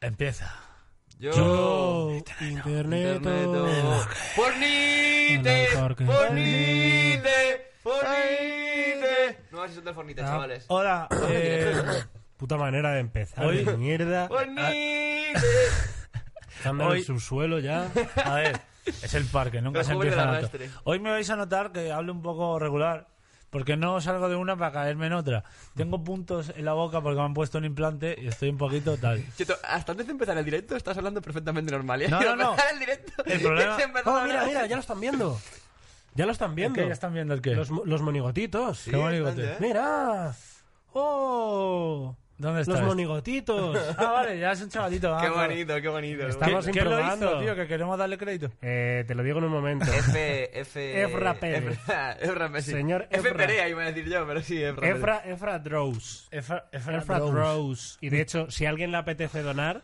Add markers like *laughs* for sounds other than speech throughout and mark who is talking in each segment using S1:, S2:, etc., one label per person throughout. S1: Empieza.
S2: Yo.
S1: Yo, internet.
S2: Interneto. Fornite.
S1: Mejor que-
S2: Fornite. Fornite. No vas a soltar fornite, chavales.
S3: Hola. eh, puta manera de empezar.
S1: Hoy-
S3: de
S2: *laughs*
S3: mierda.
S2: Ah. Fornite. *laughs*
S1: Están en
S3: Hoy-
S1: el subsuelo ya.
S3: A ver, es el parque, nunca
S2: Pero
S3: se
S2: joven
S3: empieza
S2: del
S3: alto.
S2: arrastre.
S3: Hoy me vais a notar que hablo un poco regular, porque no salgo de una para caerme en otra. Tengo puntos en la boca porque me han puesto un implante y estoy un *laughs* poquito tal.
S2: Cheto, hasta antes de empezar el directo estás hablando perfectamente normal. ¿eh?
S3: No, no, no.
S2: Empezar el directo.
S3: El problema-
S2: *laughs* has empezado
S1: Oh,
S2: a
S1: mira,
S2: hablar.
S1: mira, ya lo *laughs* están viendo. Ya lo están
S3: ¿El
S1: viendo.
S3: qué? ¿Ya están viendo el qué?
S1: Los, mo- los monigotitos.
S3: Qué bonito.
S2: están ya, ¿eh?
S1: Mira. ¡Oh!
S3: ¿Dónde está
S1: Los
S3: esto?
S1: monigotitos.
S3: Ah, vale, ya es un chavalito. ah,
S2: Qué
S3: claro.
S2: bonito, qué bonito.
S3: ¿Qué-
S1: Estamos
S3: ¿Qué, lo
S1: improvisando.
S3: hizo, tío? Que queremos darle crédito.
S1: Eh, te lo digo en
S3: *laughs*
S1: un momento. *laughs*
S2: F. F.
S1: Efra Pérez.
S2: Efra, Efra Messi.
S1: Señor
S2: F.
S1: Efra.
S2: Perea, iba a decir yo, pero sí, Efra. Pérez.
S1: Efra, Efra Drows.
S3: Efra,
S1: Efra Drows. Y de hecho, si a alguien le apetece donar,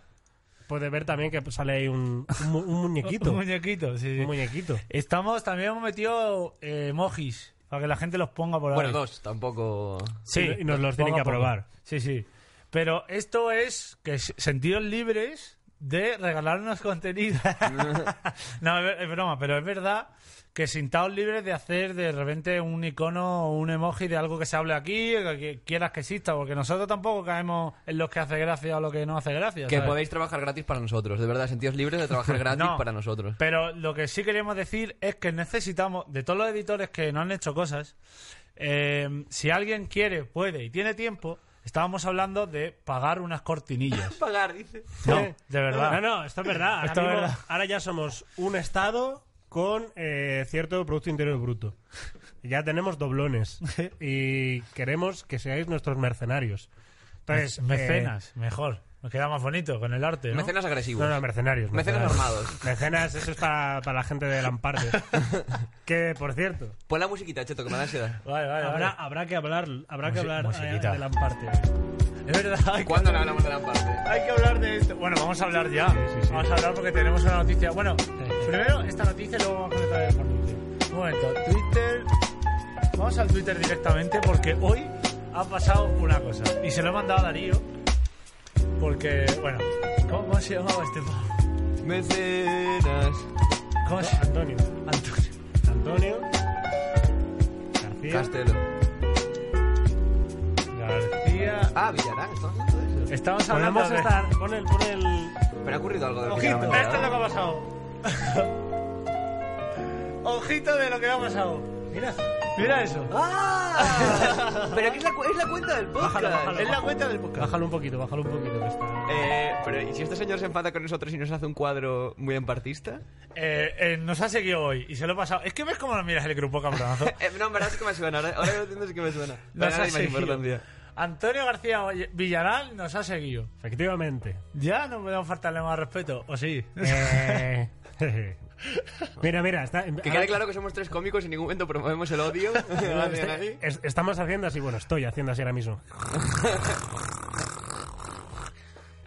S1: puede ver también que sale ahí un, un mu- un
S3: *laughs*
S1: muñequito.
S3: Un muñequito, sí. sí.
S1: Un muñequito.
S3: Estamos, también hemos metido eh, mojis, para que la gente los ponga por ahí.
S2: Bueno, dos, tampoco.
S3: Sí,
S1: Y nos los tienen
S3: poco
S1: que
S3: a poco.
S1: aprobar.
S3: Sí, sí. Pero esto es que s- sentidos libres de regalarnos *laughs*
S1: *laughs*
S3: contenido. no, es, ver- es broma, pero es verdad que sentados libres de hacer de repente un icono o un emoji de algo que se hable aquí, que que quieras que exista, porque nosotros tampoco caemos en los que hace gracia o lo que no hace gracia.
S2: Que
S3: ¿sabes?
S2: podéis trabajar gratis para nosotros, de verdad, sentidos libres de trabajar gratis
S3: No.
S2: para nosotros.
S3: Pero lo que sí queremos decir es que necesitamos, de todos los editores que no han hecho cosas, eh, si alguien quiere, puede y tiene tiempo, estábamos hablando de pagar unas cortinillas.
S2: *laughs* Pagar, dice.
S3: No, de verdad.
S1: No, no, esto es verdad. Ahora,
S3: Esto es
S1: mismo-
S3: verdad.
S1: ahora ya somos un Estado con eh, cierto Producto Interior Bruto. Ya tenemos *laughs* doblones y queremos que seáis nuestros mercenarios. Entonces, eh,
S3: mecenas, mejor. Nos queda más bonito con el arte, ¿no?
S2: Mecenas agresivos.
S1: eh, no, no, mercenarios.
S2: Mecenas armados.
S1: Mecenas, eso es para, para la gente de
S3: *laughs*
S1: Lamparte. que, por cierto,
S2: Pon la musiquita, Cheto, que me
S3: *laughs*
S2: da ansiedad.
S3: Vale, vale,
S1: habrá,
S3: vale.
S1: habrá que hablar, habrá que
S3: Musi-
S1: hablar eh,
S3: musiquita.
S1: de Lamparte.
S3: Es verdad, hay que,
S2: ¿Cuándo no hablamos de la parte?
S3: hay que hablar de esto. Bueno, vamos a hablar ya.
S1: sí, sí.
S3: Vamos a hablar porque tenemos una noticia. Bueno,
S1: sí.
S3: primero esta noticia y luego vamos a conectar el anuncio. Un momento, Twitter. Vamos al Twitter directamente porque hoy ha pasado una cosa. Y se lo he mandado a Darío. Porque, bueno, ¿cómo, cómo se llamaba este pavo?
S2: Mecenas.
S3: ¿Cómo se
S1: Antonio.
S3: Antonio.
S1: Antonio. García.
S2: Castelo.
S3: García.
S2: Ah, Villarán, estamos hablando de eso.
S3: Estamos hablando
S1: Podemos
S3: de...
S1: estar. Pon el. Pon el
S2: Pero ha ocurrido algo de lo que yo
S3: Ojito, esto es lo que ha pasado. *laughs* Ojito
S2: no me he enterado.
S1: Ah,
S3: de lo que ha pasado. Mira, mira eso.
S2: ¡Ah! *laughs* Pero que es la, cu- es la cuenta del podcast.
S1: Bájalo, bájalo.
S3: Es la cuenta del podcast.
S1: Bájalo un poquito, bájalo un poquito. que está-
S2: Eh, pero ¿y si este señor se enfada con nosotros y nos hace un cuadro muy empartista?
S3: Eh, eh, nos ha seguido hoy y se lo he pasado. Es que ves cómo nos miras el grupo,
S1: *laughs*
S3: cabronazo.
S2: Eh, no, en verdad sí que me suena. Ahora, ahora que lo entiendo sí que me suena.
S3: Nos
S2: Pero ahora
S3: ha
S2: hay más
S3: seguido.
S2: importancia.
S3: Antonio García Villarán nos ha seguido.
S1: *laughs* Efectivamente.
S3: Ya no podemos faltarle más respeto, ¿o sí? *laughs*
S1: Eh, *laughs* mira, mira, está-
S2: Que quede claro que somos tres cómicos y en ningún momento promovemos el odio.
S1: ahora-
S2: Nadie,
S1: está-
S2: nadie.
S1: es- estamos haciendo así, bueno, estoy haciendo así ahora mismo.
S3: *laughs*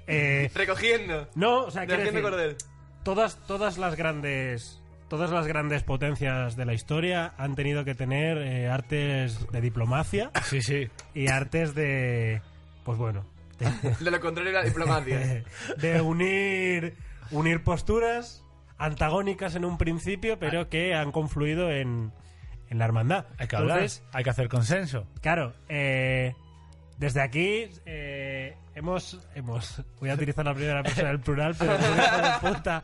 S1: Eh,
S2: Recogiendo.
S1: no, o sea, quiero
S2: Recogiendo
S1: decir,
S2: cordel.
S1: todas, todas las grandes, todas las grandes potencias de la historia han tenido que tener eh, artes de diplomacia
S3: *laughs* Sí, sí.
S1: y artes de, pues bueno,
S2: *laughs* De lo contrario, la diplomacia. *laughs*
S1: de unir unir posturas antagónicas en un principio, pero que han confluido en, en la hermandad.
S3: Hay que hablar,
S1: Entonces,
S3: hay que hacer consenso.
S1: claro, eh, desde aquí eh, hemos, hemos... Voy a utilizar la primera persona del plural, pero voy a poner punta.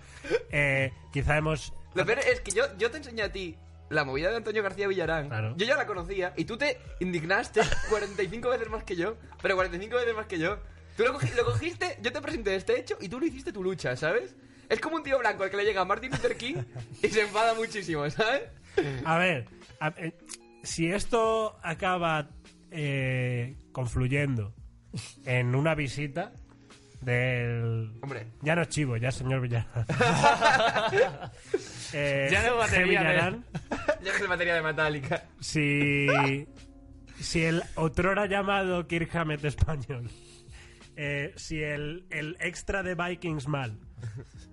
S1: Eh, quizá hemos...
S2: Lo peor es que yo, yo te enseñé a ti la movida de Antonio García Villarán,
S1: Claro.
S2: yo ya la conocía y tú te *laughs* indignaste 45 veces más que yo, pero 45 veces más que yo. Tú lo, cogi- lo cogiste, yo te presenté este hecho y tú lo hiciste tu lucha, ¿sabes? Es como un tío blanco al que le llega Martin Luther King y se enfada muchísimo, ¿sabes?
S1: A ver, a- eh, si esto acaba eh, confluyendo en una visita del...
S2: Hombre.
S1: Ya no es chivo, ya es
S3: *laughs*
S1: señor Villarán. Eh,
S3: Ya no es batería,
S1: G. Villarán,
S2: Ya que es materia de Metallica.
S1: si, si el otrora llamado Kirk Hammett español, eh, si el, el extra de Vikings mal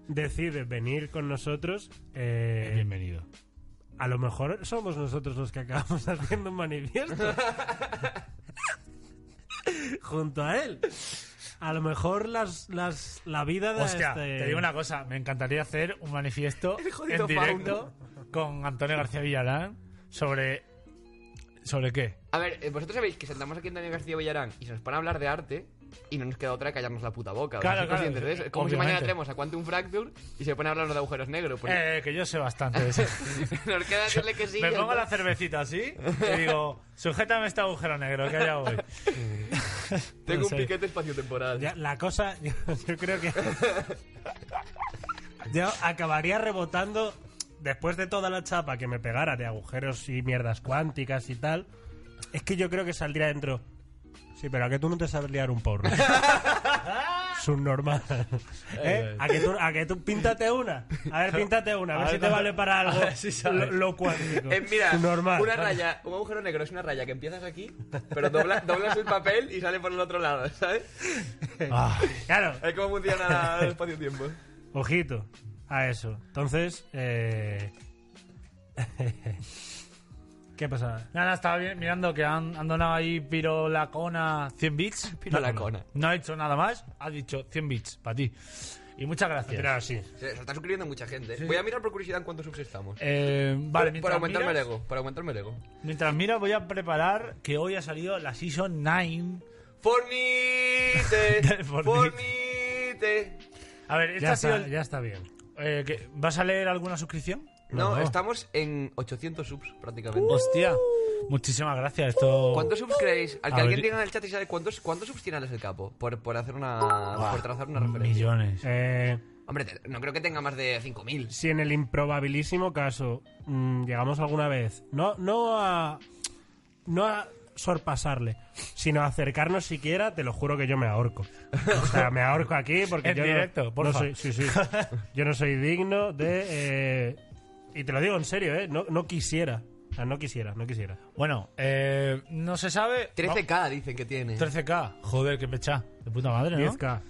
S1: decide venir con nosotros, eh,
S3: Bienvenido.
S1: a lo mejor somos nosotros los que acabamos *laughs* haciendo un manifiesto. Junto a él. A lo mejor las, las, la vida de
S3: Hostia,
S1: este-
S3: te digo una cosa, me encantaría hacer un manifiesto
S2: jodido
S3: en directo con Antonio García Villarán sobre... ¿Sobre qué?
S2: A ver, eh, vosotros sabéis que sentamos aquí a Antonio García Villarán y se nos van a hablar de arte y no nos queda otra que callarnos la puta boca. o sea,
S3: Claro,
S2: sois
S3: claro,
S2: conscientes de eso. Es como si
S3: obviamente.
S2: mañana tenemos a Quantum Fracture y se pone a hablar de agujeros negros. *laughs* porque
S3: Eh, que yo sé bastante de eso.
S2: nos queda decirle que sí.
S3: *laughs* me
S2: y
S3: pongo la
S2: entonces-
S3: cervecita así y digo, sujétame este agujero negro, que allá voy.
S2: Tengo
S3: Sí.
S2: un piquete espacio-temporal.
S1: Ya, la cosa, *laughs* yo, yo creo que. yo acabaría rebotando. Después de toda la chapa que me pegara de agujeros y mierdas cuánticas y tal. Es que yo creo que saldría dentro. Sí, pero a que tú no te sabes liar un porro. Subnormal. ¿Eh? A, que tú, a que tú píntate una. A ver, píntate una. A ver
S3: A
S1: si
S3: ver,
S1: te
S3: no-
S1: vale para algo.
S3: a ver si sabes.
S1: lo, lo cuántico.
S2: Eh, mira,
S1: Subnormal.
S2: una raya, un agujero negro es una raya que empiezas aquí, pero dobla- doblas el papel y sale por el otro lado, ¿sabes?
S3: Ah,
S1: Claro.
S2: Es como funciona el espacio-tiempo.
S1: Ojito a eso. Entonces,
S3: *laughs*
S1: eh... ¿qué pasa?
S3: Nada, estaba bien, mirando que han, han donado ahí pirolacona 100 *laughs* bits.
S2: Pirolacona.
S3: No ha hecho nada más, ha dicho 100 bits para ti. Y muchas gracias.
S1: Claro, sí.
S2: Se, se está suscribiendo mucha gente. Voy a mirar por curiosidad en cuántos subs estamos.
S3: Eh, vale,
S2: para
S3: mientras
S2: aumentarme
S3: miras-
S2: el ego, para aumentarme el ego.
S3: Mientras mira, voy a preparar que hoy ha salido la Season 9.
S2: Fornite,
S3: Fornite.
S2: fornite.
S3: A ver, esta
S1: Ya
S3: ha sido.
S1: está,
S3: el-
S1: ya está bien.
S3: eh, que- ¿Vas a leer alguna suscripción?
S2: No,
S1: No.
S2: estamos en 800 subs prácticamente.
S3: Hostia, muchísimas gracias. Esto.
S2: ¿Cuántos subs creéis? Al que
S3: A
S2: alguien
S3: ver.
S2: diga en el chat y sabe cuántos, cuántos subs tiene Alex el Capo por, por hacer una por trazar una referencia.
S3: Millones.
S1: Eh,
S2: Hombre, te- no creo que tenga más de 5000.
S1: si en el improbabilísimo caso mm, llegamos alguna vez, no, no a... No a sorpasarle, sino a acercarnos siquiera, te lo juro que yo me ahorco. O sea, me ahorco aquí porque
S3: En
S1: yo no-
S3: directo,
S1: no,
S3: porfa.
S1: soy, sí, sí. yo no soy digno de... eh, y te lo digo en serio, ¿eh? No, no quisiera. O sea, no quisiera, no quisiera.
S3: Bueno, eh, no se sabe.
S2: 13k dicen que tiene.
S3: No, 13K. Joder, qué pecha. De puta madre, ¿no?
S1: 10K.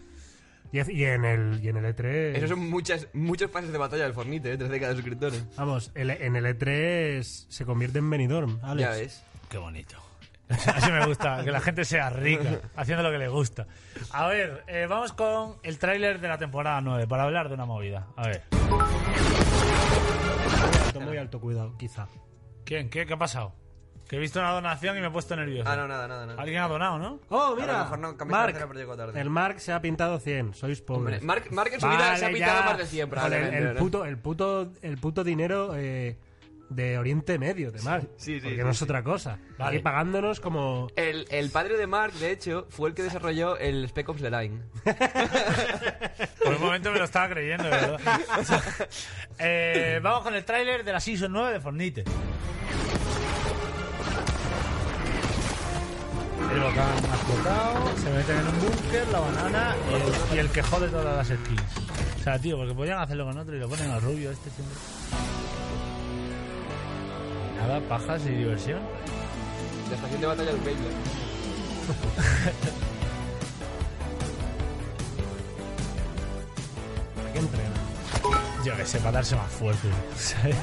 S1: Diez- y, en el, y en el E E3.
S2: Esos son muchas, muchos pases de batalla del Fornite, eh, 13k de suscriptores.
S1: Vamos, el- en el E3 se convierte en Benidorm, Alex.
S2: Ya ves.
S3: Qué bonito. *laughs* Así me gusta, que la gente sea rica, haciendo lo que le gusta. A ver, eh, vamos con el tráiler de la temporada 9 para hablar de una movida. A ver.
S1: Alto, muy alto cuidado, quizá.
S3: ¿Quién? ¿Qué, ¿Qué ha pasado? Que he visto una donación y me he puesto nervioso.
S2: Ah, no, nada, nada, nada.
S3: Alguien ha donado, ¿no?
S1: ¡Oh,
S2: A lo
S1: mira!
S2: mejor no, cambié de cabecera,
S1: Mark,
S2: pero llego tarde.
S1: el Mark se ha pintado 100, sois
S2: Hombre,
S1: pobres.
S2: Mark, Mark en su vida se ha
S1: Vale,
S2: pintado
S1: ya.
S2: más de 100,
S1: Joder, el,
S2: probablemente. ¿no?
S1: puto, el, puto, el puto dinero eh, de Oriente Medio, de Mark.
S2: sí, sí,
S1: Porque
S2: sí,
S1: no es
S2: sí.
S1: otra cosa.
S3: Vale.
S1: Aquí pagándonos como...
S2: El, el padre de Mark, de hecho, fue el que desarrolló el Spec Ops The Line. *laughs*
S3: Por un momento me lo estaba creyendo, de verdad. Eh, vamos con el tráiler de la Season 9 de Fornite. El volcán ha explotado, se meten en un búnker, la banana eh, y el, y el que jode todas las skins. O sea, tío, porque podían hacerlo con otro y lo ponen al rubio este siempre. Nada, pajas y diversión.
S2: La estación de batalla del Baylor.
S1: ¿Qué entrena?
S3: Yo que sé, para darse más fuerte. *laughs* ¿sabes?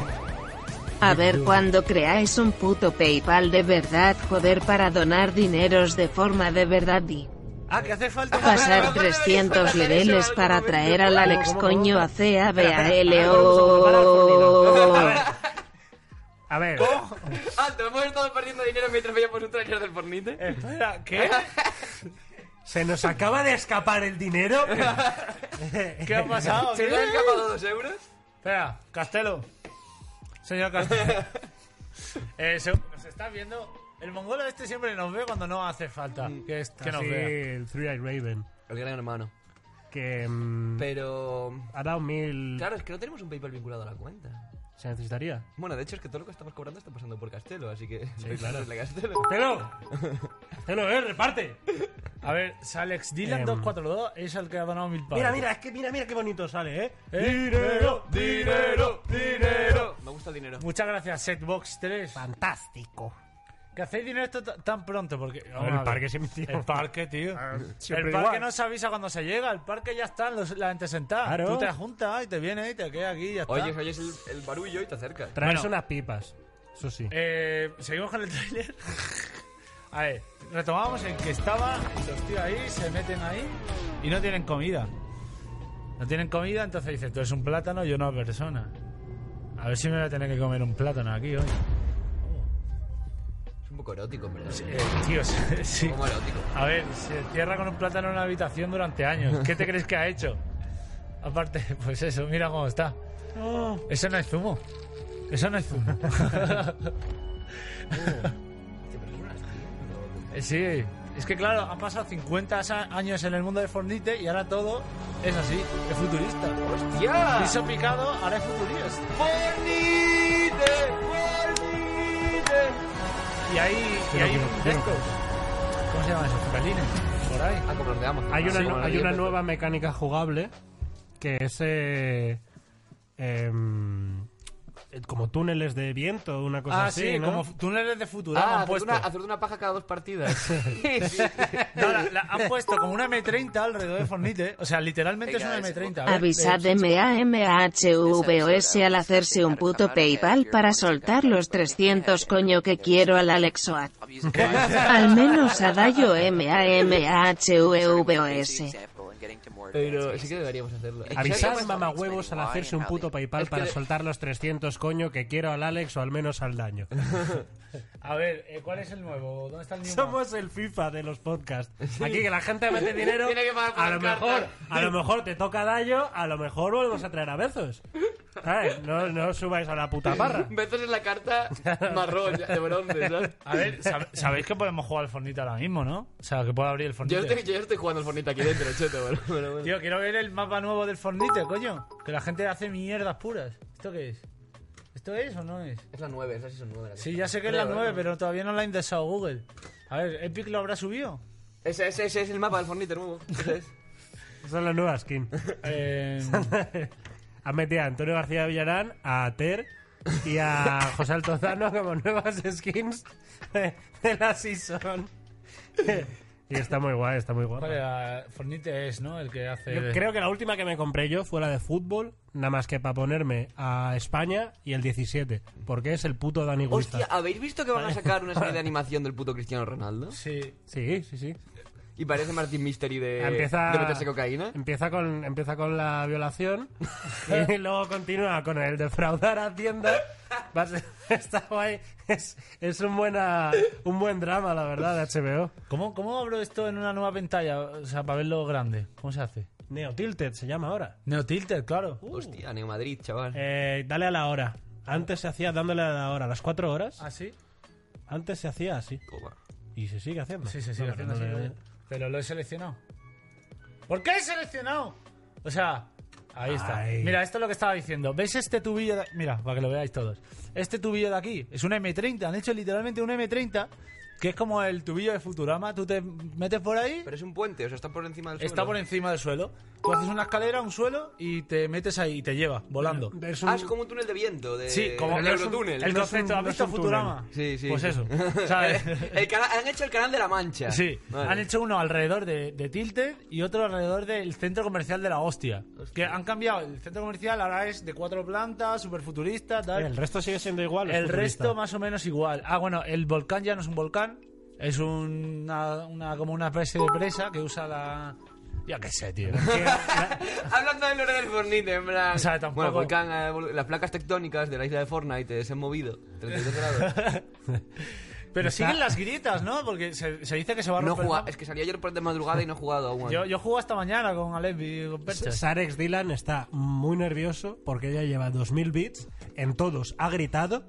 S4: A ver cuando creáis un puto PayPal de verdad, joder, para donar dineros de forma de verdad y
S3: Ah, que hace falta una
S4: pasar 300 leveles para traer al Alex coño a
S1: A
S4: CABALO.
S1: ver. A ver.
S2: *laughs* Alto, hemos estado perdiendo dinero mientras veíamos un trailer del Fornite.
S1: Eh.
S3: Espera, ¿qué?
S1: *laughs* Se nos acaba de escapar el dinero.
S3: *laughs* ¿Qué ha pasado?
S2: ¿Se
S3: ¿Qué?
S2: nos han escapado dos euros?
S1: *laughs*
S3: Espera, Castelo. Señor Castelo. Eh, se- nos está viendo. El mongolo este siempre nos ve cuando no hace falta
S1: Mm.
S3: que, es- que nos
S1: Así,
S3: vea.
S1: el Three Eyed Raven.
S2: El gran hermano.
S1: Que mm,
S2: Pero.
S1: ha dado mil.
S2: Claro, es que no tenemos un PayPal vinculado a la cuenta.
S1: Se necesitaría.
S2: Bueno, de hecho es que todo lo que estamos cobrando está pasando por Castelo, así que.
S1: Sí,
S2: *laughs*
S1: claro.
S2: de Castelo.
S3: *laughs*
S1: ¡Celo! ¡Celo, eh! ¡Reparte!
S3: A ver, Salex
S1: Em.
S3: Dylan242 es el que ha donado mil pavos.
S1: Mira, mira, es que mira, mira qué bonito sale, ¿eh?
S3: Dinero,
S2: Dinero, dinero. Me gusta el dinero.
S3: Muchas gracias, Setbox3.
S1: Fantástico.
S3: Que hacéis dinero esto ta- tan pronto porque... vamos a ver.
S1: parque se metió.
S3: El parque, tío.
S1: Ah, siempre
S3: el parque
S1: igual.
S3: no se avisa cuando se llega. El parque ya están los- la gente sentada.
S1: Claro.
S3: Tú te juntas y te vienes y te quedas aquí y ya está.
S2: Oye,
S1: ¿Ah?
S2: oyes el, el barullo y te acercas.
S1: Traes
S3: Bueno.
S1: unas pipas. Eso sí.
S3: Eh, Seguimos con el tráiler. A ver, retomamos el que estaba. Los tíos ahí se meten ahí y no tienen comida. No tienen comida, entonces dice, tú eres un plátano, yo una persona. A ver si me voy a tener que comer un plátano aquí hoy.
S2: Es un poco erótico, en ¿verdad?
S3: Sí, eh, tío, *laughs* sí, sí.
S2: Un poco erótico.
S3: A ver, se encierra con un plátano en una habitación durante años. ¿Qué te crees que ha hecho? Aparte, *laughs* pues eso, mira cómo está. Eso no es zumo. Eso no es zumo. *laughs*
S2: Hostia, pero es una hostia, ¿no?
S3: Eh, Sí, es que claro, han pasado 50 sa- años en el mundo de Fornite y ahora todo es así, es futurista.
S2: ¡Hostia!
S3: Piso picado, ahora es futurista.
S2: ¡Fornite! ¡Fornite!
S3: Y hay, y
S1: Pero
S3: hay
S1: que no
S3: un
S1: quiero.
S3: esto. ¿Cómo se llaman esos papelines? Por ahí.
S2: Ah, como los de Amazon.
S1: Hay una,
S2: Sí, como los
S1: hay
S2: de
S1: una
S2: Apple.
S1: nueva mecánica jugable que es eh, em, como túneles de viento, una cosa
S3: Ah,
S1: Pues así,
S3: sí,
S1: ¿no?
S3: como f- túneles de Futurama
S2: Ah,
S3: han
S2: hacerte
S3: puesto.
S2: una, hacerte una paja cada dos partidas.
S1: *laughs*
S2: Sí.
S3: *laughs* No, la- la- han puesto como una M30 alrededor de Fornite. ¿eh? O sea, literalmente
S2: Venga,
S3: es una
S2: ese-
S3: ¿eh? M30. a ver.
S4: Avisad MAMAHUVOS al hacerse un puto PayPal para soltar los 300 coño que quiero al Alexoat. Al menos a *laughs* Dayo MAMAHUVOS.
S2: Pero sí que deberíamos hacerlo. Es que
S1: Avisad
S2: sabes-
S1: mamahuevos al hacerse un puto PayPal
S2: Es que-
S1: para soltar los 300 coño que quiero al Alex o al menos al daño.
S3: A ver, eh, ¿cuál es el nuevo? ¿Dónde está el nuevo?
S1: Somos el FIFA de los
S2: *laughs*
S1: podcasts. Aquí que la gente mete dinero.
S2: Tiene que pagar con
S1: a lo
S2: carta.
S1: mejor,
S2: *laughs*
S1: a lo mejor te toca Dayo, a lo mejor volvemos a traer a Bezos. ¿Sabes? No, no os subáis a la puta
S2: *laughs*
S1: parra.
S2: Besos en la
S3: *laughs*
S2: carta marrón, de bronce, ¿sabes?
S3: A ver, sab- sabéis que podemos jugar al Fornite ahora mismo, ¿no? O sea, que puedo abrir el Fornite.
S2: Yo estoy, yo estoy jugando al Fornite aquí dentro, cheto, *laughs* bueno, bueno, bueno.
S3: Tío, quiero ver el mapa nuevo del Fornite, coño. Que la gente hace mierdas puras. ¿Esto qué es? ¿Esto es o no es?
S2: Es la 9, esa sí son 9.
S3: Sí, ya sé que es la 9, pero eh, todavía no la ha indexado Google. A ver, ¿Epic lo habrá subido?
S2: Ese, ese, ese es el mapa del Fornite
S3: *laughs*
S2: nuevo. Ese es.
S1: Esa es la nueva skin.
S3: Eh,
S1: Han metido a Antonio García Villarán, a Ter y a José Altozano como nuevas skins de, de la season. *laughs* Y está muy guay, está muy guay.
S3: ¿cuál era? Fornite es, ¿no? El que hace...
S1: Yo creo que la última que me compré yo fue la de fútbol, nada más que para ponerme a España y el 17, porque es el puto Dani Gusta.
S2: Hostia, ¿habéis visto que van a sacar una serie de animación del puto Cristiano Ronaldo?
S3: Sí.
S1: Sí, sí, sí.
S2: Y parece Martin Mystery
S3: Ah,
S2: de,
S1: empieza,
S2: Eh, de meterse cocaína.
S3: em-
S1: Empieza con, empieza con la violación y luego continúa con el defraudar a tienda. Va a ser- *laughs* está guay. Es, es un, buena, un buen drama, la verdad, de HBO.
S3: ¿Cómo, ¿Cómo abro esto en una nueva pantalla? O sea, para verlo grande. ¿Cómo se hace?
S1: Neo Tilted se llama ahora.
S3: Neotilter, claro.
S2: Uh. Hostia, Neo Madrid, chaval.
S1: Eh, dale a la hora. Antes se hacía dándole a la hora. ¿Las cuatro horas?
S3: ¿Ah, sí?
S1: Antes se hacía así.
S2: Coba.
S1: Y se sigue haciendo.
S3: Sí, sí, sí.
S1: No,
S3: haciendo
S1: no,
S3: así,
S1: no,
S3: oye.
S1: no.
S3: Pero lo he seleccionado. ¿Por qué he seleccionado? O sea, ahí está.
S1: Ay.
S3: Mira, esto es lo que estaba diciendo. ¿Veis este tubillo de Mira, para que lo veáis todos. Este tubillo de aquí es un M30. Han hecho literalmente un M30, que es como el tubillo de Futurama. Tú te metes por ahí,
S2: Pero es un puente, o sea, está por encima del
S3: está por
S2: suelo.
S3: encima del suelo. Tú haces una escalera, un suelo, y te metes ahí y te lleva, volando.
S1: Es un-
S2: Ah, es como un túnel de viento. De...
S3: Sí, como
S2: el
S3: es un-
S2: Eurotúnel.
S3: El
S1: No es un-
S3: concepto, ¿has
S1: no es
S3: visto
S1: un
S3: Futurama?
S2: Sí, sí.
S3: Pues
S2: sí. *laughs*
S1: *laughs*
S3: eso, ¿sabes?
S2: El cana- han hecho el canal de la Mancha.
S3: Sí,
S2: Vale.
S3: han hecho uno alrededor de, de Tilted y otro alrededor del centro comercial de la hostia. Que han cambiado el centro comercial, ahora es de cuatro plantas, super futurista, tal.
S1: El resto sigue siendo igual. es
S3: El
S1: futurista.
S3: resto más o menos igual. Ah, bueno, el volcán ya no es un volcán, es una, una- como una especie de presa que usa la... Ya qué sé,
S1: *laughs*
S3: tío.
S2: *laughs* Hablando del lore del Fornite, en plan.
S3: O sea, tampoco-
S2: Bueno,
S3: *laughs*
S2: volcán, eh, vol- las placas tectónicas de la isla de Fortnite se han movido. 32 grados.
S3: Pero
S1: Está-
S3: siguen las grietas, ¿no? Porque se, se dice que se va a
S2: No
S3: romper.
S2: juga-
S3: ¿no?
S2: Es que salí ayer por de madrugada y no he jugado aún.
S3: Yo, yo juego hasta mañana con Alevi y con Percha.
S1: Sarex Dylan está muy nervioso porque ella lleva 2000 bits, en todos
S3: *laughs*
S1: ha gritado,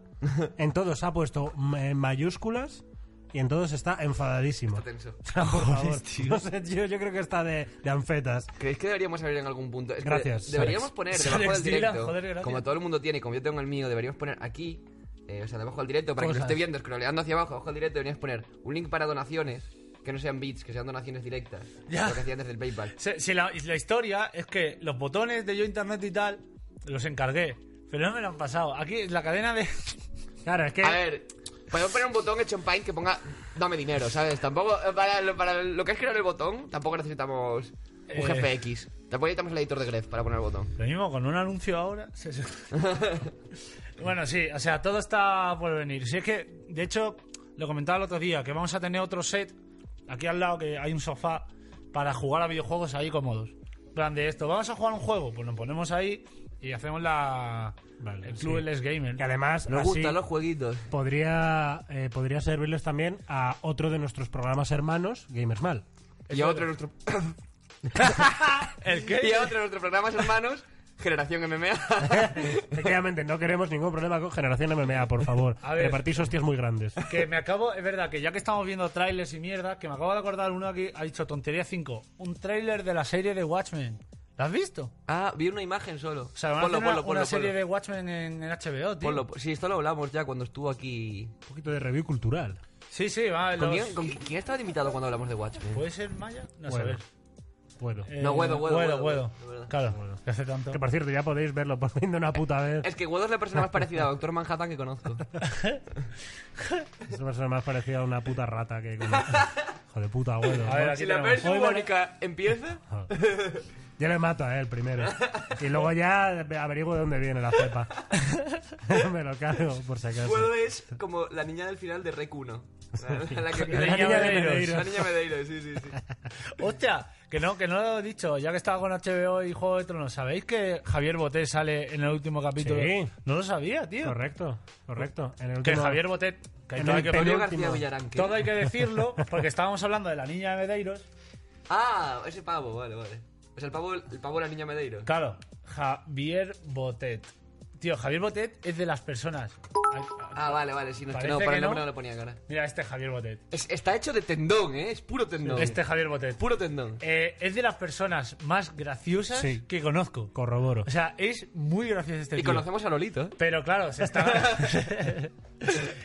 S1: en todos ha puesto eh, mayúsculas y en todos está enfadadísimo.
S2: Tenso.
S1: O sea, por favor, *laughs* no sé, yo, yo creo que está de, de anfetas.
S2: ¿Creéis que deberíamos abrir en algún punto? Es que
S1: Gracias,
S2: deberíamos
S3: *laughs*
S1: Alex.
S2: poner debajo
S3: Alex
S2: del
S3: Dylan,
S2: directo,
S3: joder, gracias.
S2: como todo el mundo tiene, como yo tengo el mío, deberíamos poner aquí, eh, o sea, debajo del directo, para que lo
S3: Cosas.
S2: esté viendo, scrolleando hacia abajo, debajo del directo, deberíamos poner un link para donaciones, que no sean bits, que sean donaciones directas.
S3: Ya.
S2: Lo que hacía antes del PayPal.
S3: Se- si la, y la historia es que los botones de Yo Internet y tal los encargué, pero no me lo han pasado. Aquí en la cadena de.
S1: Claro, es que
S2: A ver, podemos poner un botón hecho en Paint que ponga dame dinero, ¿sabes? Tampoco, eh, para, lo- para lo que es crear el botón, tampoco necesitamos
S3: Eh.
S2: un GPX. Tampoco necesitamos el editor de Gref para poner el botón.
S3: Lo mismo con un anuncio ahora. *laughs* se- se- bueno, sí, o sea, todo está por venir. Si es que, de hecho, lo comentaba el otro día, que vamos a tener otro set aquí al lado, que hay un sofá para jugar a videojuegos ahí cómodos. En plan de esto, vamos a jugar un juego, pues nos ponemos ahí y hacemos la.
S1: Vale,
S3: el
S1: sí.
S3: Club LS Gamer.
S1: que además así
S2: jueguitos.
S1: podría, eh, podría servirles también a otro de nuestros programas hermanos, Gamers Mal.
S2: Y a otro de nuestro-
S3: ¿El qué?
S2: y a otro de nuestros programas hermanos, Generación MMA.
S1: Efectivamente, no queremos ningún problema con Generación MMA, por favor.
S3: A ver.
S1: Repartís hostias muy grandes.
S3: Que me acabo, es verdad, que ya que estamos viendo trailers y mierda, que me acabo de acordar uno que ha dicho tontería 5. Un trailer de la serie de Watchmen. ¿Lo has visto?
S2: *laughs* Ah, vi una imagen solo.
S3: O sea, van a hacer una, una serie de Watchmen en, en HBO, tío.
S2: Ponlo, po- Sí, esto lo hablamos ya cuando estuvo aquí.
S1: Un poquito de review cultural.
S3: Sí, sí, va.
S2: ¿Con
S3: los-
S2: quién, con qui- quién estaba de invitado cuando hablamos de Watchmen?
S3: ¿Puede ser Maya? No sé.
S1: Bueno.
S3: a ver.
S1: Bueno.
S3: Eh,
S2: No, Guedo, Guedo,
S3: Guedo, Guedo.
S2: Guedo, Guedo, Guedo.
S3: Eh, Claro, que hace tanto.
S1: Que por cierto, ya podéis verlo *laughs* por fin de una puta vez.
S2: Es que Guedo es la persona más parecida a Doctor Manhattan que conozco.
S1: Es una persona más parecida a una puta rata que como...
S3: *laughs*
S1: Hijo de puta, güey.
S3: A ver, aquí
S2: si la
S3: tenemos.
S2: versión
S1: Hoy van a-
S2: Mónica empieza,
S1: Yo le mato a él primero. Y luego ya averiguo de dónde viene
S3: *laughs*
S1: la cepa. Me lo cargo, por si acaso.
S2: Guedo es como la niña del final de Rec 1. La, la que-
S3: La niña Medeiros.
S2: La niña Medeiros, sí, sí,
S3: *laughs*
S2: sí.
S3: Hostia, que no, que no lo he dicho. Ya que estaba con HBO y Juego de Tronos, ¿sabéis que Javier Botet sale en el último capítulo?
S1: Sí.
S3: No lo sabía, tío.
S1: Correcto, correcto. En el
S3: Que
S1: último-
S3: Javier Botet. Que
S1: En
S3: todo
S1: el
S3: hay que-
S2: Antonio
S1: penúltimo.
S2: García Villarán. ¿qué?
S3: todo hay que
S1: *laughs*
S3: decirlo, porque estábamos hablando de la niña de Medeiros.
S2: Ah, ese pavo, vale, vale. O sea, el pavo, el pavo de la niña Medeiros.
S3: Claro, Javier Botet. Tío, Javier Botet es de las personas. Ay, ay,
S2: Ah, vale, vale, sí, no, es que no,
S3: Parece
S2: para
S3: que
S2: el nombre
S3: no.
S2: no, le ponía cara.
S3: Mira, este Javier Botet.
S2: Es- está hecho de tendón, ¿eh? Es puro tendón.
S3: Este Javier Botet.
S2: Puro tendón.
S3: Eh, es de las personas más graciosas
S1: Sí.
S3: que conozco.
S1: Corroboro.
S3: O sea, es muy gracioso este
S2: Y
S3: tío.
S2: conocemos a Lolito, ¿eh?
S3: Pero claro, se está.
S1: *laughs*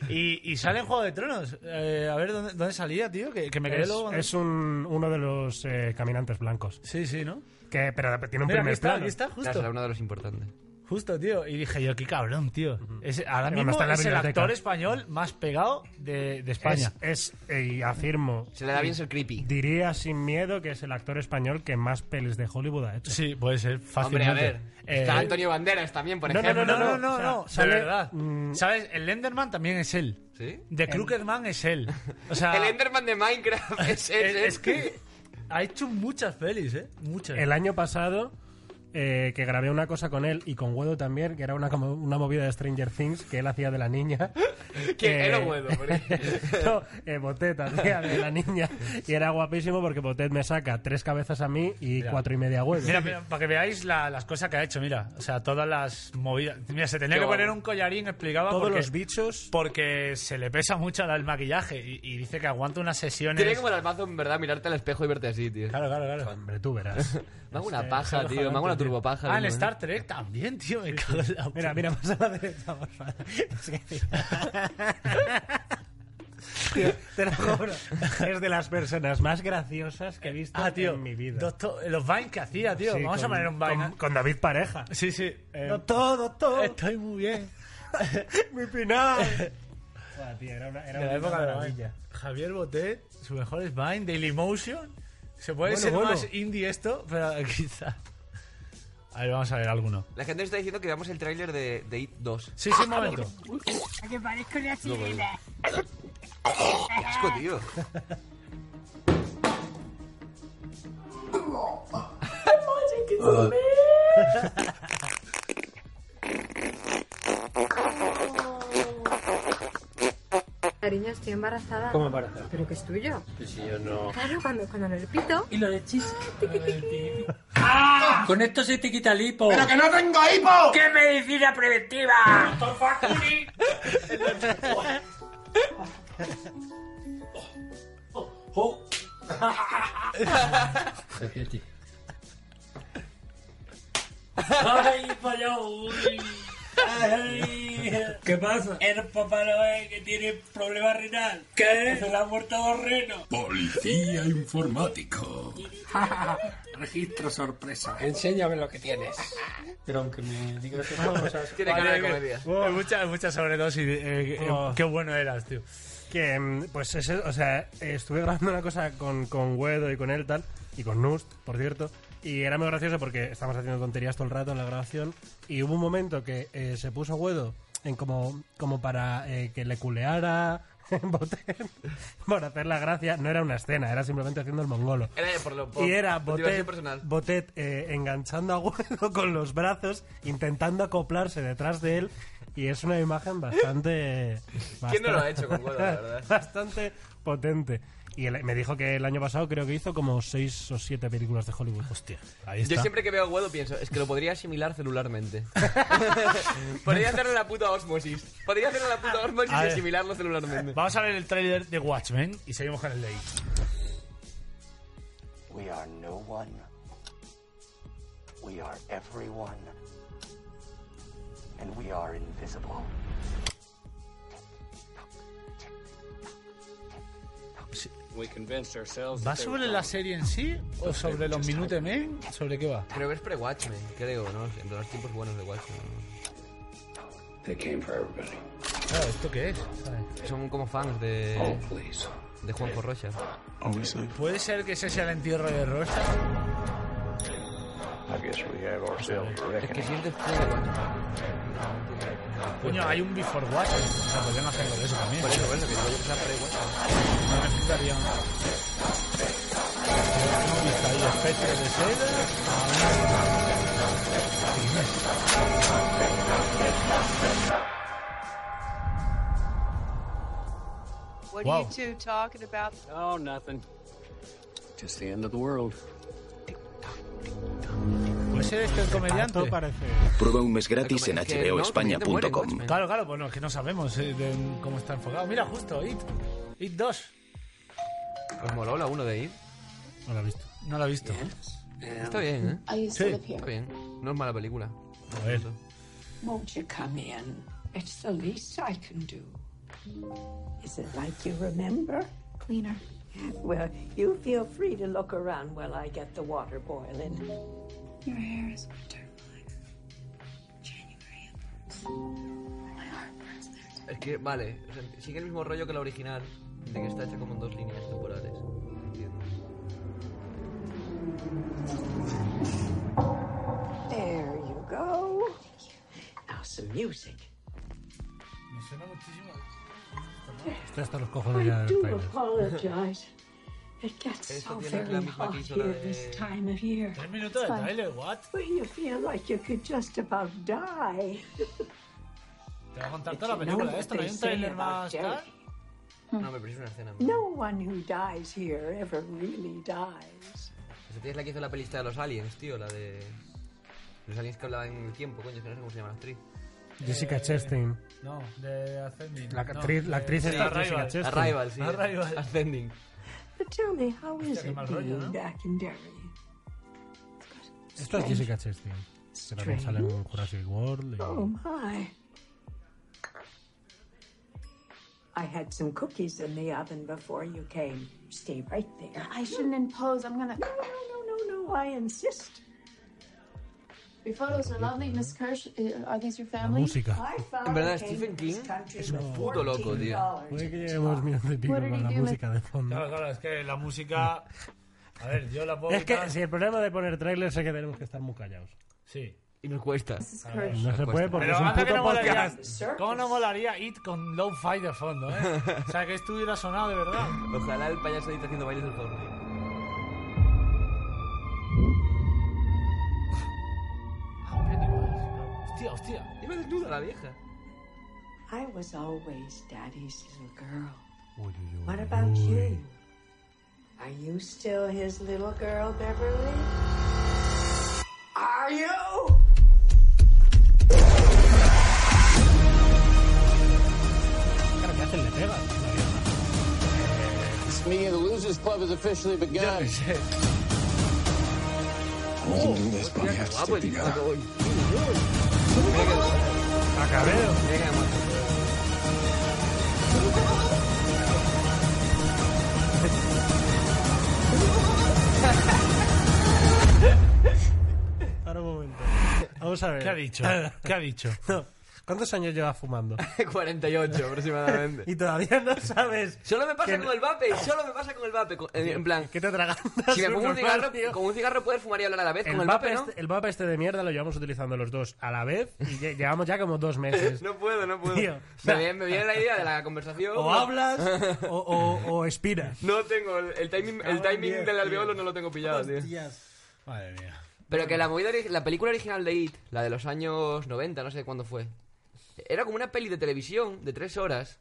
S3: y, y sale en Juego de Tronos. Eh, a ver dónde, dónde salía, tío. Que, que me quedé
S1: Es,
S3: luego. cuando-
S1: es un, uno de los eh, caminantes blancos.
S3: Sí, sí, ¿no?
S1: Que, pero tiene un
S3: Mira, aquí
S1: primer
S3: está,
S1: plano.
S3: aquí está,
S2: Claro, será
S3: justo.
S2: uno de los importantes.
S3: Justo, tío. Y dije yo, qué cabrón, tío. Es- ahora
S1: Pero no
S3: mismo
S1: está en la
S3: es el
S1: biblioteca.
S3: actor español más pegado de, de España.
S1: Es, es- eh, y afirmo,
S2: Se le da bien ser creepy.
S1: diría sin miedo que es el actor español que más pelis de Hollywood ha hecho.
S3: Sí, puede ser
S2: Hombre, a
S3: fácilmente.
S2: ver.
S3: Eh,
S2: Está Antonio Banderas también, por
S1: no, no,
S2: ejemplo.
S3: no, no, no, no,
S1: o sea,
S3: no,
S1: sale-
S3: de verdad.
S1: mm.
S3: ¿Sabes? El Enderman también es él.
S2: ¿Sí?
S3: The Crooked Man es él. O
S1: *laughs*
S3: sea,
S2: El Enderman de Minecraft *laughs* es, es,
S3: es,
S2: es-
S3: es que ha hecho muchas pelis, ¿eh? Muchas.
S1: El año pasado, eh, que grabé una cosa con él y con Guedo también, que era una, como una movida de Stranger Things que él hacía de
S3: *laughs*
S1: la niña.
S2: ¿Quién?
S1: Eh,
S2: Era Guedo, por ahí.
S1: *laughs* no, eh, Botet hacía de la niña. Y era guapísimo porque Botet me saca tres cabezas a mí y cuatro y media a Guedo.
S3: Mira, mira, para que veáis la- las cosas que ha hecho, mira. O sea, todas las movidas. Mira, se tenía
S2: Qué
S3: que
S2: guapo.
S3: poner un collarín explicado
S1: Todos
S3: porque,
S1: los bichos...
S3: porque se le pesa mucho el maquillaje y, y dice que aguanta unas sesiones.
S2: Tiene como el albazo, en verdad, mirarte al espejo y verte así, tío.
S3: Claro, claro, claro.
S1: Hombre, tú verás.
S2: Me hago una paja, tío. Me hago una turbopaja.
S3: Ah, en
S2: mismo, ¿eh?
S3: Star Trek también, tío. Me cago en la
S1: Mira,
S3: puta.
S1: mira, más a la derecha, por favor.
S3: *laughs*
S1: Es que- Tío, te lo juro. Es de las personas más graciosas que he visto
S3: Ah, tío.
S1: en mi vida.
S3: Doctor- los vines que hacía, tío.
S1: Sí,
S3: Vamos a
S1: con-
S3: poner un vine. ¿eh?
S1: Con, con David Pareja.
S3: Sí, sí. Eh,
S1: doctor, doctor.
S3: estoy muy bien.
S1: *laughs* mi
S3: *laughs*
S1: final. tío, era una, era
S3: De la
S1: una
S3: época de la
S1: maravilla.
S3: Javier Botet, su mejor es Vine, Dailymotion. Se puede
S1: Bueno,
S3: ser
S1: bueno.
S3: más indie esto, pero *laughs* quizá. A ver, vamos a ver alguno.
S2: La gente nos está diciendo que veamos el tráiler de, de It 2.
S3: Sí, sí, un momento.
S5: Que parezco una sirena.
S2: Qué asco, tío.
S6: Cariño, estoy embarazada.
S7: ¿Cómo embarazada?
S6: Pero que es tuyo.
S7: Pues si yo no.
S6: Claro, cuando, cuando en el pito.
S7: Y lo de chis. Con esto se te quita el hipo.
S8: ¡Pero que no tengo hipo!
S7: ¡Qué medicina preventiva! Oh. ¡Ay, payón! Ay. ¿Qué pasa? El papá Noel que tiene problema renal. ¿Qué? Se le han muerto dos renos.
S9: Policía informático. Registro sorpresa.
S7: Enséñame lo que tienes. Pero aunque me digas que no, o sea,
S2: *laughs* Tiene cara de comedia.
S3: Hay mucha, mucha sobredosis. eh, eh,
S1: Oh.
S3: Qué bueno eras, tío.
S1: Que, mm, pues, ese, o sea, estuve grabando una cosa con, con Guedo y con él, tal, y con Nust, por cierto, y era muy gracioso porque estábamos haciendo tonterías todo el rato en la grabación, y hubo un momento que eh, se puso Guedo en como, como para eh, que le culeara *laughs* en Botem, por hacer la gracia. No era una escena, era simplemente haciendo el mongolo.
S2: Era por lo por
S1: Y era Botet,
S2: motivación personal.
S1: Botet, eh, enganchando a Guedo *laughs* con los brazos, intentando acoplarse detrás de él. Y es una imagen bastante...
S2: ¿Quién no lo ha
S1: bastante-
S2: hecho con Guedo, la verdad?
S1: *laughs* Bastante potente. Y él- me dijo que el año pasado creo que hizo como seis o siete películas de Hollywood. Hostia, ahí
S2: Yo siempre que veo a Guedo pienso, es que lo podría asimilar *laughs* celularmente. podría hacerle la puta osmosis. Podría hacerle la puta osmosis y
S3: A ver.
S2: asimilarlo *laughs* celularmente.
S3: Vamos a ver el tráiler de Watchmen y seguimos con el de ahí.
S10: We are no one. We are everyone. And we are invisible.
S9: We convinced ourselves that
S3: ¿Va
S9: they
S3: sobre
S9: were
S3: la
S9: wrong.
S3: serie en sí o sobre los Minute Men? ¿Sobre qué va?
S2: Pero es pre-Watchmen, creo, ¿no? En los tiempos buenos de Watchmen.
S9: They came for everybody.
S3: Claro, ¿esto qué es? Vale.
S2: Son como fans de,
S9: Oh, please.
S2: de Juanjo Rocha.
S3: ¿Puede ser que ese sea el entierro de Rocha?
S10: I guess we have ourselves a
S2: Es que
S10: reckoning.
S2: si es después de Watchmen.
S3: Coño, hay un Before Watchmen. O sea, podrían hacerlo de eso también.
S2: Por eso, por eso, que digo yo que sea pre-Watchmen.
S3: No me explicaría nada. Ahí, espectros de seda.
S11: What
S3: Wow.
S11: are you two talking about?
S9: Oh, nothing. Just the end of the world.
S3: ¿Puede ser este el comediante?
S1: Tanto parece.
S10: Prueba un mes gratis en
S2: Es que no, también te
S10: hboespaña.com.
S2: Watchmen.
S3: Claro, claro, pues no, es que no sabemos eh, de cómo está enfocado. Mira, justo, It. It 2.
S2: Os moló la uno de ir.
S1: No lo he visto.
S3: No lo he visto.
S2: Está bien, ¿eh?
S11: I used
S3: to Sí.
S11: to
S3: live
S11: live here.
S2: Está bien. No es mala película.
S3: A ver.
S11: Won't you come in? It's the least I can do. Is it like you remember?
S6: Cleaner.
S11: Well, you feel free to look around while I get the water boiling.
S6: Your hair is winter black. January and My heart burns there too.
S2: Es que, vale, o sea, sigue el mismo rollo que la original, de que está hecha como en dos líneas temporales. Entiendo.
S11: There you go. Now some music.
S3: Me suena muchísimo.
S1: Estoy hasta los cojones ya del trailer.
S11: apologize. It gets
S2: Eso
S11: so
S2: tiene
S11: very
S2: la misma
S11: hot
S2: quiso la
S11: here
S2: de-
S11: this time of year.
S3: Tres minutos de trailer, what?
S11: Where you feel like you could just about die.
S3: Te va a contar
S11: But
S3: toda la
S11: you know
S3: película.
S11: what
S3: Esto no hay
S11: they
S3: un
S11: say
S3: trailer
S11: about
S3: más
S11: Jerry.
S3: tal.
S2: No, me parece una escena.
S11: No one who dies here ever really dies.
S2: Esa tía es la que hizo la pelista de los aliens, tío, la de. Los aliens que hablaban en el tiempo, coño, es que no sé cómo se llama la actriz.
S1: Jessica Chastain.
S3: No, de Ascending.
S1: La
S3: no,
S1: actriz- la
S3: de-
S1: actriz esta,
S3: Arrival.
S1: Jessica Chastain. Chester.
S2: Arrival, sí.
S3: Arrival.
S2: Ascending.
S11: But tell me, how is
S3: qué
S11: it
S3: mal rollo,
S11: being
S3: ¿no?
S11: back in Derry?
S1: Esta es Jessica Chastain. Que también sale en Jurassic World. y-
S11: Oh my. I had some cookies in the oven before you came. Stay right there.
S6: I shouldn't impose. I'm gonna.
S11: No, no, no, no, no. I insist.
S6: Your photos are lovely, Miss Kirsch. uh, Are these your
S1: La
S6: family?
S1: música.
S11: I found
S2: En verdad,
S11: I came
S2: Stephen
S11: to this
S2: King
S11: country
S2: es un
S11: with
S2: puto loco, tío.
S11: $14
S1: Puede que
S11: at the
S1: llevemos
S11: top.
S1: millones de pico
S6: What did
S1: con
S6: he
S1: la
S6: do with-
S1: música de fondo.
S3: Claro, claro, es que la música. A ver, yo la puedo.
S1: Es que
S3: quitar.
S1: si el problema de poner trailers es que tenemos que estar muy callados.
S3: Sí.
S2: Y nos cuesta.
S6: Miss Kirsch.
S1: No se puede porque
S3: Pero
S1: es un
S3: anda que
S1: puto
S3: no molaría.
S1: podcast.
S3: ¿Cómo no molaría It con Low Fi de fondo, eh? O sea, que estuviera sonado de verdad.
S2: Ojalá el payaso esté haciendo bailes del Fortnite.
S3: Ah, Pennywise. Hostia, hostia.
S2: *laughs* Y me desnuda la vieja.
S11: I was always daddy's little girl.
S8: Oy, oy, oy,
S11: What about
S8: oy.
S11: you? Are you still his little girl, Beverly? Are you?
S1: Claro, ¿qué hacen? Le pegan.
S10: This meeting of the Losers Club has officially begun.
S9: We can do this, but we have to stick together.
S1: Acabeo. Ahora un momento. Vamos a ver.
S3: ¿Qué ha
S1: *laughs*
S3: dicho? ¿Qué ha
S2: *laughs*
S3: dicho?
S1: No. ¿Cuántos años llevas fumando?
S2: 48 aproximadamente.
S1: y todavía no sabes.
S2: Solo me pasa
S1: que-
S2: con el vape, solo me pasa con el vape. con- en, en plan,
S1: ¿Qué te tragas?
S2: si me pongo un
S1: normal, *laughs*
S2: cigarro,
S1: tío.
S2: con un cigarro puedes fumar y hablar a la vez,
S1: El
S2: con el
S1: vape,
S2: vape, ¿no?
S1: este, el vape este de mierda lo llevamos utilizando los dos a la vez y lle- llevamos ya como dos meses.
S2: *laughs* No puedo, no puedo.
S1: Tío,
S2: me, viene, me viene la idea de la conversación.
S1: O hablas o, o, o expiras.
S2: No tengo, el, el timing, el timing del alveolo no lo tengo pillado, tío.
S3: Madre mía.
S2: Pero que la, movida ori- la película original de It, la de los años 90, no sé cuándo fue, era como una peli de televisión de tres horas,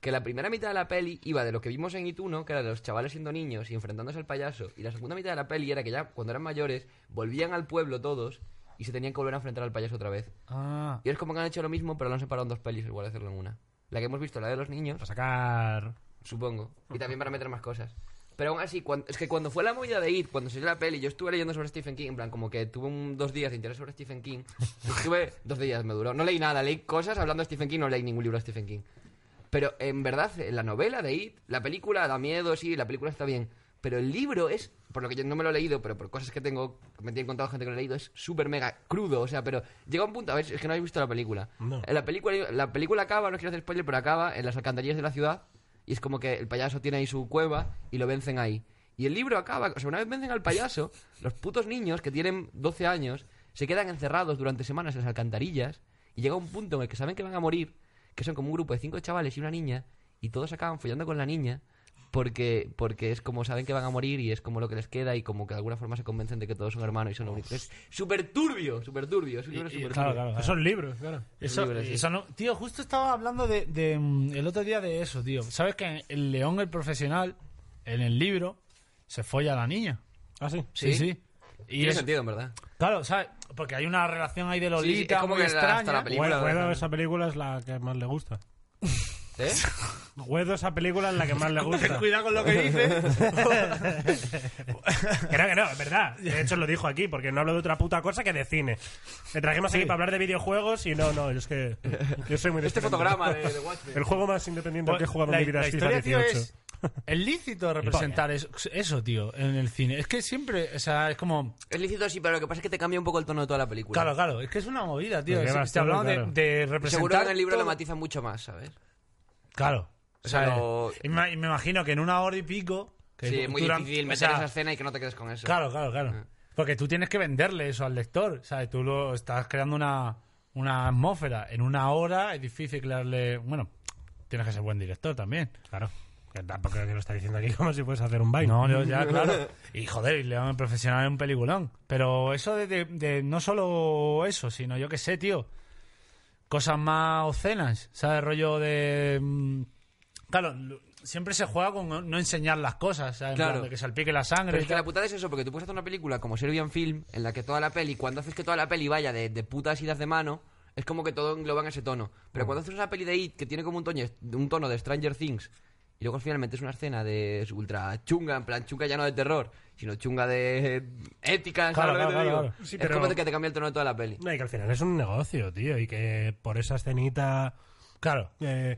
S2: que la primera mitad de la peli iba de lo que vimos en It 1, que era de los chavales siendo niños y enfrentándose al payaso, y la segunda mitad de la peli era que ya cuando eran mayores volvían al pueblo todos y se tenían que volver a enfrentar al payaso otra vez.
S1: Ah.
S2: Y es como que han hecho lo mismo, pero lo han separado en dos pelis, igual hacerlo en una. La que hemos visto, la de los niños.
S1: Para sacar.
S2: Supongo. Y también para meter más cosas. Pero aún así, cuan- es que cuando fue la movida de It, cuando salió la peli, yo estuve leyendo sobre Stephen King, en plan, como que tuve un- dos días de interés sobre Stephen King. Estuve dos días, me duró. No leí nada, leí cosas hablando de Stephen King, no leí ningún libro de Stephen King. Pero en verdad, eh, la novela de It, la película da miedo, sí, la película está bien. Pero el libro es, por lo que yo no me lo he leído, pero por cosas que tengo, que me tienen contado gente que lo ha leído, es súper mega crudo. O sea, pero llega un punto, a ver, es que no habéis visto la película.
S1: No.
S2: En la película, la película acaba, no quiero hacer spoiler, pero acaba en las alcantarillas de la ciudad. Y es como que el payaso tiene ahí su cueva y lo vencen ahí. Y el libro acaba, o sea, una vez vencen al payaso, los putos niños que tienen 12 años se quedan encerrados durante semanas en las alcantarillas y llega un punto en el que saben que van a morir, que son como un grupo de cinco chavales y una niña, y todos acaban follando con la niña porque, porque es como saben que van a morir y es como lo que les queda y como que de alguna forma se convencen de que todos son hermanos y son lo único. Es súper turbio, súper turbio. Es un libro
S3: Y- y-
S2: súper
S3: claro,
S2: turbio.
S3: claro, claro.
S1: Son libros, claro.
S3: Eso,
S2: Libre, sí.
S3: eso no- tío, justo estaba hablando de, de, mm, el otro día de eso, tío. Sabes que el león, el profesional, en el libro, se folla a la niña.
S1: Ah, sí.
S3: Sí, sí. Y
S2: Tiene
S3: es-
S2: sentido, en verdad.
S3: claro, ¿sabes? Porque hay una relación ahí de Lolita
S2: Sí, sí, es como
S3: muy
S2: que hasta la
S3: extraña.
S2: película
S1: Hue-
S2: de-
S1: Guedo, esa película es la que más le gusta.
S2: ¿Eh?
S1: Guedo, esa película es la que más le gusta.
S3: Cuidado con lo que
S1: *laughs*
S3: dices.
S1: Que no, que no, es verdad. De hecho, lo dijo aquí, porque no hablo de otra puta cosa que de cine. Le trajimos aquí para hablar de videojuegos y no, no, yo es que. Yo soy muy
S2: Este
S1: diferente.
S2: fotograma de, de Watchmen.
S1: El juego más independiente al que he jugado
S3: la,
S1: en mi vida
S3: la
S1: es FIFA
S3: historia, tío,
S1: 18.
S3: es, es lícito representar eso, eso, tío, en el cine. Es que siempre, o sea, es como...
S2: *laughs* Es lícito así, pero lo que pasa es que te cambia un poco el tono de toda la película.
S3: Claro, claro, es que es una movida, tío.
S1: Porque
S3: Es- Te
S1: va bastante
S3: hablamos de-
S1: claro.
S3: de,
S2: Seguro que
S3: representar
S2: en el libro
S3: todo-
S2: lo matiza mucho más, ¿sabes?
S3: Claro. O sea,
S2: Pero-
S3: y me, y me imagino que en una hora y pico... Que
S2: sí, es muy
S3: duran-
S2: difícil
S3: o
S2: meter
S3: sea,
S2: esa escena y que no te quedes con eso.
S3: Claro, claro, claro.
S2: Ah.
S3: Porque tú tienes que venderle eso al lector, ¿sabes? Tú lo estás creando una, una atmósfera. En una hora es difícil crearle... Bueno, tienes que ser buen director también.
S1: Claro. Que tampoco creo que lo está diciendo aquí como si fuese a hacer un baile.
S3: No, yo
S1: *laughs*
S3: ya, claro. Y joder, y León el Profesional es un peliculón. Pero eso de, de- de no solo eso, sino yo qué sé, tío. Cosas más obscenas, ¿sabes? Rollo de... mm, Claro, lo- siempre se juega con no enseñar las cosas, ¿sabes? En
S2: Claro.
S3: plan de que salpique la sangre.
S2: Pero
S3: y
S2: es que la
S3: tal.
S2: putada es eso, porque tú puedes hacer una película como Serbian Film, en la que toda la peli, cuando haces que toda la peli vaya de, de putas idas de mano, es como que todo engloba en ese tono. Pero cuando haces una peli de It que tiene como un tono, un tono de Stranger Things, y luego finalmente es una escena de es ultra chunga, en plan chunga ya no de terror, sino chunga de eh, ética,
S3: Claro,
S2: ¿sabes lo que
S3: claro,
S2: te
S3: claro,
S2: digo?
S3: claro.
S1: Sí,
S2: es
S1: pero-
S2: como de que te cambia el tono de toda la peli.
S1: No, y que al final es un negocio, tío, y que por esa escenita
S3: Claro.
S1: eh,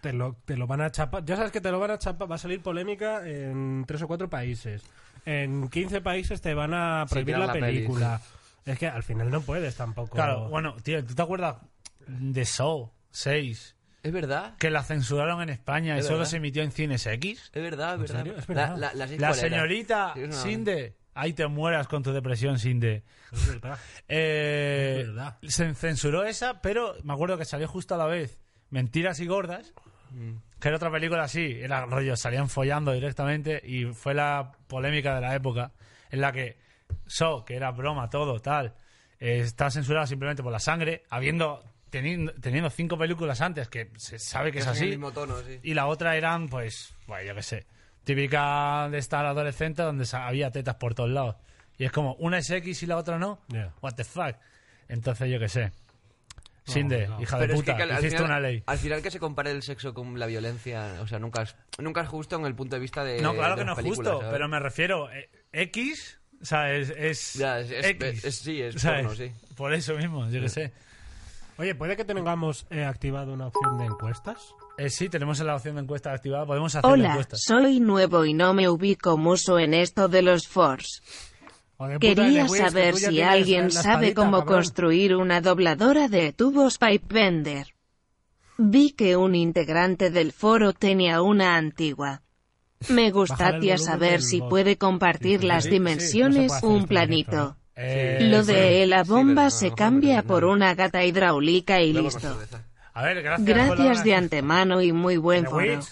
S1: te, lo, te lo van a chapar. Ya sabes que te lo van a chapar, va a salir polémica en tres o cuatro países. En 15 países te van a
S2: Sí,
S1: prohibir
S2: tirar
S1: la
S2: la peli,
S1: película. Es que al final no puedes tampoco.
S3: Claro, bueno, tío, ¿tú te acuerdas de Saw 6?
S2: Es verdad,
S3: Que la censuraron en España y
S2: Es
S3: solo
S2: verdad.
S3: se emitió en Cines X.
S2: es verdad, es verdad.
S1: serio? Es verdad.
S2: La, la- la seis
S3: La
S2: cuál era.
S3: señorita
S2: Sí, es una-
S3: Sinde. Ahí te mueras con tu depresión, Sinde.
S1: Es verdad.
S3: Eh,
S1: Es verdad.
S3: se censuró esa, pero me acuerdo que salió justo a la vez Mentiras y Gordas,
S2: Mm.
S3: que era otra película así, era rollo, salían follando directamente y fue la polémica de la época en la que So, que era broma, todo, tal, eh, está censurada simplemente por la sangre, habiendo teniendo, teniendo cinco películas antes, que se sabe que
S2: Que
S3: es
S2: son
S3: así.
S2: el mismo tono, sí.
S3: Y la otra eran, pues, bueno, yo qué sé, típica de estar adolescente donde sa- había tetas por todos lados. Y es como, una es X y la otra no.
S1: Yeah.
S3: What the fuck. Entonces, yo qué sé. Sinde,
S1: no.
S3: hija
S2: Pero
S3: de
S2: es
S3: puta,
S2: que, al- al
S3: hiciste
S2: final-
S3: una ley.
S2: Al final que se compare el sexo con la violencia, o sea, nunca es, nunca es justo en el punto de vista de.
S3: No, claro
S2: eh, de
S3: que no
S2: las
S3: es
S2: películas,
S3: justo,
S2: ¿sabes?
S3: pero me refiero, eh, X, o sea, es... es
S2: Ya, es- es-
S3: X,
S2: es- sí, es
S3: ¿sabes?
S2: porno, sí.
S3: Por eso mismo, yo qué sé.
S1: Oye, ¿puede que tengamos eh, activado una opción de encuestas?
S3: Eh, sí, tenemos la opción de encuesta activada, podemos hacer la
S4: Hola,
S3: encuesta.
S4: soy nuevo y no me ubico mucho en esto de los Force.
S1: O de puta,
S4: Quería
S1: de Wiz, que
S4: saber
S1: tú ya
S4: si
S1: tienes
S4: alguien
S1: la
S4: sabe
S1: espadita,
S4: cómo
S1: cabrón.
S4: construir una dobladora de tubos pipe bender. Vi que un integrante del foro tenía una antigua. Me
S3: Bájale
S4: gustaría
S3: el volumen
S4: saber
S3: del
S4: si
S3: bot.
S4: puede compartir
S3: Sí,
S4: las
S3: sí,
S4: dimensiones
S3: sí, no se puede hacer
S4: un
S3: esto
S4: planito.
S3: Eh,
S4: Lo
S3: sí.
S4: de la bomba
S3: sí,
S4: se
S3: pero-
S4: cambia por una gata hidráulica y
S3: Luego con
S4: listo.
S3: A ver, gracias.
S4: Gracias de
S3: Hola,
S4: antemano y muy buen
S3: The
S4: foro.
S3: Witch.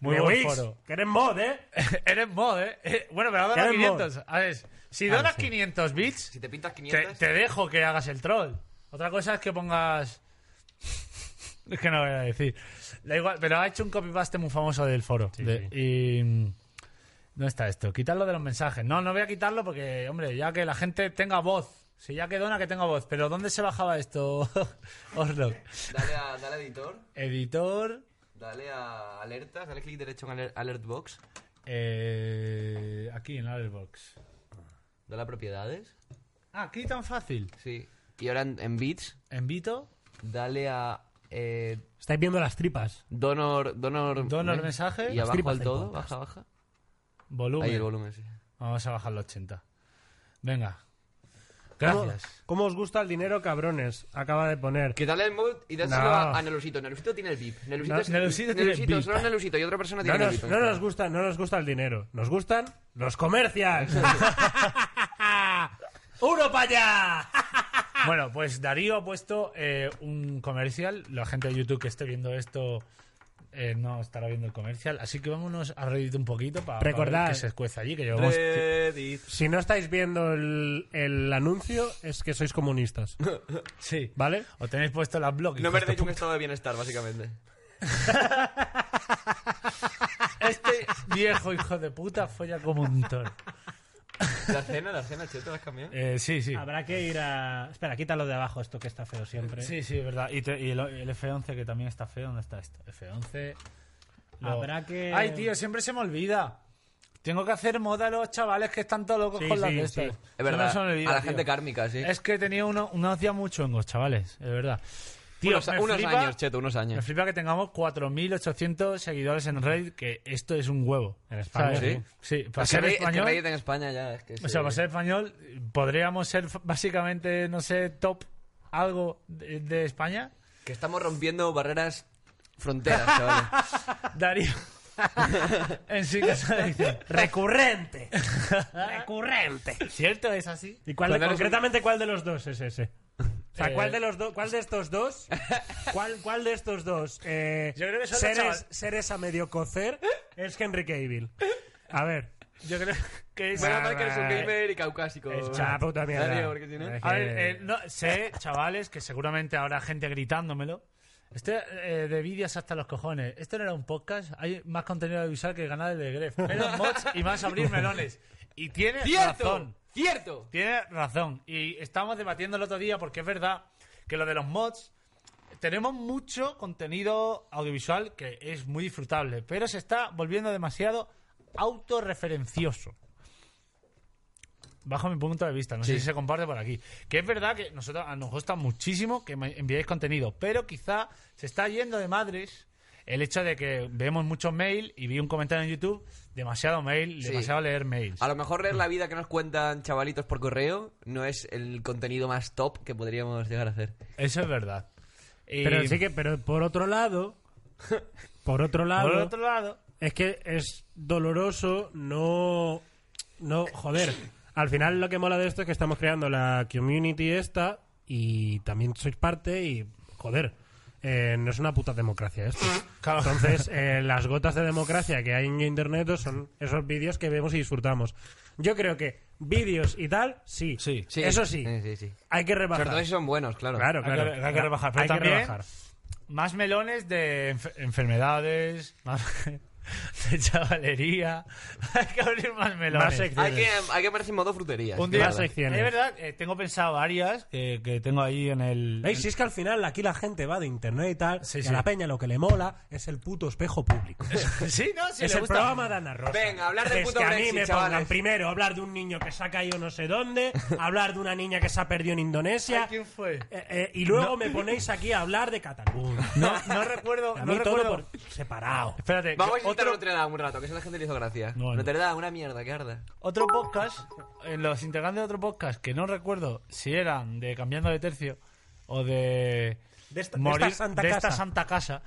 S3: Muy
S1: The
S3: buen
S1: Wix,
S3: foro.
S1: que eres mod, ¿eh?
S3: *laughs* Eres mod, ¿eh? Eh, Bueno, pero dona
S1: Eres
S3: 500.
S1: mod.
S3: A ver, si
S1: Vale,
S3: donas
S1: sí.
S3: 500 bits,
S2: Si te pintas
S3: te,
S2: 500.
S3: te dejo que hagas el troll. Otra cosa es que pongas... *laughs* Es que no voy a decir. Da igual, pero ha hecho un copy-paste muy famoso del foro. De- Y... mm, ¿Dónde está esto? Quitarlo de los mensajes. No, no voy a quitarlo porque, hombre, ya que la gente tenga voz. Si ya que dona, que tenga voz. Pero ¿dónde se bajaba esto, *laughs* Orlok?
S2: Dale, a, dale a editor,
S3: Editor...
S2: dale a alertas, dale clic derecho en aler- alert box,
S3: Eh, aquí en la Airbox.
S2: dale a propiedades.
S3: Ah, aquí tan fácil.
S2: Sí. Y ahora en, en bits,
S3: En Vito,
S2: dale a. eh,
S1: Estáis viendo las tripas.
S2: donor. Donor, ¿eh?
S3: Donor mensaje.
S2: Y abajo
S1: Escriba
S2: al
S1: del
S2: todo,
S1: podcast.
S2: baja, baja.
S3: volumen.
S2: Ahí el volumen, sí.
S3: Vamos a bajarlo a 80. Venga.
S1: ¿Cómo-
S3: Gracias.
S1: ¿Cómo os gusta el dinero, cabrones? Acaba de poner.
S2: Que dale al mod y dáselo
S1: No.
S2: a, a Nelusito. Nelusito tiene el VIP. Nelusito,
S3: No,
S2: es-
S3: Nelusito tiene el VIP.
S2: Solo Nelusito y otra persona
S1: No
S2: tiene el
S1: nos,
S2: VIP.
S1: no nos gusta, no nos gusta el dinero. Nos gustan
S2: *laughs*
S1: los comerciales. ¡Ah! ¡Uno para allá!
S3: *laughs* Bueno, pues Darío ha puesto eh, un comercial. La gente de YouTube que esté viendo esto eh, no estará viendo el comercial. Así que vámonos a Reddit un poquito para, para
S1: Recordad-
S3: ver que se cueza allí, que llevamos...
S1: Si no estáis viendo el, el anuncio, es que sois comunistas.
S3: Sí.
S1: ¿Vale?
S3: O tenéis puesto las blogs.
S2: No merecéis un estado de bienestar, básicamente.
S3: *laughs* Este viejo hijo de puta folla como un toro.
S2: La cena, la cena, ¿te la has cambiado?
S3: Eh, sí, sí.
S1: Habrá que ir a. Espera, quítalo de abajo, esto que está feo siempre.
S3: Sí, sí, es verdad. Y, te- y el, el F11 que también está feo. ¿Dónde está esto? F11. lo-
S1: Habrá que-
S3: Ay, tío, siempre se me olvida. Tengo que hacer moda a los chavales que están todos locos
S1: Sí,
S3: con las
S1: sí,
S3: de estas.
S1: sí.
S3: Se
S2: Es
S3: me
S2: verdad.
S3: se me olvida,
S2: a la
S3: tío.
S2: gente kármica, sí.
S3: Es que tenía uno, unos días muy chungos, chavales. Es verdad. Tío,
S2: unos
S3: me
S2: unos
S3: flipa-
S2: años, Cheto, unos
S3: Me
S2: años.
S3: flipa que tengamos 4.800 seguidores en Reddit, que esto es un huevo. En
S1: España,
S3: Sí, para
S2: Es que
S3: ser
S2: Reddit- es que
S3: español.
S2: Reddit en España ya, es que
S3: O
S2: sí.
S3: sea, para ser español, podríamos ser f- básicamente, no sé, top algo de, de España.
S2: Que estamos rompiendo barreras
S3: *laughs*
S2: fronteras, chavales. *laughs*
S3: Darío. en sí que se dice. *laughs*
S1: Recurrente. Recurrente.
S3: ¿Cierto? ¿Es así?
S1: ¿Y cuál,
S2: Cuando eres
S1: concretamente cuál de los dos es ese? O sea,
S3: Eh,
S1: ¿cuál de los dos, cuál de estos dos, cuál, cuál de estos dos eh,
S3: Yo creo que son los
S1: seres,
S3: chaval-
S1: seres a medio cocer es Henry Cavill? A ver,
S3: Yo creo que es...
S2: Menos mal que eres un
S1: Barra-
S2: gamer y caucásico.
S3: Es
S1: la puta mierda.
S2: Darío, porque si no-
S1: Es que-
S3: A ver, eh, no, sé, chavales, que seguramente habrá gente gritándomelo. Estoy eh, de vídeos hasta los cojones. Esto no era un podcast. Hay más contenido audiovisual que el canal de Gref. Menos
S1: *laughs*
S3: mods y más abrir melones. Y tiene razón.
S2: ¡Cierto! ¡Cierto!
S3: Tiene razón. Y estábamos debatiendo el otro día porque es verdad que lo de los mods. Tenemos mucho contenido audiovisual que es muy disfrutable, pero se está volviendo demasiado autorreferencioso. Bajo mi punto de vista, no sé si se comparte por aquí. Que es verdad que nosotros a- nos gusta muchísimo que me enviéis contenido, pero quizá se está yendo de madres el hecho de que vemos muchos mail y vi un comentario en YouTube, demasiado mail,
S2: Sí.
S3: demasiado leer mails.
S2: A lo mejor leer la vida que nos cuentan chavalitos por correo no es el contenido más top que podríamos llegar a hacer.
S3: Eso es verdad. Y-
S1: pero sí que, pero por otro lado, por otro lado,
S3: Por otro lado,
S1: es que es doloroso no, no, joder. Al final lo que mola de esto es que estamos creando la community esta y también sois parte y, joder, eh, no es una puta democracia esto.
S3: *laughs*
S1: Entonces, eh, las gotas de democracia que hay en Internet son esos vídeos que vemos y disfrutamos. Yo creo que vídeos y tal, sí.
S2: Sí,
S1: Eso sí.
S2: sí, sí, sí.
S1: Hay que rebajar.
S2: Sobre todo si son buenos, claro.
S1: Claro, claro.
S3: Hay que, hay que rebajar. Pero
S1: Hay que
S3: también
S1: rebajar.
S3: más melones de enf- enfermedades, más *laughs* de chavalería. *laughs* Hay que abrir más melones.
S2: Hay que, hay que ponerse en modo frutería.
S3: Un
S2: sí,
S3: día,
S2: la verdad.
S3: Es verdad, eh, tengo pensado áreas que, que tengo ahí en el...
S1: ¿Veis? Si es que al final aquí la gente va de internet y tal, y
S3: sí.
S1: a la peña lo que le mola es el puto espejo público.
S3: *laughs* sí, no, sí,
S1: es
S3: le
S1: el
S3: gusta.
S1: programa de Ana Rosa.
S2: Venga, hablar del
S1: Es
S2: puto
S1: que a
S2: Brexit,
S1: mí me
S2: chavales.
S1: pongan primero hablar de un niño que se ha caído no sé
S3: *laughs*
S1: dónde, hablar de una niña que se ha perdido en Indonesia,
S3: Ay, ¿Quién fue?
S1: eh, eh, y luego
S3: No.
S1: me ponéis aquí a hablar de Cataluña. *laughs*
S3: No, no recuerdo.
S1: A
S3: no
S1: mí todo
S3: recuerdo.
S1: por separado.
S3: Espérate,
S2: Vamos a
S3: que
S2: intentar
S3: otro,
S2: Notre Dame un rato, que eso a la gente le hizo gracia.
S3: No, no.
S2: Notre Dame, una mierda, que arda.
S3: otro podcast, en los integrantes de otro podcast, que no recuerdo si eran de Cambiando de Tercio o de.
S1: De esta- de
S3: morir-
S1: esta santa
S3: de esta
S1: casa.
S3: santa casa,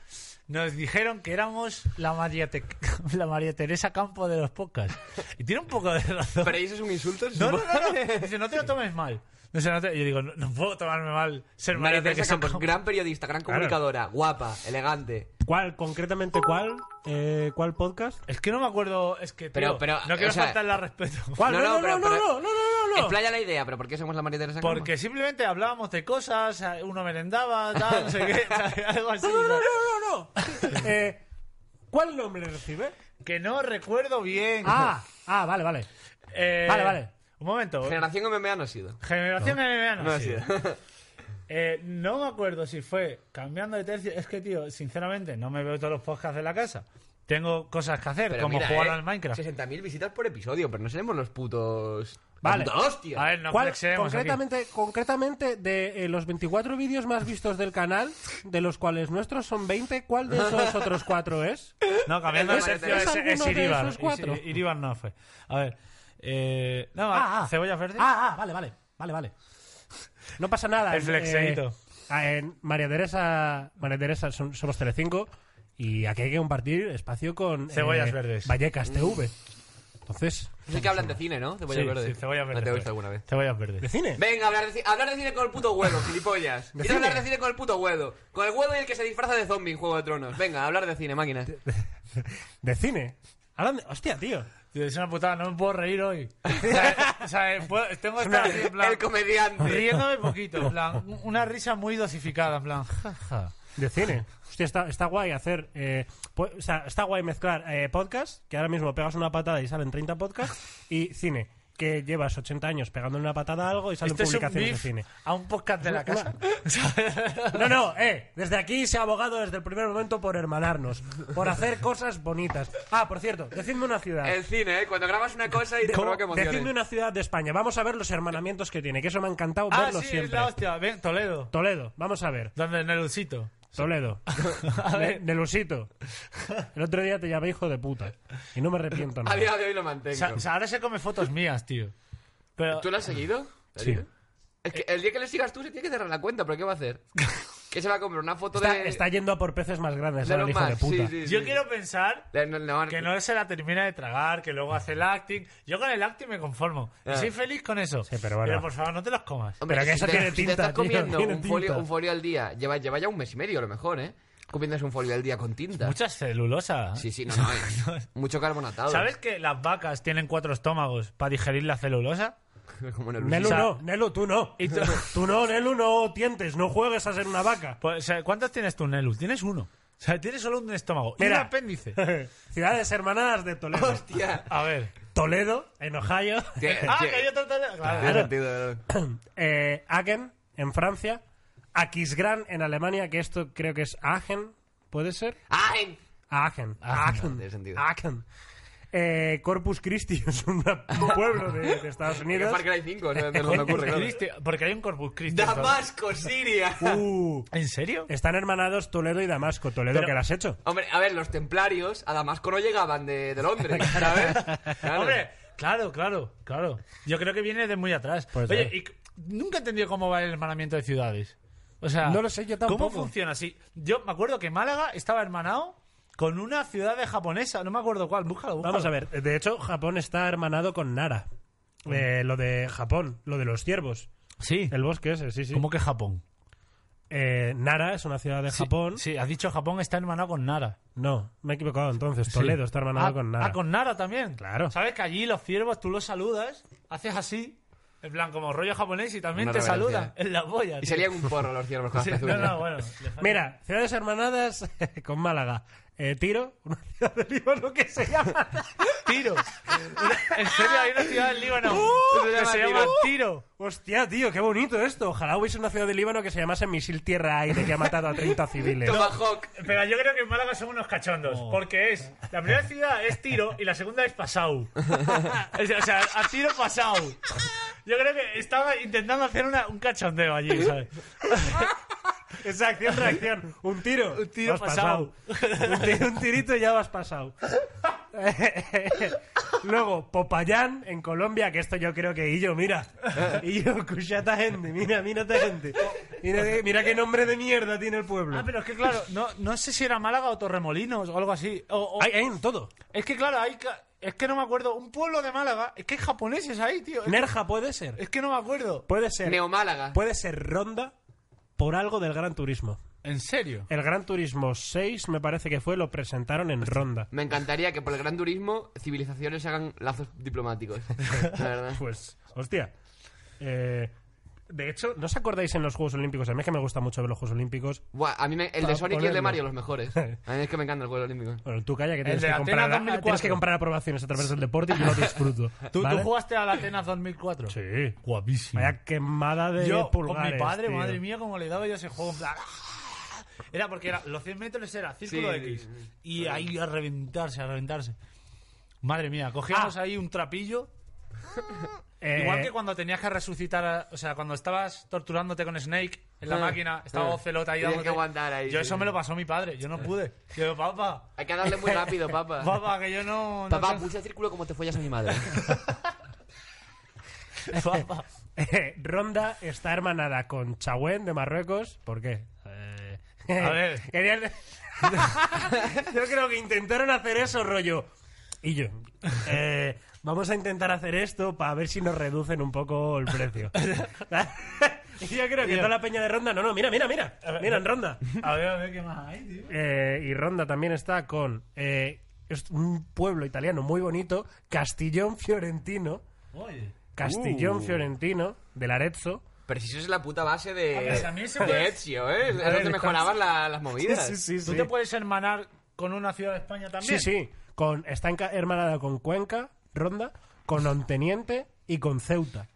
S3: nos dijeron que éramos la María, Te- *laughs* la María Teresa Campo de los podcasts. Y tiene un poco de razón.
S2: Pero ¿y eso es un insulto.
S3: No, no, no, no. Dice, no te lo tomes mal. Dice, no te- Yo digo, no, no puedo tomarme mal ser María,
S2: María Teresa
S3: Teresa
S2: Campos,
S3: Campo.
S2: gran periodista, gran
S1: Claro.
S2: comunicadora, guapa, elegante.
S1: ¿Cuál, concretamente cuál? Eh, ¿Cuál podcast?
S3: Es que no me acuerdo, es que.
S2: Pero-
S3: tío,
S2: pero,
S3: no quiero
S2: o sea,
S3: faltarle al respeto.
S1: ¿Cuál?
S2: No,
S1: No,
S2: no,
S1: no, no,
S2: pero-
S1: no,
S2: pero-
S1: no, no, no, no.
S2: Explaya la idea, pero ¿por qué somos la María Teresa Campos?
S3: Porque simplemente hablábamos de cosas, eh, uno merendaba, tal, no sé
S1: *laughs*
S3: qué, ¿sabes? algo así.
S1: No, no, no, no, no, no. *laughs* Eh, ¿Cuál nombre recibe?
S3: Que no recuerdo bien.
S1: Ah, ah, vale, vale.
S3: Eh,
S1: vale, vale.
S3: Un momento.
S2: Generación MMA no ha sido.
S3: Generación MMA no,
S2: No
S3: ha
S2: ha
S3: sido.
S2: sido.
S3: *laughs* Eh, no me acuerdo si fue cambiando de tercio. Es que, tío, sinceramente, no me veo todos los podcasts de la casa. Tengo cosas que hacer,
S2: Pero
S3: como
S2: mira,
S3: jugar
S2: eh,
S3: al Minecraft.
S2: 60.000 visitas por episodio, pero no seremos los putos.
S1: Vale.
S2: La puta hostia.
S3: A ver, no
S1: ¿Cuál-
S3: flexemos aquí.
S1: concretamente, concretamente, de eh, los 24 vídeos más vistos del canal, de los cuales nuestros son 20, ¿cuál
S3: *laughs*
S1: de esos otros cuatro es?
S3: No, cambiando de
S2: ¿Es-
S3: tercio
S2: es
S3: es, es,
S1: alguno de
S3: Iribar.
S1: esos cuatro?
S3: Es- Iribar no fue. A ver. Eh, no,
S1: Ah, ah.
S3: cebolla verde.
S1: Ah, ah, vale, vale, vale, vale. No pasa nada.
S3: El flexeíto.
S1: Eh, ah, en María Teresa, María Teresa, son- somos Telecinco y aquí hay que compartir espacio con eh,
S3: Cebollas verdes.
S1: Vallecas TV. Entonces,
S2: Sé que hablan de cine, ¿no? Cebolla
S3: Sí,
S2: verde.
S3: sí, cebolla verde.
S2: No te he
S3: fue.
S2: visto alguna vez.
S3: Cebollas verdes.
S1: ¿de cine?
S2: Venga, hablar de, ci- hablar de cine con el puto huevo,
S3: *laughs*
S2: gilipollas. Quiero
S1: cine?
S2: hablar de cine con el puto huevo. Con el huevo y el que se disfraza de zombie en Juego de Tronos. Venga, hablar de cine, máquina.
S1: ¿De cine? Hablan de- Hostia, tío.
S3: Tío, es una putada, no me puedo reír
S2: *laughs*
S3: hoy. O sea, o sea, eh, puedo- tengo que estar así, en plan,
S2: El comediante.
S3: riéndome poquito, en
S2: *laughs*
S3: plan, una risa muy dosificada, en plan, ja, ja.
S1: De cine. Hostia, está, está guay hacer. eh, pu- o sea, está guay mezclar eh, podcast, que ahora mismo pegas una patada y salen 30 podcasts, y cine, que llevas 80 años pegando una patada a algo y salen
S3: Este es un
S1: publicaciones de
S3: beef
S1: cine.
S3: a un podcast de la casa. *laughs*
S1: No, no, eh. Desde aquí se ha abogado desde el primer momento por hermanarnos, por hacer cosas bonitas. Ah, por cierto, decidme una ciudad.
S2: El cine, ¿eh? Cuando grabas una cosa y te
S1: ¿Cómo?
S2: provoca emociones.
S3: eh.
S1: Decidme una ciudad de España. Vamos a ver los hermanamientos que tiene, que eso me ha encantado
S3: ah,
S1: verlo
S3: sí, es
S1: siempre.
S3: la hostia. Ven, Toledo.
S1: Toledo, vamos a ver.
S3: Donde en el usito.
S1: Toledo.
S3: A
S1: De-
S3: ver.
S1: Del usito. El otro día te llamé hijo de puta. Y no me arrepiento
S2: A
S1: nada.
S2: día de hoy lo
S3: O
S2: mantengo.
S3: sea, o sea, ahora se come fotos mías, tío. Pero,
S2: ¿Tú lo has seguido?
S1: Sí.
S2: Es que el día que le sigas tú se tiene que cerrar la cuenta, pero ¿qué va a hacer? ¿Qué se va a comprar? ¿Una foto
S1: Está,
S2: de.?
S1: está yendo a por peces más grandes
S2: de
S1: ahora
S2: Elon
S1: el hijo de
S2: Musk?
S1: puta.
S2: Sí, sí,
S3: yo
S2: sí.
S3: quiero pensar
S2: Le- no- no-
S3: que no se la termina de tragar, que luego hace el acting. Yo con el acting me conformo. Y
S2: Ah.
S3: soy feliz con eso.
S1: Sí, pero bueno.
S3: por favor, no te los comas.
S2: Hombre,
S1: Pero que
S2: si
S1: eso
S2: te-
S1: tiene
S2: Si te
S1: tinta,
S2: estás
S1: tío,
S2: comiendo
S1: tiene
S2: un, folio,
S1: tinta.
S2: un folio al día, lleva, lleva ya un mes y medio a lo mejor, ¿eh? Comiéndose un folio al día con tinta.
S3: Muchas celulosas.
S2: Sí, sí, no, no.
S1: *laughs*
S2: eh. Mucho carbonatado.
S3: ¿Sabes que las vacas tienen cuatro estómagos para digerir la celulosa?
S2: *laughs* Como en el
S1: Nelu
S3: O sea,
S1: no, Nelu, tú no.
S3: y tú-
S1: Tú no, Nelu, no tientes, no juegues a ser una vaca. *laughs*
S3: Pues, o sea, ¿Cuántos tienes tú, Nelu? Tienes uno. O sea, tienes solo un estómago. Y
S1: Mira.
S3: un
S1: *laughs*
S3: apéndice.
S1: Ciudades hermanadas de Toledo.
S2: Hostia.
S3: A ver.
S1: Toledo, en Ohio.
S2: Tiene-
S3: Ah,
S2: tiene-
S3: que yo te...
S2: tiene
S3: Claro.
S2: sentido, ¿verdad?
S1: *laughs* eh, Aken, en Francia. Aquisgrán, en Alemania, que esto creo que es Agen, ¿puede ser?
S2: ¡Ay!
S1: Aachen.
S2: no, tiene
S1: Aachen.
S2: sentido.
S1: Aachen. Eh, Corpus Christi *laughs* es una- un pueblo de, de Estados
S2: Que
S1: Unidos.
S2: Far Cry 5, no no me
S1: *laughs*
S2: ocurre, claro.
S3: Cristi- Porque hay un Corpus Christi.
S2: Damasco, Siria.
S1: Uh,
S3: ¿En serio?
S1: están hermanados Toledo y Damasco. Toledo,
S3: Pero-
S1: ¿qué le has hecho?
S2: Hombre, a ver, los templarios a Damasco no llegaban de, de Londres, ¿sabes? *laughs* Claro.
S3: Hombre, claro, claro, claro. Yo creo que viene de muy atrás.
S1: Pues
S3: Oye,
S1: claro.
S3: y c- nunca he entendido cómo va el hermanamiento de ciudades. O sea,
S1: No lo sé, yo tampoco.
S3: ¿Cómo funciona así? Yo me acuerdo que Málaga estaba hermanado con una ciudad de japonesa, no me acuerdo cuál, búscalo, búscalo.
S1: Vamos a ver, de hecho, Japón está hermanado con Nara. Eh, lo de Japón, lo de los ciervos.
S3: Sí.
S1: El bosque ese, sí, sí.
S3: ¿Cómo que Japón?
S1: eh, Nara es una ciudad de Japón.
S3: Sí, has dicho Japón está hermanado con Nara.
S1: No, me he equivocado entonces. Toledo
S3: Sí.
S1: está hermanado
S3: Ah,
S1: con Nara.
S3: Ah, con Nara también.
S1: Claro.
S3: ¿Sabes que allí los ciervos tú los saludas, haces así, en plan como rollo japonés y también
S2: Una
S3: te
S2: reverencia.
S3: saludan en la polla.
S2: Y
S3: tío.
S2: salían un porro los ciervos con
S3: Sí,
S2: las
S3: no,
S2: pezuñas.
S3: no, bueno.
S1: Mira, ciudades hermanadas *laughs* con Málaga. Eh, Tiro, *laughs* una ciudad de Líbano que se llama... *laughs*
S3: Tiro. Una- En serio, hay una ciudad en Líbano
S1: ¡Uh!
S3: que se llama Tiro.
S1: Hostia, tío, qué bonito esto. Ojalá hubiese una ciudad de Líbano que se llamase Misil Tierra-Aire que ha matado a 30 civiles.
S2: *laughs*
S3: Pero yo creo que en Málaga son unos cachondos, porque es la primera ciudad es Tiro y la segunda es Pasau. o sea, a Tiro Pasau. Yo creo que estaba intentando hacer una- un cachondeo allí, ¿sabes?
S1: Esa acción, reacción. Un tiro. Un
S3: tiro pasao.
S1: Un, ti- un tirito y ya vas pasado. Luego, Popayán en Colombia, que esto yo creo que Illo, mira. Illo, escucha a esta gente, mira, mira a esta gente. Mira, que- mira qué nombre de mierda tiene el pueblo.
S3: Ah, pero es que claro, no, no sé si era Málaga o Torremolinos o algo así. O, o-
S1: Hay, hay en todo.
S3: Es que claro, hay, ca- es que no me acuerdo. Un pueblo de Málaga, es que hay japoneses ahí, tío. Es,
S1: Nerja puede ser.
S3: es que no me acuerdo.
S1: Puede ser.
S2: Neomálaga.
S3: pues-
S1: Puede ser Ronda por algo del Gran Turismo.
S3: ¿En serio?
S1: El Gran Turismo 6, me parece que fue, lo presentaron en Ronda.
S2: Me encantaría que por el gran turismo civilizaciones hagan lazos
S3: *laughs*
S2: diplomáticos. La verdad.
S1: Pues, hostia. Eh, de hecho, ¿no os acordáis en los Juegos Olímpicos? A mí es que me gusta mucho ver los Juegos Olímpicos.
S2: Buah, a mí me- el
S1: Pa'
S2: de Sonic y el
S1: ponerlo.
S2: de Mario
S3: *laughs*
S2: los mejores. A mí es que me encanta el juego olímpico.
S1: Bueno, tú calla que tienes
S3: de
S1: que,
S3: Atenas
S1: comprar,
S3: 2004.
S1: tienes que comprar aprobaciones a través del deporte
S3: *laughs*
S1: y yo lo disfruto.
S3: ¿Tú,
S1: ¿vale?
S3: tú jugaste a la Atenas 2004?
S1: Sí.
S3: Guapísimo.
S1: Vaya quemada de
S3: Yo,
S1: pulgares.
S3: con mi padre,
S1: tío.
S3: madre mía, como le daba yo ese juego. en plan, ¡ah! Era porque era, los 100 metros era círculo
S2: Sí,
S3: X.
S2: sí, sí.
S3: Y ahí a reventarse, a reventarse. Madre mía, cogíamos ahí un trapillo.
S1: Ah. Eh,
S3: Igual que cuando tenías que resucitar, a- o sea, cuando estabas torturándote con Snake en la
S2: Ah,
S3: máquina, estaba
S2: ah.
S3: Ocelot ahí
S2: Tenías que
S3: dándote.
S2: aguantar ahí,
S3: Yo
S2: sí,
S3: eso
S2: sí. Eh.
S3: me lo pasó mi padre, yo no pude. Yo, papá,
S2: Hay que
S3: *laughs*
S2: darle muy rápido, papá.
S3: papá, que yo no. no
S2: Papá,
S3: sé-
S2: puse el círculo como te follas a mi
S3: *laughs*
S2: madre.
S3: papá.
S1: *laughs* Ronda está hermanada con Chawen de Marruecos. ¿Por qué? Eh,
S3: A
S1: *laughs*
S3: ver.
S1: querían- yo creo que intentaron hacer eso, rollo. Y yo. eh, vamos a intentar hacer esto para ver si nos reducen un poco el precio. *laughs* y yo creo que
S3: Tío.
S1: toda la peña de Ronda. No, no, mira, mira, mira. Mira, en Ronda.
S3: A ver, a ver qué más hay, tío.
S1: Eh, y Ronda también está con eh, es un pueblo italiano muy bonito, Castellón Fiorentino.
S3: Oye.
S1: Castellón
S2: Uh.
S1: Fiorentino, del Arezzo.
S2: Pero si eso es la puta base de,
S3: A ver, también se puede-
S2: de Ezio, ¿eh? Es
S3: A ver,
S2: donde mejoraban la- las movidas.
S3: ¿Tú te puedes hermanar con una ciudad de España también?
S1: Sí, sí. Con, está enca- hermanada con Cuenca, Ronda, con Onteniente y con Ceuta.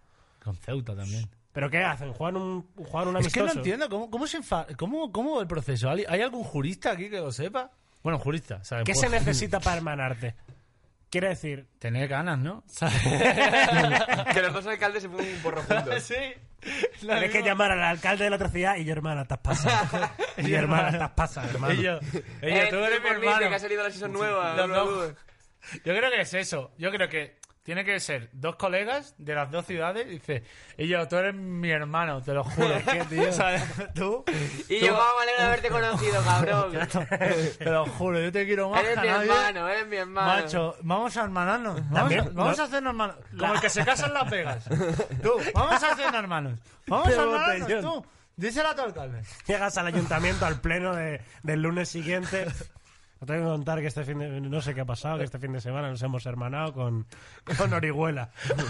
S3: Con Ceuta también.
S1: ¿Pero qué hacen? ¿Juegan un, juegan un
S3: Es que
S1: amistoso?
S3: no entiendo cómo, cómo se enfa- cómo, cómo el proceso. ¿Hay hay algún jurista aquí que lo sepa? Bueno, jurista, pues, ¿sabes?
S1: ¿Qué se necesita para hermanarte? Quiere decir,
S3: *laughs* Tener ganas, ¿no?
S2: que los dos alcaldes se ponen un porro
S3: *laughs*
S2: juntos.
S3: sí.
S1: tienes que llamar al alcalde de la otra ciudad y yo, hermana, estás
S3: *laughs*
S1: pasada. y yo, hermana, estás pasada, hermano.
S3: Ella,
S2: Eh,
S3: tú eres mi
S2: por mí,
S3: hermano.
S2: que ha salido la season nueva.
S3: Los
S2: no lo
S3: dos.
S2: dudes.
S3: Yo creo que es eso. Yo creo que tiene que ser dos colegas de las dos ciudades. Dice, y yo, tú eres mi hermano, te lo juro. O sea, Tú,
S2: Y
S3: tú-
S2: yo, vamos, me alegro de haberte conocido, cabrón.
S3: *laughs* te lo juro, yo te quiero más.
S2: Eres
S3: que a
S2: mi
S3: nadie.
S2: hermano, eres mi hermano.
S3: Macho, vamos a hermanarnos. Vamos,
S1: También,
S3: a, vamos
S1: ¿no?
S3: a hacernos hermanos. Como el que se casa en Las Vegas. *laughs* Tú, vamos a hacernos hermanos. Vamos
S1: Qué
S3: a hermanarnos,
S1: botellón.
S3: tú. Díselo a tu alcalde.
S1: *laughs* Llegas al ayuntamiento, al pleno de- del lunes siguiente. Os tengo que contar que este fin de, no sé qué ha pasado, que este fin de semana nos hemos hermanado con, con Orihuela. *laughs*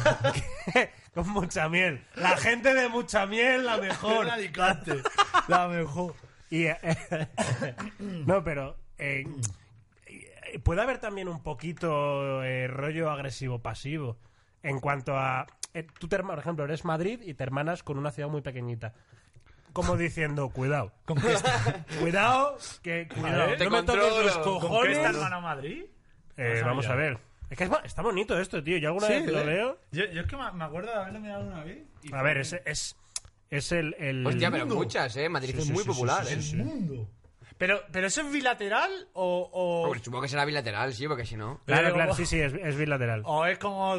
S1: con mucha miel. La gente de mucha miel, la mejor.
S3: Con Alicante. *laughs* La mejor.
S1: Y, eh, *laughs* no, pero eh, eh, puede haber también un poquito eh, rollo agresivo-pasivo en cuanto a... eh, tú, te herma- por ejemplo, eres Madrid y te hermanas con una ciudad muy pequeñita. Como diciendo, cuidado. *laughs* Cuidado, que cuidado.
S2: ver, te
S1: no me toques los
S2: controlo.
S3: ¿Con qué
S1: cojones.
S3: está hermano Madrid?
S1: Eh, vamos a ver. Es que es bo- está bonito esto, tío. Yo alguna vez
S3: ¿eh?
S1: lo veo.
S3: Yo, yo es que me me acuerdo de haberlo mirado una vez. y
S1: A ver, es, es, es el, el-
S2: Hostia, pero muchas, ¿eh? Madrid es muy popular, ¿eh?
S3: el mundo. Pero, pero eso es bilateral o, o,
S2: Hombre, supongo que será bilateral, sí, porque si no...
S1: Claro,
S3: Pero-
S1: claro, sí, sí, es, es bilateral.
S3: o es como.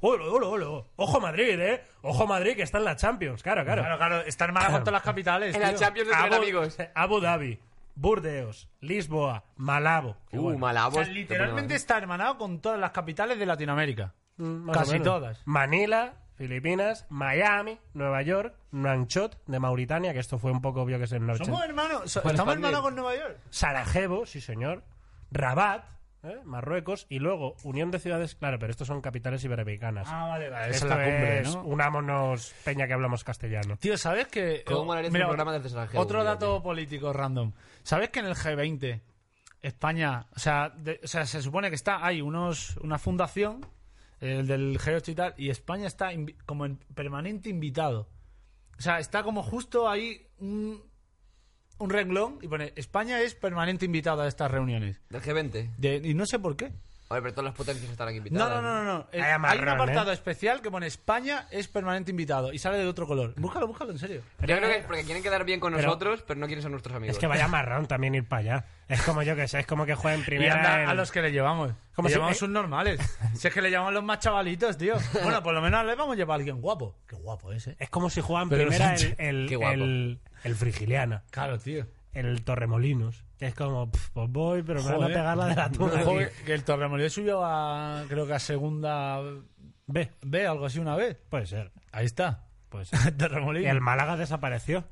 S1: ¡Olo, olo, olo! ¡Ojo Madrid, eh! ¡Ojo Madrid, que está en la Champions! Claro,
S3: *laughs*
S1: claro.
S3: Claro, claro, está hermana con todas las capitales.
S2: En la
S3: tío.
S2: Champions de
S1: Abu,
S2: tres amigos.
S1: Abu Dhabi, Burdeos, Lisboa, Malabo.
S2: Uh,
S1: Bueno,
S3: O sea,
S2: Malabo.
S3: literalmente está hermanado con todas las capitales de Latinoamérica.
S1: Pues, mm, más o
S3: Casi
S1: menos.
S3: todas.
S1: Manila, Filipinas, Miami, Nueva York, Nanchot de Mauritania, que esto fue un poco obvio que es en Norte.
S3: Somos hermanos, so- estamos hermanos con Nueva York.
S1: Sarajevo, sí señor, Rabat, ¿eh? Marruecos, y luego Unión de Ciudades, claro, pero estos son capitales iberoamericanas.
S3: Ah, vale, vale, esa
S1: Esto
S3: es la cumbre,
S1: es
S3: ¿no?
S1: unámonos, peña, que hablamos castellano.
S3: Tío, ¿sabes que
S1: ¿Cómo molaría hacer un programa desde Sarajevo,
S3: Otro
S1: tío,
S3: dato político random. ¿Sabes que en el G20 España, o sea, de- o sea, se supone que está hay unos una fundación el del G8 y tal y España está invi- como en permanente invitado. O sea, está como justo ahí un, un renglón y pone España es permanente invitado a estas reuniones.
S2: Del G20.
S3: De- y no sé por qué.
S2: A ver, pero todas las potencias estarán
S3: No,
S2: invitadas.
S3: no, no, no. no. Eh,
S2: Hay
S3: hay un
S2: amarrón,
S3: apartado
S2: ¿eh?
S3: especial que pone España es permanente invitado y sale de otro color. Búscalo, búscalo, en serio.
S2: Yo creo que es porque quieren quedar bien con
S1: Pero-
S2: nosotros, pero no quieren ser nuestros amigos.
S1: Es que vaya marrón también ir para allá. Es como yo que sé, es como que jueguen primero.
S3: Y anda a los que le llevamos.
S1: Como
S3: le
S1: si-
S3: llevamos
S1: eh.
S3: sus normales. Si es que le llevamos los más chavalitos,
S1: *laughs*
S3: tío. Bueno, por lo menos le vamos a llevar a alguien guapo. Qué guapo ese.
S1: Es como si juegan
S3: Pedro
S1: primera el,
S3: Sánchez.
S1: el,
S3: Qué guapo.
S1: el- el Frigiliana.
S3: Claro, tío.
S1: El Torremolinos. Que es como, "Pf, pues voy, pero me van a
S3: Joder.
S1: pegar la de la tuna.
S3: *laughs*
S1: aquí".
S3: Joder, que el Torremolinos subió a, creo que a segunda
S1: B.
S3: B, algo así una vez.
S1: Puede ser.
S3: Ahí está. *laughs*
S1: Pues
S3: Torremolinos.
S1: Y el Málaga desapareció.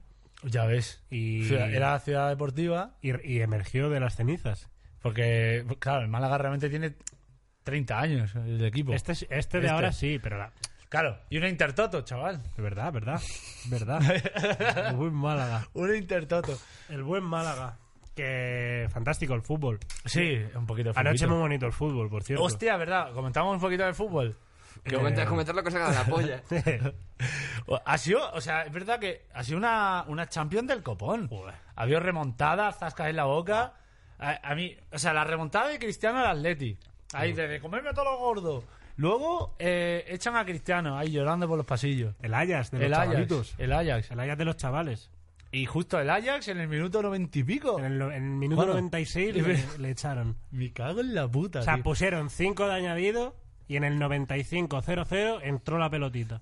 S3: Ya ves.
S1: Y,
S3: Ciudad- Era ciudad deportiva.
S1: y, y emergió de las cenizas.
S3: Porque, claro, el Málaga realmente tiene 30 años, el equipo.
S1: Este, es- este de
S3: Este.
S1: ahora sí, pero la,
S3: Claro, y un intertoto, chaval.
S1: de verdad, verdad,
S3: *laughs*
S1: verdad. El buen Málaga.
S3: Un intertoto.
S1: El buen Málaga. Que fantástico el fútbol.
S3: Sí, un poquito de
S1: Anoche
S3: fulbito.
S1: muy bonito el fútbol, por cierto.
S3: Hostia, ¿verdad? Comentamos un poquito de
S1: *laughs*
S3: fútbol.
S2: Que
S3: Eh.
S2: comentar, comentar la cosa que da la
S3: *laughs*
S2: polla.
S3: O- Ha sido, o sea, es verdad que ha sido una, una champion del copón. Había remontada, zascas en la boca. A, a mí, o sea, la remontada de Cristiano al Atleti. Ahí, desde comerme a todo lo gordo. Luego eh, echan a Cristiano ahí llorando por los pasillos.
S1: El Ajax de los
S3: El
S1: chavalitos.
S3: Ajax, el Ajax.
S1: El Ajax de los chavales.
S3: Y justo el Ajax en el minuto noventa y pico.
S1: En el, en el minuto
S3: Bueno.
S1: 96 le, le echaron.
S3: Me cago en la puta.
S1: O sea, pues,
S3: tío.
S1: pusieron 5 de añadido y en el 95-0-0 entró la pelotita.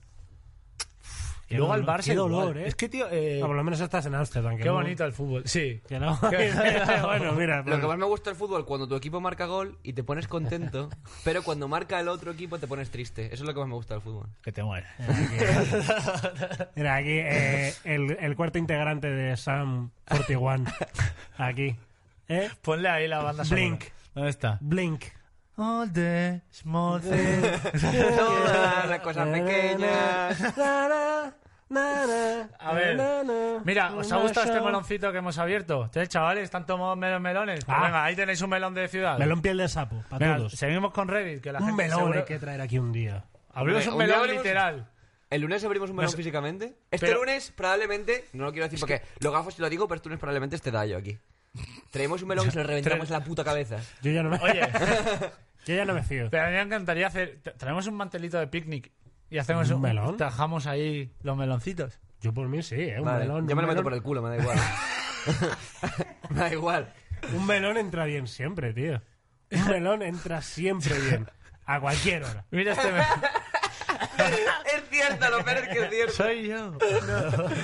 S3: y luego
S1: qué
S3: al
S1: dolor,
S3: Barça
S1: qué
S3: igual.
S1: dolor, ¿eh?
S3: Es que, tío, eh,
S1: Ah, por lo menos estás en Ámsterdam. que
S3: qué
S1: no-
S3: bonito el fútbol. Sí.
S1: que
S3: *laughs*
S1: no- *laughs* bueno, mira.
S2: Lo que
S1: pues-
S2: más me gusta del fútbol cuando tu equipo marca gol y te
S3: *laughs*
S2: pones contento, pero cuando marca el otro equipo te pones triste. Eso es lo que más me gusta del fútbol.
S3: Que te mueres.
S1: Eh. Mira, aquí eh, el, el cuarto integrante de Sam
S3: *laughs*
S1: 41. Aquí. ¿Eh?
S3: *laughs* Ponle ahí la banda sonora.
S1: Blink.
S3: ¿Dónde está?
S1: Blink.
S3: All the small things.
S2: Todas las cosas pequeñas.
S3: A ver. Mira, ¿os ha gustado este meloncito que hemos abierto? Ustedes, chavales, están tomando mel- melones. Pues
S1: Ah.
S3: venga, ahí tenéis un melón de ciudad.
S1: Melón piel de sapo, para
S3: Venga,
S1: todos.
S3: Seguimos con Reddit, que la
S1: Un
S3: gente
S1: melón
S3: seguro-
S1: hay que traer aquí un día.
S3: Abrimos
S2: Hombre,
S3: un
S2: un día
S3: melón
S2: abrimos-
S3: literal.
S2: El lunes abrimos un melón
S3: Nos-
S2: físicamente. Este
S3: pero-
S2: lunes probablemente, no lo quiero decir porque lo gafo si lo digo, pero este lunes probablemente este daño aquí. Traemos un melón y se lo reventamos en la puta cabeza.
S1: Yo ya no me,
S3: Oye,
S1: *laughs* yo ya no me fío.
S3: pero a mí me encantaría hacer... tra- Traemos un mantelito de picnic y hacemos
S1: ¿Un
S3: un...
S1: melón?
S3: Tajamos ahí los meloncitos.
S1: Yo por mí sí, ¿eh? Un
S2: Vale,
S1: melón.
S2: yo me
S1: un
S2: lo meto
S1: melón-
S2: por el culo, me da *laughs* igual. me da igual.
S1: Un melón entra bien siempre, tío. Un melón entra siempre bien. A cualquier hora.
S3: Mira
S8: *laughs*
S3: este melón.
S2: es cierto, lo peor es que es cierto.
S3: Soy yo.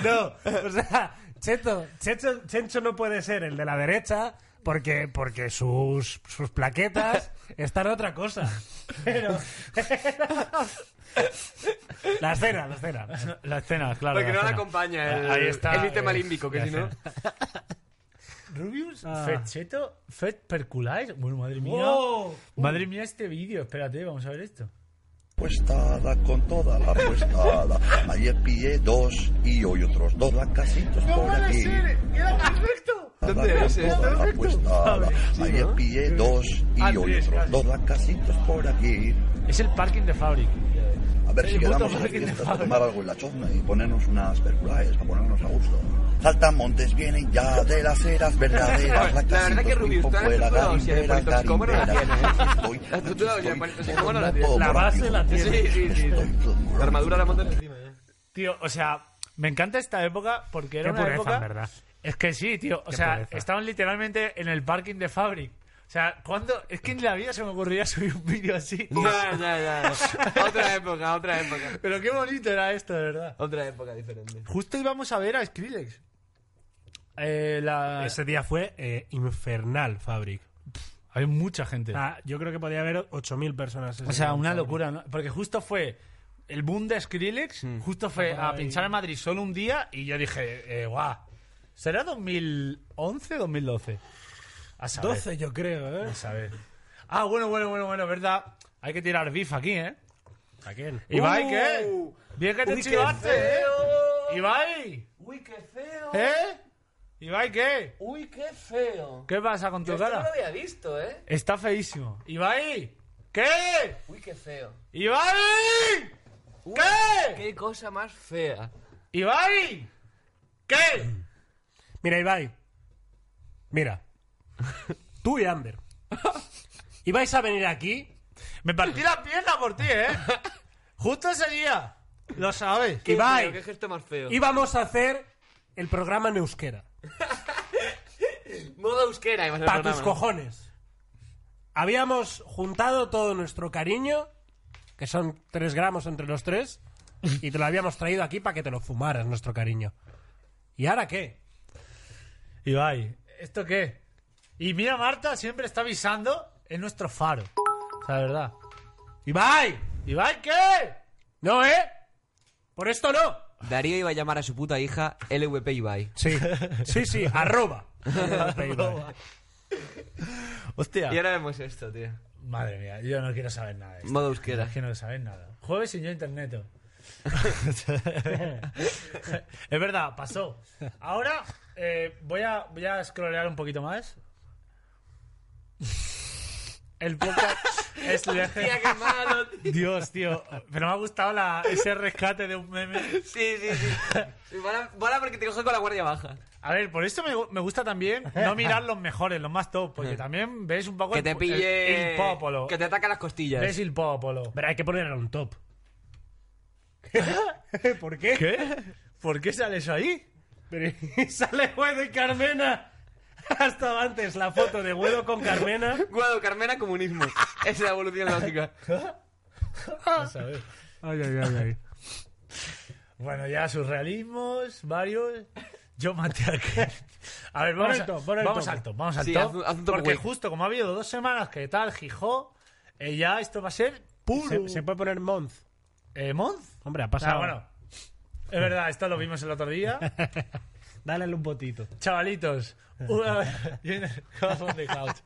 S1: No, o sea, Cheto, Checho, Chencho no puede ser el de la derecha porque, porque sus, sus plaquetas están a otra cosa.
S2: *laughs*
S1: Pero... la escena, la escena.
S3: La escena, claro.
S2: Porque no
S3: escena.
S2: la acompaña el,
S3: Ahí está.
S2: el sistema límbico, que
S3: la
S2: si no...
S3: escena. Rubius,
S1: Ah.
S3: Fecheto, Fet Perculais. Bueno, madre mía.
S1: ¡Wow!
S3: Madre mía, este vídeo. Espérate, vamos a ver esto.
S8: apuestada con toda la apuestada. Ayer pillé dos y hoy otros dos lacasitos por aquí.
S2: ¿Dónde es esto?
S8: Toda la apuestada. Ayer pillé dos y hoy
S3: Andrés,
S8: otros dos lacasitos por aquí.
S3: Es el parking de Fabric.
S8: A ver
S3: El
S8: si
S3: puto
S8: quedamos a
S3: parking de
S8: fiestas a
S3: Fabric.
S8: tomar algo en la chozna y ponernos unas perculaes para ponernos a gusto. Saltamontes vienen ya de las
S3: *laughs*
S8: eras verdaderas.
S2: La verdad que Rubius,
S8: tipo
S2: todas las
S8: fuera,
S2: tatuadas y de
S8: garimperas,
S2: politóxico no la tiene,
S8: garimperas.
S2: ¿eh?
S8: Estoy,
S2: Las tatuadas y de politóxico no la
S8: estoy
S2: tiene.
S8: todo
S1: La base
S8: rápido.
S1: la tiene.
S2: Sí, sí, sí. La armadura la montan encima, ¿eh?
S3: Tío, o sea, me encanta esta época porque era
S1: Qué
S3: una
S1: pureza,
S3: época.
S1: en verdad.
S3: Es que sí, tío. O
S1: Qué
S3: sea,
S1: pureza.
S3: estaban literalmente en el parking de Fabric. O sea, ¿cuándo? Es que en la vida se me ocurría subir un vídeo
S8: *laughs*
S3: así.
S2: Ya, ya, ya. Otra época, otra época.
S3: Pero qué bonito era esto, de verdad.
S2: Otra época diferente.
S3: Justo íbamos a ver a Skrillex. Eh, la...
S1: Ese día fue eh, infernal, Fabric.
S3: Hay mucha gente.
S1: Ah, yo creo que podía haber 8.000 personas. ese
S3: O sea,
S1: día en
S3: una
S1: Fabric.
S3: locura, ¿no? Porque justo fue el boom de Skrillex justo fue a
S1: Ay.
S3: pinchar en Madrid solo un día y yo dije, eh, guau, ¿será 2011 2012? A saber.
S1: 12 yo creo, ¿eh?
S3: A saber. Ah, bueno, bueno, bueno, bueno, verdad. Hay que tirar bif aquí, ¿eh?
S1: ¿A quién?
S3: Ibai,
S1: Uh,
S3: ¿qué? Bien que te
S1: uy, qué
S3: chivaste, ¿eh?
S1: feo.
S3: Ibai,
S12: Uy, qué feo.
S3: ¿eh? Ibai, ¿qué?
S12: Uy, qué feo.
S3: ¿Qué pasa con
S12: Yo
S3: tu
S12: esto no
S3: cara?
S12: lo había visto, ¿eh?
S3: Está feísimo. Ibai, ¿qué?
S12: Uy, qué feo.
S3: Ibai,
S12: Uy,
S3: ¿qué?
S12: Qué cosa más fea.
S3: Ibai, ¿qué?
S1: Mira, Ibai. Mira. Tú y Amber. Y vais a venir aquí.
S3: Me partí la pierna por ti, ¿eh? Justo ese día. Lo sabes.
S1: Qué Ibai.
S12: Qué gesto más feo.
S1: Y vamos a hacer el programa en euskera.
S12: Modo euskera, iba a ser el
S1: Pa' tus
S12: programa.
S1: cojones. Habíamos juntado todo nuestro cariño, que son 3 gramos entre los tres, y te lo habíamos traído aquí para que te lo fumaras, nuestro cariño. ¿Y ahora qué?
S3: Ibai, ¿esto qué? Y mira, Marta siempre está avisando en nuestro faro. O sea, de verdad.
S1: ¡Ibai!
S3: ¿Ibai qué?
S1: ¿No, eh? Por esto no.
S2: Darío iba a llamar a su puta hija LVP Ibai.
S1: Sí, sí, sí,
S3: *laughs*
S1: arroba. Arroba.
S3: Hostia.
S2: Y ahora vemos esto, tío.
S3: Madre mía, yo no quiero saber nada de esto.
S2: Modo euskera.
S3: Es que no quiero saber nada. Jueves sin yo
S1: *laughs*
S3: interneto. es verdad, pasó. Ahora eh, voy, a, voy a scrollear un poquito más. El podcast es
S12: Hostia, qué malo, tío.
S3: Dios, tío. Pero me ha gustado la- ese rescate de un meme.
S2: Sí, sí, sí. Sí, Mola, mola porque te coge con la guardia baja.
S3: A ver, por eso me, gu- me gusta también no mirar los mejores, los más top, porque también ves un poco
S2: Mm. Que
S3: el-
S2: te pille.
S3: el, el popolo.
S2: Que te ataca las costillas.
S3: Ves el popolo.
S1: Pero hay que poner un top. ¿Por qué?
S3: ¿Qué? ¿Por qué sale eso ahí?
S1: Pero sale Guedo y Carmena. Hasta antes la foto de Guedo con Carmena.
S2: Guado, Carmena, *laughs* comunismo. Esa es la evolución lógica.
S3: No sabes.
S1: Ay, ay, ay, ay.
S3: Bueno, ya surrealismos, varios. Yo maté a aquel. A ver,
S1: Pon
S3: vamos,
S1: el
S3: a-
S1: top, pon el
S3: vamos
S1: top.
S3: al top, vamos al
S2: Sí,
S3: top.
S2: haz un- haz un top
S3: porque
S2: weight.
S3: justo como ha habido dos semanas que tal, Gijó, eh, ya esto va a ser puro.
S1: Se, se puede poner Month.
S3: Eh, ¿Monz?
S1: Hombre, ha
S3: Ah,
S1: pasado.
S3: bueno. Es verdad, esto lo vimos el otro
S1: *laughs*
S3: día.
S1: Dale un botito.
S3: Chavalitos,
S1: *laughs*
S3: una vez. Corazón de couch.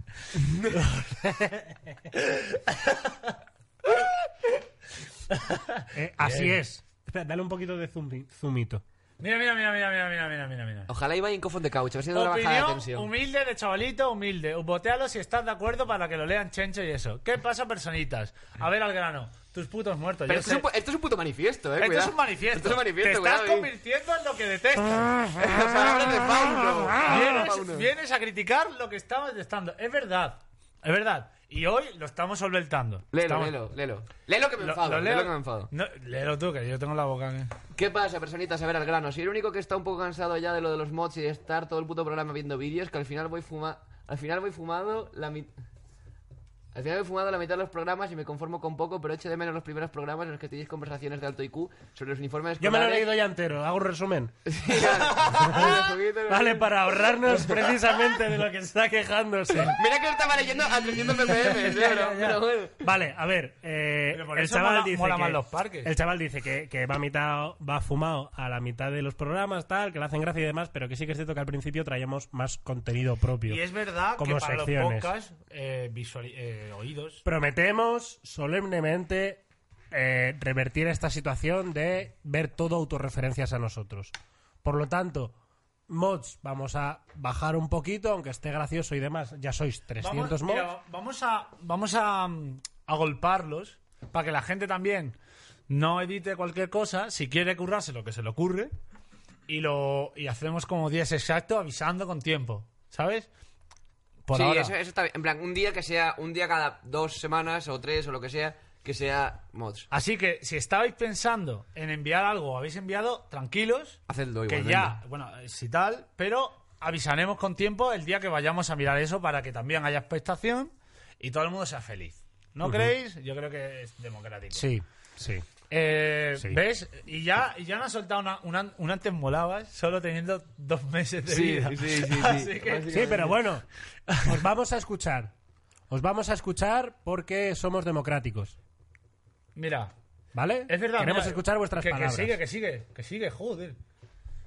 S3: Eh,
S1: así
S3: Bien.
S1: es. Espera, dale un poquito de zumi- zumito.
S3: Mira, mira, mira, mira, mira, mira, mira, mira, mira.
S2: Ojalá Ibai en cofón de couch, a ver si no le baja la
S3: Opinión
S2: tensión.
S3: humilde de chavalito, humilde. Botealo si estás de acuerdo para que lo lean Chencho y eso. ¿Qué pasa, personitas? A ver al grano. Tus putos muertos.
S2: Pero
S3: yo
S2: esto es,
S3: sé.
S2: un, pu- esto es un puto manifiesto, eh.
S3: Esto
S2: cuidado.
S3: es un manifiesto.
S2: Esto es un manifiesto,
S3: Te estás
S2: cuidado, Ah. eh.
S3: convirtiendo en lo que detestas.
S2: *laughs* Las palabras de Fauno.
S1: Ah,
S3: vienes,
S2: Fauno.
S3: vienes a criticar lo que estamos detestando. Es verdad. Es verdad. Y hoy lo estamos solventando.
S2: Léelo,
S3: Estamos-
S2: léelo, léelo. Léelo que me
S3: Lo-
S2: enfado,
S3: lo
S2: léelo
S3: leo.
S2: que me enfado.
S3: No, léelo tú, que yo tengo la boca. ¿eh?
S2: ¿Qué pasa, personitas? A ver, al grano. Soy el único que está un poco cansado ya de lo de los mods y de estar todo el puto programa viendo vídeos, que al final voy fuma... Al final voy fumado la mitad... Al final voy fumado la mitad de los programas y me conformo con poco, pero echo de menos los primeros programas en los que tenéis conversaciones de alto IQ sobre los uniformes
S1: Yo me lo he
S2: escolares.
S1: leído ya entero, hago un resumen.
S2: *laughs*
S1: Vale, *laughs*
S2: vale,
S3: *laughs*
S1: para ahorrarnos precisamente de lo que está quejándose.
S2: Mira que lo estaba leyendo a 300 ppm, *laughs*
S1: Ya,
S2: pero,
S1: ya, ya.
S2: pero bueno.
S1: Vale, a ver. eh,
S3: Pero por
S1: el
S3: eso
S1: chaval
S3: mola-
S1: dice
S3: mola
S1: que,
S3: más los parques.
S1: El chaval dice que, que va, a mitad, va fumado a la mitad de los programas, tal, que le hacen gracia y demás, pero que sí que es cierto que al principio traíamos más contenido propio.
S3: Y es verdad
S1: Como
S3: que para
S1: secciones.
S3: los podcasts, eh, visual- eh, oídos,
S1: Prometemos solemnemente eh, revertir esta situación de ver todo autorreferencias a nosotros. Por lo tanto, mods vamos a bajar un poquito, aunque esté gracioso y demás. Ya sois 300
S3: vamos,
S1: mods.
S3: mira, vamos a vamos a, mm, a golparlos para que la gente también no edite cualquier cosa si quiere currarse lo que se le ocurre y lo y hacemos como días exactos avisando con tiempo sabes por
S2: sí,
S3: ahora
S2: Eso, eso está bien. En plan, un día que sea, un día cada dos semanas o tres o lo que sea, que sea mods.
S3: así que si estabais pensando en enviar algo o habéis enviado tranquilos
S1: Ah,
S2: Hacedlo
S3: que
S2: igualmente.
S3: ya bueno eh, si tal pero avisaremos con tiempo el día que vayamos a mirar eso para que también haya expectación y todo el mundo sea feliz ¿no creéis? yo creo que es democrático
S1: Sí, sí.
S3: Eh,
S1: Sí.
S3: ¿Ves? Y ya, y ya no ha soltado una, una- un antes molabas solo teniendo dos meses de
S2: Sí,
S3: vida. *laughs*
S2: sí, sí, sí.
S3: Así que-
S1: Sí, pero bueno, os vamos a escuchar. Os vamos a escuchar porque somos democráticos.
S3: mira,
S1: ¿Vale?
S3: Es verdad.
S1: Queremos
S3: mira,
S1: escuchar vuestras
S3: que,
S1: palabras.
S3: Que sigue, que sigue, que sigue, joder.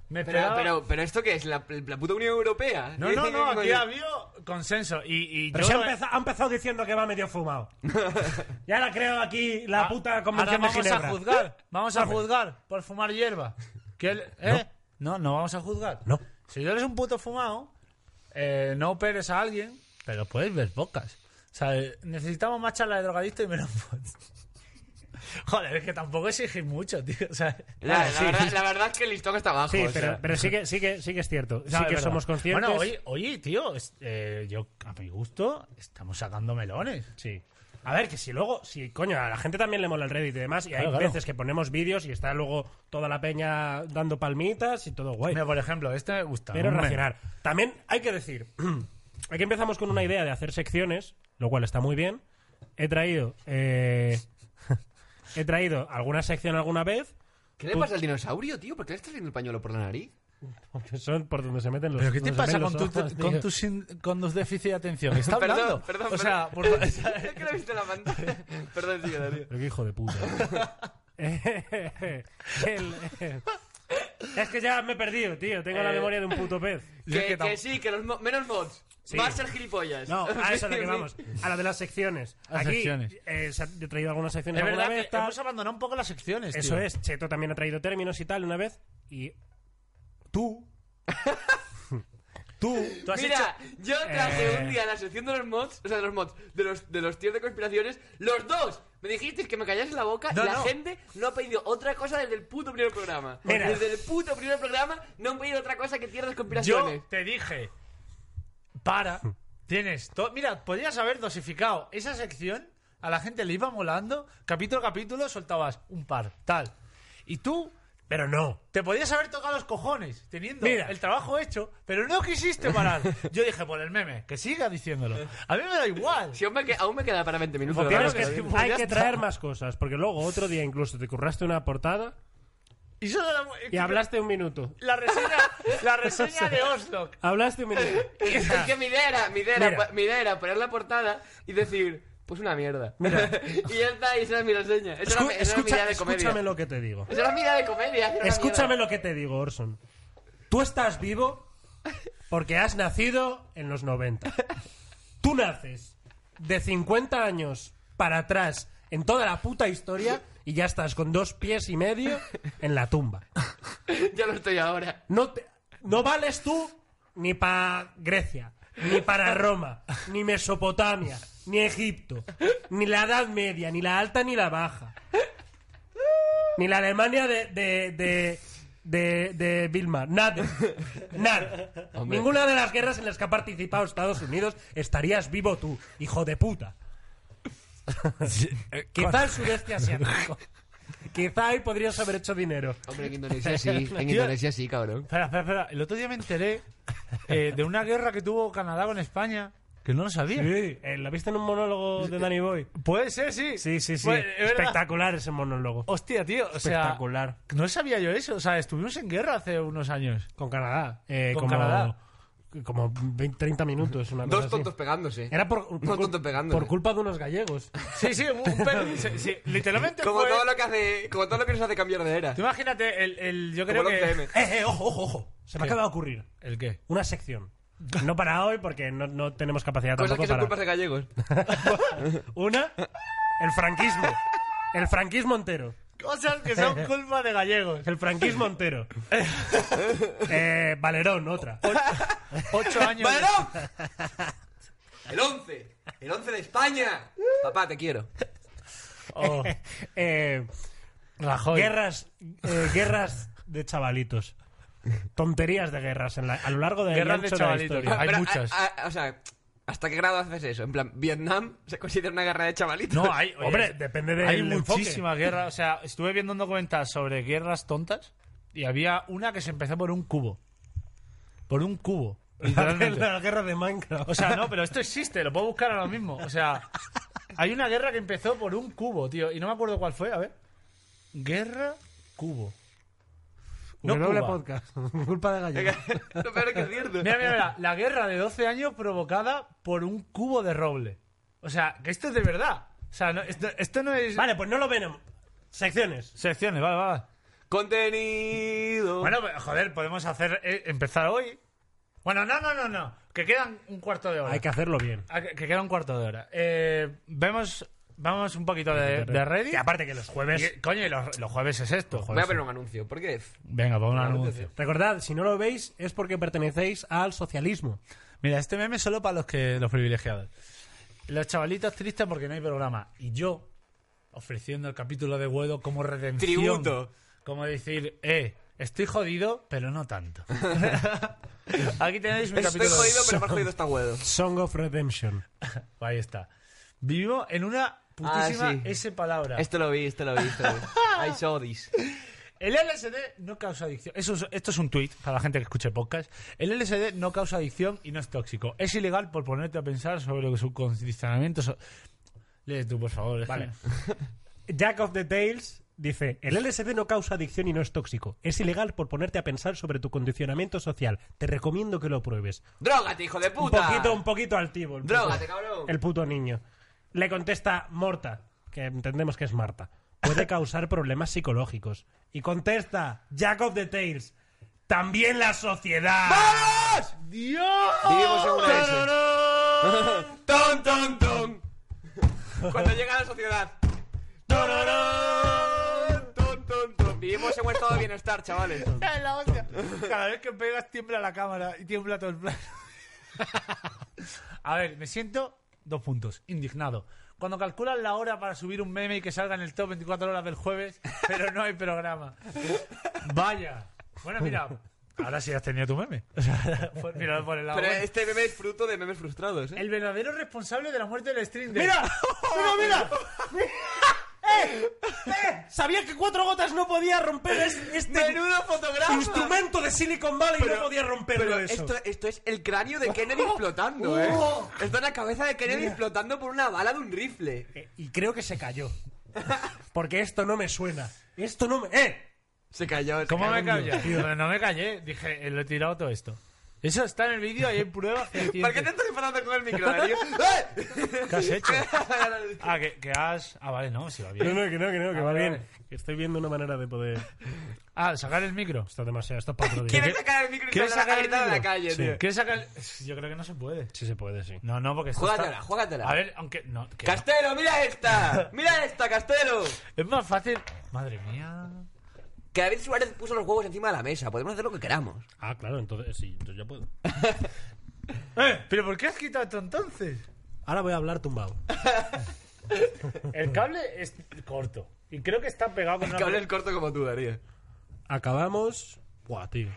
S3: Me
S2: Pero,
S3: esperaba-
S2: pero, pero ¿esto qué es? ¿La, la puta Unión Europea?
S3: No,
S2: *laughs*
S3: no, no, aquí ha habido consenso. Y, y
S1: Pero
S3: yo
S1: se ha,
S3: lo-
S1: empezado, ha empezado diciendo que va medio fumado. *laughs* ya la creo aquí la
S3: Ah,
S1: puta
S3: Ahora
S1: convención de
S3: vamos
S1: Ginebra.
S3: a juzgar. Vamos a
S1: Hombre.
S3: juzgar por fumar hierba. Que el- ¿eh? No. no, vamos a juzgar.
S1: No.
S3: Si tú eres un puto fumado, eh, no operes a alguien, pero puedes ver bocas. O sea, eh, necesitamos más charla de drogadicto y menos podcast. *laughs* Joder, es que tampoco exigís mucho, tío. o sea,
S2: La, la
S3: sí.
S2: verdad, la verdad es que el listón está abajo.
S1: Sí,
S2: o sea.
S1: pero, pero sí, que, sí, que, sí que es cierto.
S3: O sea,
S1: sí
S3: es
S1: que
S3: verdad.
S1: somos conscientes.
S3: Bueno, oye, oye, tío, es- eh, yo a mi gusto estamos sacando melones.
S1: Sí. A ver, que si luego, si coño, a la gente también le mola el Reddit y demás, y hay
S3: Claro, claro.
S1: veces que ponemos vídeos y está luego toda la peña dando palmitas y todo guay.
S3: Mira, por ejemplo, este me gusta.
S1: Pero
S3: hombre.
S1: racionar. También hay que decir, *clears throat* aquí empezamos con una idea de hacer secciones, lo cual está muy bien. He traído, eh, *laughs* he traído alguna sección alguna *laughs* vez.
S2: ¿Qué le
S1: Tú-
S2: pasa al dinosaurio, tío? ¿Por qué le estás viendo el pañuelo por la nariz?
S1: Porque son por donde se meten los.
S3: ¿Pero qué te
S1: donde se
S3: pasa
S1: ven
S3: con,
S1: los
S3: tu,
S1: ojos,
S3: con,
S1: tío.
S3: tu sin- con tus déficit de atención? ¿Está
S2: Perdón,
S3: hablando?
S2: perdón,
S3: o sea, por
S2: perdón.
S3: fa-
S2: *laughs* Es que lo he visto en la
S3: *laughs*
S2: pantalla. Perdón, sigue, Darío.
S1: Pero qué hijo de puta. ¿eh? El- eh, es que ya me he perdido, tío. Tengo la
S2: Eh,
S1: memoria de un puto pez.
S2: Que, que sí, que los mo- menos mods.
S1: Sí.
S2: Más ser gilipollas. *laughs*
S1: No, a eso es lo que vamos. A la de las secciones.
S3: Las
S1: Aquí
S3: secciones.
S1: eh, se ha- he traído algunas secciones
S3: es
S1: alguna
S3: verdad
S1: vez.
S3: que
S1: tal.
S3: hemos abandonado un poco las secciones.
S1: Eso
S3: tío.
S1: es, Cheto también ha traído términos y tal una vez. Y
S2: *laughs*
S1: tú. tú. Tú has
S2: Mira,
S1: hecho.
S2: yo traje
S1: Eh.
S2: un día a la sección de los mods, o sea, de los mods, de los, de los tíos de conspiraciones, los dos. Me dijisteis que me callases la boca
S3: No,
S2: y la
S3: no.
S2: gente no ha pedido otra cosa desde el puto primer programa.
S1: Mira.
S2: Desde el puto primer programa no han pedido otra cosa que tierras conspiraciones.
S3: Yo te dije, para, tienes todo. Mira, podrías haber dosificado esa sección, a la gente le iba molando, capítulo a capítulo soltabas un par, tal. Y tú
S1: Pero no.
S3: te podías haber tocado los cojones teniendo
S1: Mira.
S3: el trabajo hecho, pero no quisiste *laughs* parar. Yo dije, por el meme, que siga diciéndolo. A mí me da igual.
S2: Si aún me, que- aún me queda para 20 minutos.
S1: Tienes
S2: ¿verdad?
S1: que-
S2: Pero-
S1: hay
S3: ya
S1: que
S3: está.
S1: traer más cosas. Porque luego otro día incluso te curraste una portada
S3: Y, solo la,
S1: y hablaste un minuto.
S3: La reseña, la reseña *laughs* de Oslo.
S1: Hablaste un minuto.
S2: Es que mi idea era, mi idea era,
S1: Mira.
S2: mi idea era poner la portada y decir, pues una mierda.
S1: Mira.
S2: y ya está, y esa es mi reseña. Esa era,
S1: Escu-
S2: mi- esa era mi idea
S1: escucha-
S2: de comedia.
S1: escúchame lo que te digo.
S2: Esa era mi idea de comedia. era una
S1: Escúchame
S2: mierda.
S1: lo que te digo, Orson. Tú estás vivo porque has nacido en los 90. Tú naces de 50 años para atrás en toda la puta historia y ya estás con dos pies y medio en la tumba.
S2: ya lo estoy ahora.
S1: No, te- no vales tú ni para Grecia, ni para Roma, ni Mesopotamia, ni Egipto, ni la Edad Media, ni la Alta ni la Baja, ni la Alemania de, de, de, de, de Vilma. Nada. Nada.
S2: Hombre.
S1: Ninguna de las guerras en las que ha participado Estados Unidos estarías vivo tú, hijo de puta. Quizá el sudeste asiático. Quizá ahí podrías haber hecho dinero.
S2: Hombre, en Indonesia sí. En Indonesia sí, cabrón.
S3: Espera, espera, espera. El otro día me enteré eh, de una guerra que tuvo Canadá con España que no lo sabía.
S1: Sí, eh, ¿lo viste en un monólogo de Danny Boy?
S3: Puede ser, sí.
S1: Sí, sí, sí.
S3: Pues, es verdad.
S1: Espectacular ese monólogo.
S3: Hostia, tío. O sea,
S1: Espectacular.
S3: no sabía yo eso. O sea, estuvimos en guerra hace unos años.
S1: Con Canadá. Eh,
S3: Con
S1: como,
S3: Canadá.
S1: Como 20, 30 minutos, una cosa
S2: Dos
S1: así.
S2: tontos pegándose.
S1: Era por, por,
S2: tontos pegándose.
S1: por culpa de unos gallegos.
S3: Sí, sí, un perro. sí, sí, literalmente
S2: Como
S3: fue-
S2: todo lo que hace, como todo lo que nos hace cambiar de era.
S3: Tú imagínate, el, el- yo creo
S2: Como los
S3: que...
S2: PM.
S1: *laughs* ¡Eh, eh, ojo, ojo, ojo! Se me
S3: ¿Qué?
S1: acaba de ocurrir
S3: ¿El qué?
S1: una sección. No para hoy porque no, no tenemos capacidad
S2: Cosas
S1: tampoco
S2: que son
S1: para...
S2: culpas de
S1: *laughs*
S2: gallegos.
S1: Una, el franquismo. El franquismo entero.
S3: Cosas que *laughs* son culpa de gallegos.
S1: El franquismo *laughs* entero. Eh, Valerón, otra.
S3: Ocho años...
S2: ¡Vale, no! ¡El 11! ¡El 11 de España! Papá, te quiero.
S3: Oh,
S1: Eh,
S3: Rajoy.
S1: Guerras, eh, guerras de chavalitos. Tonterías de guerras en la- a lo largo de,
S3: Guerras
S1: y
S3: de
S1: ancho
S3: chavalitos,
S1: la historia.
S3: Hay
S2: Pero, a-
S3: muchas.
S2: a- a- o sea, ¿hasta qué grado haces eso? En plan, Vietnam se considera una guerra de chavalitos.
S3: No, hay... oye,
S1: Hombre, depende del
S3: Hay
S1: enfoque.
S3: muchísimas guerras. O sea, estuve viendo un documental sobre guerras tontas y había una que se empezó por un cubo. Por un *laughs* cubo. *laughs* Literalmente.
S1: La, guerra de Minecraft.
S3: O sea,
S1: *laughs*
S3: no, pero esto existe, lo puedo buscar ahora mismo. O sea, hay una guerra que empezó por un cubo, tío, y no me acuerdo cuál fue, a ver. Guerra cubo. No
S1: doble
S3: Cuba.
S1: podcast. *laughs* Culpa de gallego.
S2: *laughs* Lo peor es que es cierto.
S3: Mira, mira, mira, la guerra de 12 años provocada por un cubo de roble. O sea, que esto es de verdad. O sea, no- esto, esto no es...
S1: Vale, pues no lo ven. Secciones.
S3: Secciones, vale, vale.
S2: Contenido.
S3: Bueno, pues, joder, podemos hacer eh, empezar hoy. Bueno, no, no, no, no. Que quedan un cuarto de hora.
S1: Hay que hacerlo bien.
S3: Ah, que- que queda un cuarto de hora. Eh, vemos, vamos un poquito de, de Reddit.
S1: Que aparte que los jueves-
S3: Y- coño, y los, los jueves es esto.
S2: Voy a poner un anuncio. ¿Por qué?
S3: Venga, pon un anuncio.
S1: Recordad, si no lo veis, es porque pertenecéis al socialismo.
S3: Mira, este meme es solo para los que los privilegiados. Los chavalitos tristes porque no hay programa. Y yo, ofreciendo el capítulo de Guedo como redención.
S2: Tributo.
S3: Como decir, eh, estoy jodido, pero no
S2: *laughs*
S3: tanto. Aquí tenéis mi
S2: Estoy
S3: capítulo. de-
S2: jodido, pero más jodido está huevo.
S1: Song of Redemption.
S3: Ahí está. Vivo en una putísima
S2: Ah, sí.
S3: S palabra.
S2: Esto lo vi, esto lo vi, esto *laughs* lo vi. I saw this.
S3: El LSD no causa adicción. Eso es- esto es un tuit para la gente que escuche podcast. El LSD no causa adicción y no es tóxico. Es ilegal por ponerte a pensar sobre lo que su condicionamiento. so- Lee tú, por favor.
S1: Vale. Jack of the Tales dice: El LSD no causa adicción y no es tóxico. Es ilegal por ponerte a pensar sobre tu condicionamiento social. Te recomiendo que lo pruebes.
S2: ¡Drógate, hijo de
S1: Un
S2: puta!
S1: poquito, un poquito altivo. El puto,
S2: Drógate, cabrón.
S1: el puto niño. Le contesta Morta, que entendemos que es Marta.
S2: *laughs*
S1: Puede causar problemas psicológicos. Y contesta Jack of the Tales. También la sociedad.
S3: ¡Dios!
S2: Vivimos en una S. *laughs* ¡Ton, ton, ton! Cuando llega a la sociedad. ¡Tororón! ¡Ton, ton, ton! Vivimos en un estado de bienestar, chavales.
S3: Cada vez que pegas tiembla la cámara y tiembla todo el plano. *laughs* a ver, me siento dos puntos. Indignado. Cuando calculan la hora para subir un meme y que salga en el top 24 horas del jueves, pero no hay programa. Vaya. Bueno, mira. Ahora sí has tenido tu meme. *laughs* O sea, pues míralo por el lado.
S2: Pero
S3: bueno.
S2: este meme es fruto de memes frustrados, ¿eh?
S3: El verdadero responsable de la muerte del stream.
S2: *laughs*
S1: ¡Mira! ¡Mira, mira! *laughs* ¡Eh! ¡Eh! Sabía que cuatro gotas no podía romper es- este
S2: ¡Menudo fotograma!
S1: instrumento de Silicon Valley
S2: Pero-
S1: no podía romperlo
S2: Pero
S1: eso. Oh,
S2: esto, esto es el cráneo de
S1: *laughs*
S2: Kennedy explotando, ¿eh? Esto es la cabeza de Kennedy explotando por una bala de un rifle.
S1: Eh, Y creo que se cayó. Porque esto no me suena. Esto no me. ¡Eh!
S2: Se cayó. se
S3: ¿Cómo
S2: cayó.
S3: me callé?
S1: tío.
S3: No me callé. Dije, eh, lo he tirado todo esto. Eso está en el vídeo y hay
S1: *laughs*
S3: pruebas.
S2: ¿Por qué te
S3: fehacientes.
S2: estás disparando con el micro,
S3: *laughs*
S2: Darío? ¡Eh!
S3: ¿Qué has hecho? Ah, que, que has... Ah, vale, no, si va
S1: No,
S3: bien.
S1: no, que no, que no, que
S3: Ah,
S1: va
S3: vale,
S1: bien.
S3: vale.
S1: Que Estoy viendo una manera de poder.
S3: Ah, sacar el micro.
S1: Esto es demasiado, esto es para otro día.
S2: ¿Quieres sacar el micro y
S3: ¿Quieres
S2: sacar
S3: sacar
S2: a
S3: el
S2: gritar a la
S3: micro?
S2: calle,
S1: Sí.
S2: tío?
S3: ¿Quieres sacar el- Yo creo que no se puede.
S1: Sí se puede, sí.
S3: No, no, porque... esto
S2: Júgatela,
S3: está-
S2: júgatela.
S3: A ver, aunque... No, que-
S2: *laughs* ¡Castelo, mira esta! ¡Mira esta, Castelo!
S3: Es más fácil... Madre mía...
S2: Que David Suárez puso los huevos encima de la mesa. Podemos hacer lo que queramos.
S1: Ah, claro, entonces sí, entonces ya puedo.
S3: Eh, ¿Pero por qué has quitado esto entonces?
S1: Ahora voy a hablar tumbado.
S3: El cable es corto. Y creo que está pegado con
S2: Que hables corto como tú, Darío.
S1: Acabamos. Buah, tío.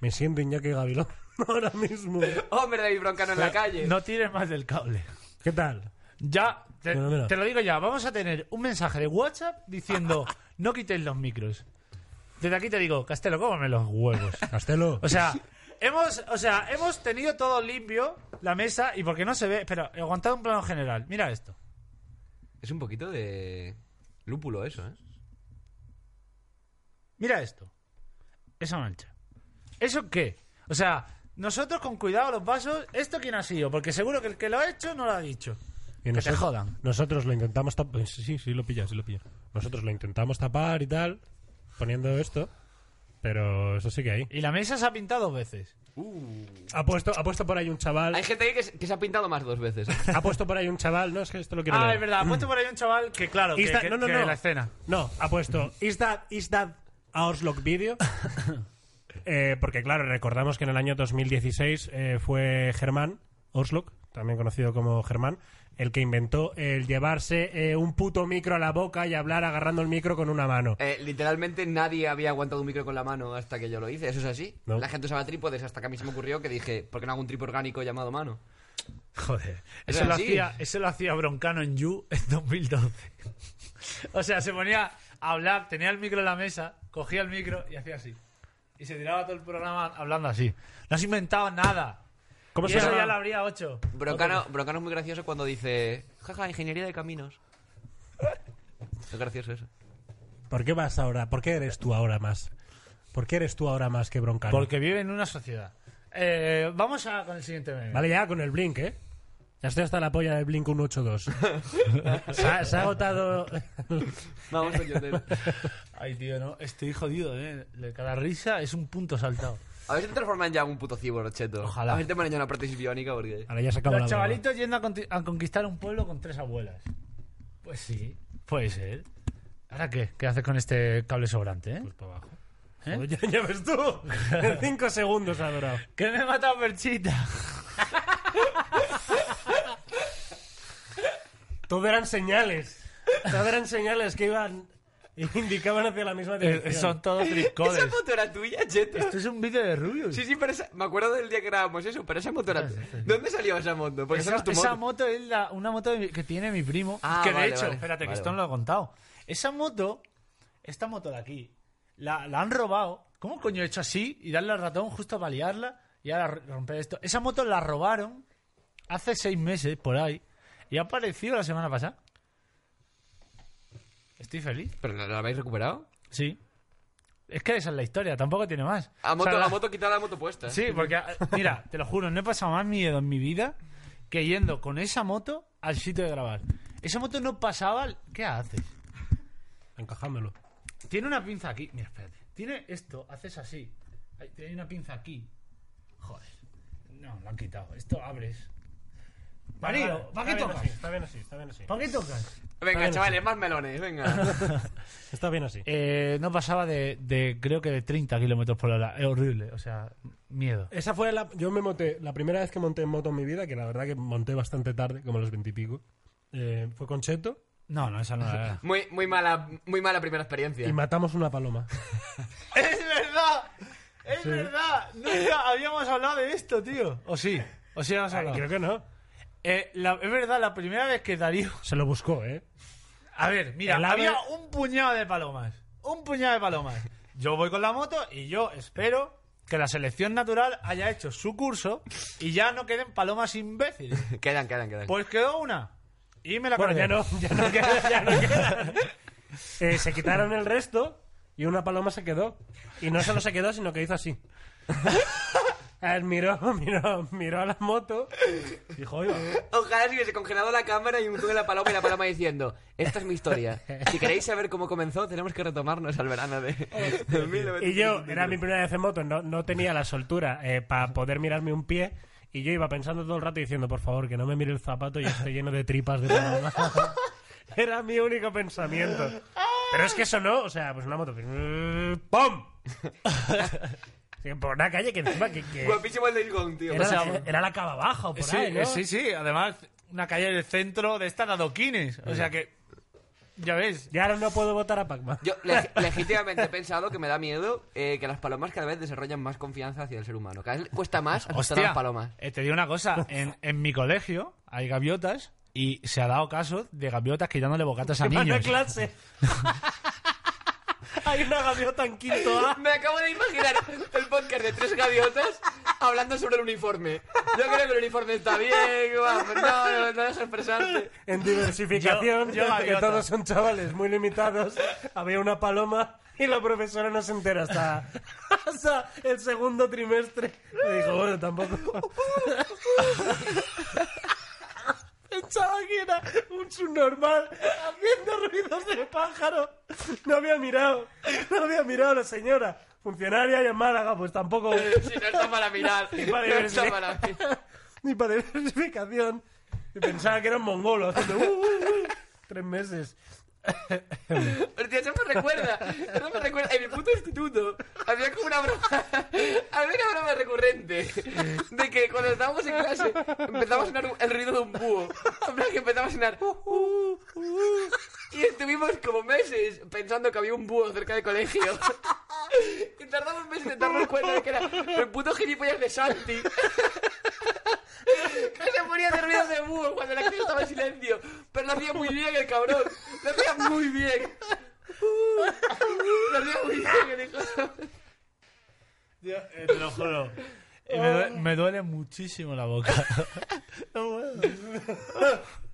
S1: Me siento Iñaki Gabilón *laughs* ahora mismo.
S2: Hombre, David Broncano en la calle.
S3: No tires más del cable.
S1: ¿Qué tal?
S3: Ya, te,
S1: Mira, mira.
S3: te lo digo ya. Vamos a tener un mensaje de WhatsApp
S1: *laughs*
S3: diciendo no quitéis los micros. Desde aquí te digo, Castelo, cómame los huevos.
S1: Castelo.
S3: O
S1: *laughs*
S3: sea, hemos, o sea, hemos tenido todo limpio la mesa y porque no se ve. Pero aguantad un plano general. Mira esto.
S2: Es un poquito de... Lúpulo eso, ¿eh?
S3: Mira esto. Esa mancha. ¿Eso qué? O sea, nosotros con cuidado los vasos. ¿Esto quién ha sido? Porque seguro que el que lo ha hecho no lo ha dicho.
S1: Y
S3: Que te
S1: nosotros-
S3: jodan.
S1: Nosotros lo intentamos tapar. Sí, sí, sí, lo pilla, sí lo pilla. Nosotros lo intentamos tapar y tal, poniendo esto. Pero eso sigue ahí.
S3: Y la mesa se ha pintado dos veces.
S1: Ha puesto, ha puesto por ahí un chaval.
S2: Hay gente ahí que se, que se ha pintado más dos veces. ¿eh?
S1: Ha puesto por ahí un chaval. No, es que esto lo quiero
S3: Ah,
S1: leer.
S3: es verdad. Ha puesto por ahí un chaval que, claro, que,
S1: Is that-
S3: que-
S1: no, no,
S3: que
S1: no.
S3: la escena.
S1: No, ha puesto. Is that, is that
S3: *laughs*
S1: Auslog Video? Eh, porque, claro, recordamos que en el año 2016 eh, fue Germán Auslog, también conocido como Germán, el que inventó el llevarse eh, un puto micro a la boca y hablar agarrando el micro con una mano.
S2: *laughs* Eh, literalmente nadie había aguantado un micro con la mano hasta que yo lo hice. Eso es así.
S1: No.
S2: La gente usaba trípodes hasta que a mí se me ocurrió que dije, ¿por qué no hago un trípode orgánico llamado mano?
S3: *laughs* Joder,
S2: Es
S3: eso lo,
S2: así.
S3: hacía, eso lo hacía Broncano en You en *laughs* 2012. o sea, se ponía a hablar, tenía el micro en la mesa, cogía el micro y hacía así. Y se tiraba todo el programa hablando así. No has inventado nada.
S1: ¿Cómo
S3: y
S1: se
S3: eso
S1: llama?
S3: ya lo habría ocho.
S2: Broncano, Broncano es muy gracioso cuando dice, jaja, ingeniería de caminos. Es gracioso eso.
S1: ¿Por qué vas ahora? ¿Por qué eres tú ahora más? ¿Por qué eres tú ahora más que Broncano?
S3: Porque vive en una sociedad. Eh, vamos a con el siguiente meme.
S1: Vale, ya con el blink, ¿eh? Ya estoy hasta la polla de Blink 182. se, ha, se ha agotado. *laughs*
S2: Vamos a llorar.
S3: Ay, tío, no. Estoy jodido, ¿eh? De cada risa es un punto saltado.
S2: A ver si te transforman ya en un puto cyborg, cheto.
S3: Ojalá.
S2: A ver si te ponen ya una prótesis biónica porque...
S1: Ahora ya se acabó
S3: Los
S1: la broma.
S3: chavalitos yendo a, conti- a conquistar un pueblo con tres abuelas. Pues sí, puede ser. ¿Ahora qué? ¿Qué haces con este cable sobrante, eh? Pues para abajo.
S1: Joder, Ya, ya ves tú. En 5 segundos ha durado.
S3: ¡Que me he matado Perchita!
S1: Todo eran señales. Todo eran señales que iban. indicaban hacia la misma
S3: Eh,
S1: dirección.
S3: eh, son todos
S2: ¿Esa
S3: triscoles.
S2: foto era tuya, Cheto?
S3: Esto es un vídeo de Rubius.
S2: Sí, sí, pero esa- me acuerdo del día que grabamos eso, pero esa moto era tuya. ¿Dónde salió esa moto? Porque
S3: Esa,
S2: esa, no es tu
S3: esa
S2: moto.
S3: moto es la- una moto de mi- que tiene mi primo.
S2: Ah,
S3: que
S2: vale,
S3: de hecho,
S2: vale.
S3: espérate, que
S2: Vale,
S3: esto no lo he contado. Esa moto, esta moto de aquí, la, la han robado. ¿Cómo coño he hecho así y darle al ratón justo para liarla y ahora r- romper esto? Esa moto la robaron hace seis meses por ahí y ha aparecido la semana pasada. Estoy feliz.
S2: ¿Pero la, la habéis recuperado?
S3: Sí. Es que esa es la historia, tampoco tiene más.
S2: A
S3: O
S2: Ah, moto,
S3: sea, la-
S2: a moto, quita la moto puesta.
S3: Sí, porque, ah, mira, te lo juro, no he pasado más miedo en mi vida que yendo con esa moto al sitio de grabar. Esa moto no pasaba. al- ¿Qué haces?
S1: Encajámelo.
S3: Tiene una pinza aquí. Mira, espérate. Tiene esto, haces así. Hay, hay una pinza aquí. Joder. No, lo han quitado. Esto abres. Marido, ¿para qué
S1: Está bien así,
S3: tocas?
S1: Está bien así, está bien así.
S3: ¿Para qué tocas?
S2: Venga,
S3: Vale,
S2: chavales, más melones,
S3: *laughs*
S2: venga.
S1: Está bien así.
S3: Eh, no pasaba de, de, creo que de 30 kilómetros por hora. Es horrible, o sea, miedo.
S1: Esa fue la. Yo me monté. La primera vez que monté en moto en mi vida, que la verdad que monté bastante tarde, como a los veintipico, eh, fue con Cheto
S3: No, no, esa no *laughs* era.
S2: Muy, muy, mala, muy mala primera experiencia.
S1: y matamos una paloma.
S3: ¡Es verdad! ¡Es
S1: Sí.
S3: verdad! Nunca habíamos hablado de esto, tío. Ah, ¿O sí? ¿O sí habíamos hablado?
S1: Creo que no.
S3: Eh, la- es verdad, la primera vez que Darío...
S1: Se lo buscó, ¿eh?
S3: A ver, mira,
S1: El ave-
S3: había un puñado de palomas. Un puñado de palomas. Yo voy con la moto y yo espero que la selección natural haya hecho su curso y ya no queden palomas imbéciles.
S2: Quedan, quedan, quedan.
S3: Pues quedó una. Y me la
S1: Bueno,
S3: cargué.
S1: ya no, ya no queda- ya no queda. Eh, se quitaron el resto y una paloma se quedó. Y no solo se quedó, sino que hizo así. A ver, miró, miró, miró a la moto. Dijo, oiga,
S2: Ojalá se hubiese congelado la cámara y un tuve la paloma y la paloma diciendo Esta es mi historia. Si queréis saber cómo comenzó, tenemos que retomarnos al verano de... de 1900".
S1: Y yo, era mi primera vez en moto, no, no tenía la soltura para poder mirarme un pie. Y yo iba pensando todo el rato diciendo, por favor, que no me mire el zapato y esté lleno de tripas de paloma. *laughs* era mi único pensamiento. Pero es que eso no, o sea, pues una moto. pues, mm, ¡Pum! *laughs* Sí, por una calle que encima que. que
S2: Guapísimo el del Gong, tío. Pues,
S1: era,
S2: O sea,
S1: la, era la cava baja o por
S3: pues Sí,
S1: ahí, ¿no?
S3: eh, sí, sí. Además, una calle del centro de estas de adoquines. O sea que... Ya ves.
S1: Y ahora no puedo votar a Pac-Man. *laughs*
S2: Yo leg- legítimamente he pensado que me da miedo eh, que las palomas cada vez desarrollan más confianza hacia el ser humano. Cada vez cuesta más asustar a las Pues palomas.
S3: eh, te digo una
S2: *laughs*
S3: cosa. En, en mi colegio hay gaviotas y se ha dado casos de gaviotas quitándole bocatas
S2: *laughs*
S3: a
S1: Que van a
S3: niños.
S1: clase.
S3: *laughs*
S1: Hay una gaviota en quinto A.
S2: Me acabo de imaginar el podcast de tres gaviotas hablando sobre el uniforme. Yo creo que el uniforme está bien, guapo, no, no, no es expresante.
S1: En diversificación,
S3: Yo- yo
S1: que
S3: gaviota.
S1: todos son chavales muy limitados, había una paloma y la profesora no se entera hasta, *laughs* hasta el segundo trimestre. Me dijo, bueno, tampoco. *laughs* Pensaba que era un subnormal haciendo ruidos de pájaro. No había mirado, no había mirado a la señora. Funcionaria y en Málaga, pues tampoco.
S2: Si no está para mirar, no *laughs*
S1: para
S2: está
S1: diversi-
S2: para mirar.
S1: *laughs* ni para diversificación. Y pensaba que era un mongolo haciendo. "Uh, uh, uh". tres meses.
S2: Hostia, eso me recuerda. Eso me recuerda. En el puto instituto había como una broma. *laughs* Había una broma recurrente. De que cuando estábamos en clase empezaba a sonar un- el ruido de un búho. En plan que empezaba a sonar. "Uh, uh, uh". Y estuvimos como meses pensando que había un búho cerca del colegio. *laughs* Y tardamos meses en darnos cuenta de que era el puto gilipollas de Santi. *laughs* Que se ponía de ruido de búho cuando la clase estaba en silencio. Pero lo hacía muy bien el cabrón. Lo hacía muy bien. *laughs* Lo hacía muy bien el hijo.
S3: eh, te lo juro. Y me, duele, me duele muchísimo la
S2: *laughs*
S3: boca.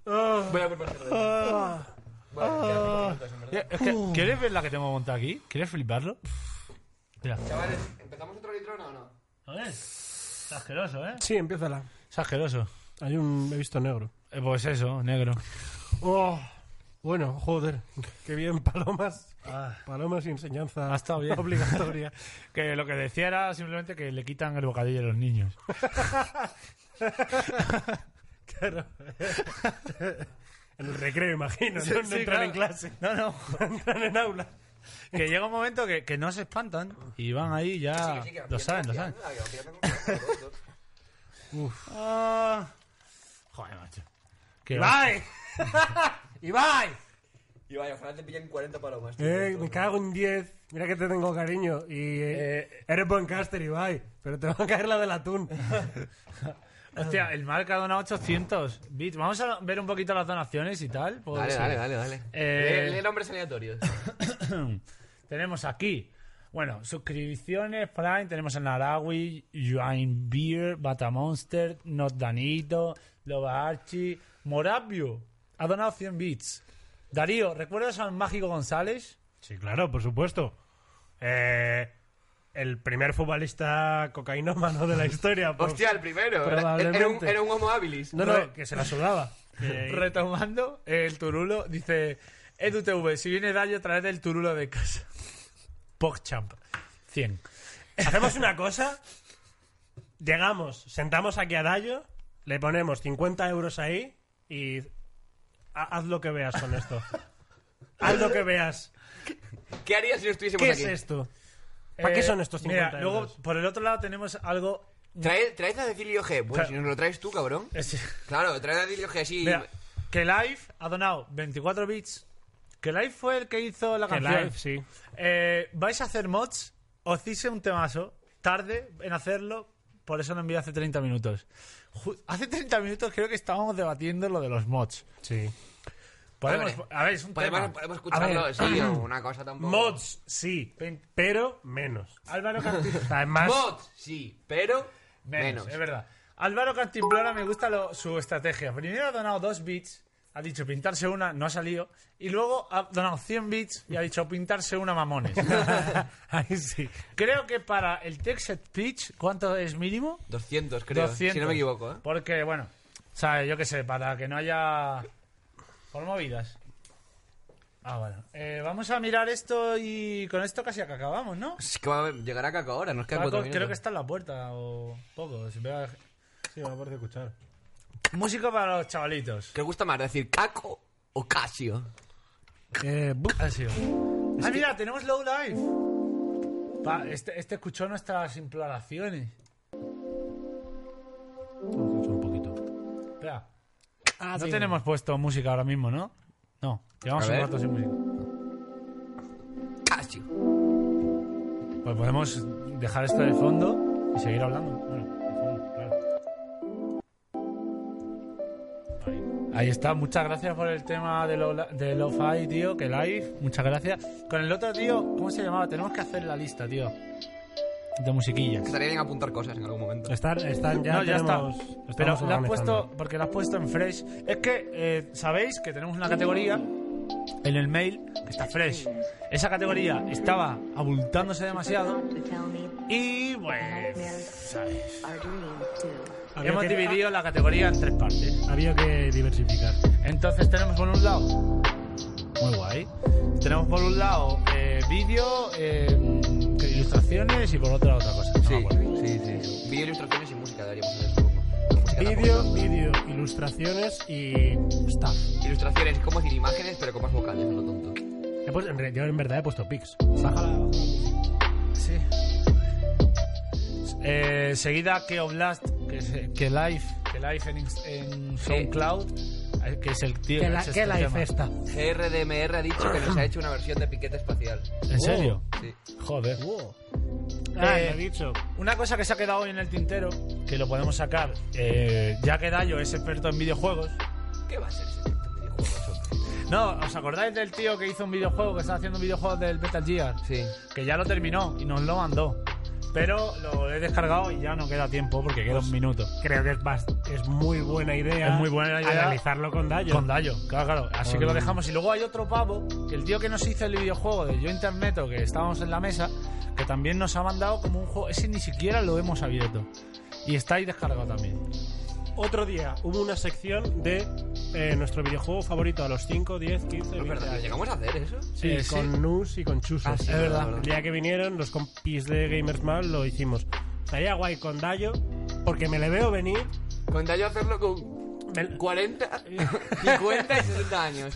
S2: Voy a
S3: *laughs*
S2: preparar
S3: Es que, ¿Quieres ver la que tengo montada aquí? ¿Quieres fliparlo? Mira.
S2: Chavales, ¿empezamos otro litrona o no?
S3: Es asqueroso, ¿eh?
S1: Sí, empiézala.
S3: Es asqueroso.
S1: Hay un. He visto negro.
S3: pues eso, negro.
S1: Oh, bueno, joder. Qué bien, *laughs* Palomas. Palomas y enseñanza obligatoria.
S3: que lo que decía era simplemente que le quitan el bocadillo a los niños.
S1: Claro. *laughs* En el recreo, imagino.
S3: Sí,
S1: no, No
S3: sí,
S1: entran
S3: claro.
S1: en clase.
S3: No, no.
S1: *laughs* entran en aula.
S3: Que llega un momento que, que no se espantan y van ahí ya.
S1: Sí, que sí, que
S3: lo saben, lo saben. *laughs* Uf. Ah, joder, macho. Qué
S1: ¡Ibai! ¡Ibai!
S2: Y vaya, ojalá te pillen 40 palomas. tío.
S1: Eh, me cago en 10. Mira que te tengo cariño. Y eh, eres podcaster, Ibai. Pero te va a caer la del *laughs* atún.
S3: Hostia, el Marca dona 800 bits. Vamos a ver un poquito las donaciones y tal. pues,
S12: Dale,
S3: sí.
S12: dale, dale, dale.
S3: Eh,
S12: Lee- lee nombres aleatorios.
S3: tenemos aquí. Bueno, suscripciones, Prime, tenemos a Narawi, Join Beer, Batamonster, Not Danito, Loba Archie, Morabio, ha donado 100 bits. Darío, ¿recuerdas al Mágico González?
S1: Sí, claro, por supuesto. Eh, el primer futbolista cocainómano de la historia. pues,
S2: Hostia, el primero. Era, era un, era un homo habilis.
S1: No, no, que se la sudaba. *laughs* Que-
S3: *laughs* Retomando, eh, el Turulo dice: EduTV, si viene Dayo, traed el Turulo de casa. PogChamp, 100.
S1: Hacemos una cosa. Llegamos, sentamos aquí a Dayo, le ponemos 50 euros ahí y ha- haz lo que veas con esto. haz lo que veas.
S2: ¿Qué harías si no estuviésemos
S1: ¿Qué
S2: aquí?
S1: es esto? ¿Para qué
S3: Eh,
S1: son estos 50
S3: mira,
S1: euros?
S3: Luego, por el otro lado, tenemos algo.
S2: Traed, traed a Decilio G. Bueno,
S3: Tra-
S2: si nos lo traes tú, cabrón. Claro, traed a Decilio G, sí.
S3: Mira, que Live ha donado 24 bits. Que Live fue el que hizo la
S1: Que
S3: canción.
S1: Live, sí.
S3: Eh, ¿Vais a hacer mods? Os hice un temazo. Tarde en hacerlo. Por eso lo envié hace 30 minutos. Ju- hace 30 minutos creo que estábamos debatiendo lo de los mods.
S1: Sí.
S3: Podemos,
S2: Hombre,
S3: a ver, es un
S2: podemos-
S3: tema.
S2: podemos
S3: A ver,
S2: escucharlo,
S3: *clears throat*
S2: sí, o una cosa tampoco.
S1: Mods, sí, pero menos.
S3: Álvaro
S2: *laughs*
S3: Cantimplora.
S1: Además,
S2: Mods, sí, pero
S3: Menos,
S2: menos.
S3: es verdad. Álvaro Cantimplora me gusta lo- su estrategia. Primero ha donado dos bits, ha dicho pintarse una, no ha salido. Y luego ha donado 100 bits y ha dicho pintarse una
S2: *laughs*
S3: mamones.
S1: ahí sí.
S3: Creo que para el text speech, ¿cuánto es mínimo?
S2: 200, creo.
S3: 200.
S2: Si no me equivoco, ¿eh?
S3: Porque, bueno, ¿sabes? Yo qué sé, para que no haya. Por movidas. Ah, bueno. Eh, vamos a mirar esto y con esto casi que acabamos, ¿no?
S2: Es que va a llegar a Caco ahora, nos quedan
S3: Paco,
S2: cuatro
S3: creo que
S2: minutos.
S3: está en la puerta o poco. si vea-
S1: Sí, me parece escuchar.
S3: Música para los chavalitos.
S2: ¿Qué gusta más, decir Caco o Casio?
S1: Eh, bu-
S3: Ha sido. Ah, mira, tenemos Low Life. Pa- este, este escuchó nuestras imploraciones.
S1: un poquito. Ah,
S3: Espera. no tenemos puesto música ahora mismo, ¿no? No, llevamos
S2: A
S3: un
S2: ver.
S3: rato sin música.
S2: Casio.
S3: Pues podemos dejar esto de fondo y seguir hablando. Bueno, de fondo, claro. Ahí. Ahí está, muchas gracias por el tema de lo de Lo-Fi, tío, que live, muchas gracias. Con el otro tío, ¿cómo se llamaba? Tenemos que hacer la lista, tío. De musiquillas.
S2: Estaría bien apuntar cosas en
S3: Eh.
S2: algún momento.
S1: Están, están ya,
S3: no, ya está.
S1: tenemos- estamos
S3: Pero la has
S1: organizando.
S3: puesto, porque la has puesto en Fresh. Es que eh, sabéis que tenemos una categoría en el mail que está Fresh. Esa categoría estaba abultándose demasiado y, pues, ¿sabéis?
S1: Había
S3: Hemos
S1: que-
S3: dividido la categoría en tres partes.
S1: Había que diversificar.
S3: Entonces tenemos por un lado... Muy guay. Tenemos por un lado eh, vídeo, eh, ilustraciones y por otro otra cosa. No me
S2: Sí,
S3: acuerdo.
S2: sí, sí, sí. Vídeo, ilustraciones y música deberíamos hacer, supongo. Música
S1: Vídeo,
S2: tampoco.
S1: vídeo, ilustraciones y staff.
S2: Ilustraciones, es como decir imágenes, pero con más vocales, no lo tonto.
S1: He puesto- en re- yo en verdad he puesto pics.
S3: Sí. Eh, seguida que Oblast, que, es, eh, que Live, que Live en, Inst- en SoundCloud, eh, que es el tío
S1: ¿Qué,
S3: que
S1: la,
S3: ha hecho
S1: qué
S3: este
S1: life
S3: tema.
S1: esta?
S2: GRDMR ha dicho que nos ha hecho una versión de piquete espacial.
S3: ¿En serio?
S2: Sí.
S3: Joder.
S1: Ah,
S3: Eh,
S1: lo he dicho.
S3: Una cosa que se ha quedado hoy en el tintero, que lo podemos sacar, eh, ya que Dayo es experto en videojuegos.
S2: ¿Qué va a ser ese tipo de videojuegos, hombre?
S3: No, ¿os acordáis del tío que hizo un videojuego, que está haciendo un videojuego del Metal Gear?
S2: Sí.
S3: Que ya lo terminó y nos lo mandó. Pero lo he descargado y ya no queda tiempo porque queda un minuto.
S1: Creo que es, bast- es muy buena idea.
S3: Es muy buena idea.
S1: Analizarlo con Dayo.
S3: Con Dayo, claro, claro. Así
S1: Con-
S3: que lo dejamos. Y luego hay otro pavo, que el tío que nos hizo el videojuego de Yo Interneto, que estábamos en la mesa, que también nos ha mandado como un juego. Ese ni siquiera lo hemos abierto. Y está ahí descargado también.
S1: otro día hubo una sección de eh, nuestro videojuego favorito a los 5, 10, 15,
S8: Es
S1: 20
S8: verdad,
S1: años.
S8: ¿llegamos a hacer eso?
S1: Sí,
S8: Eh, sí.
S1: con Nus y con Chuso.
S8: Ah, sí,
S1: es
S8: verdad,
S1: verdad.
S8: verdad.
S1: El día que vinieron, los compis de Gamers Mal lo hicimos. Estaría guay con Dayo, porque me le veo venir.
S8: Con Dayo hacerlo con
S3: *laughs*
S8: 40, 50 y 60 años.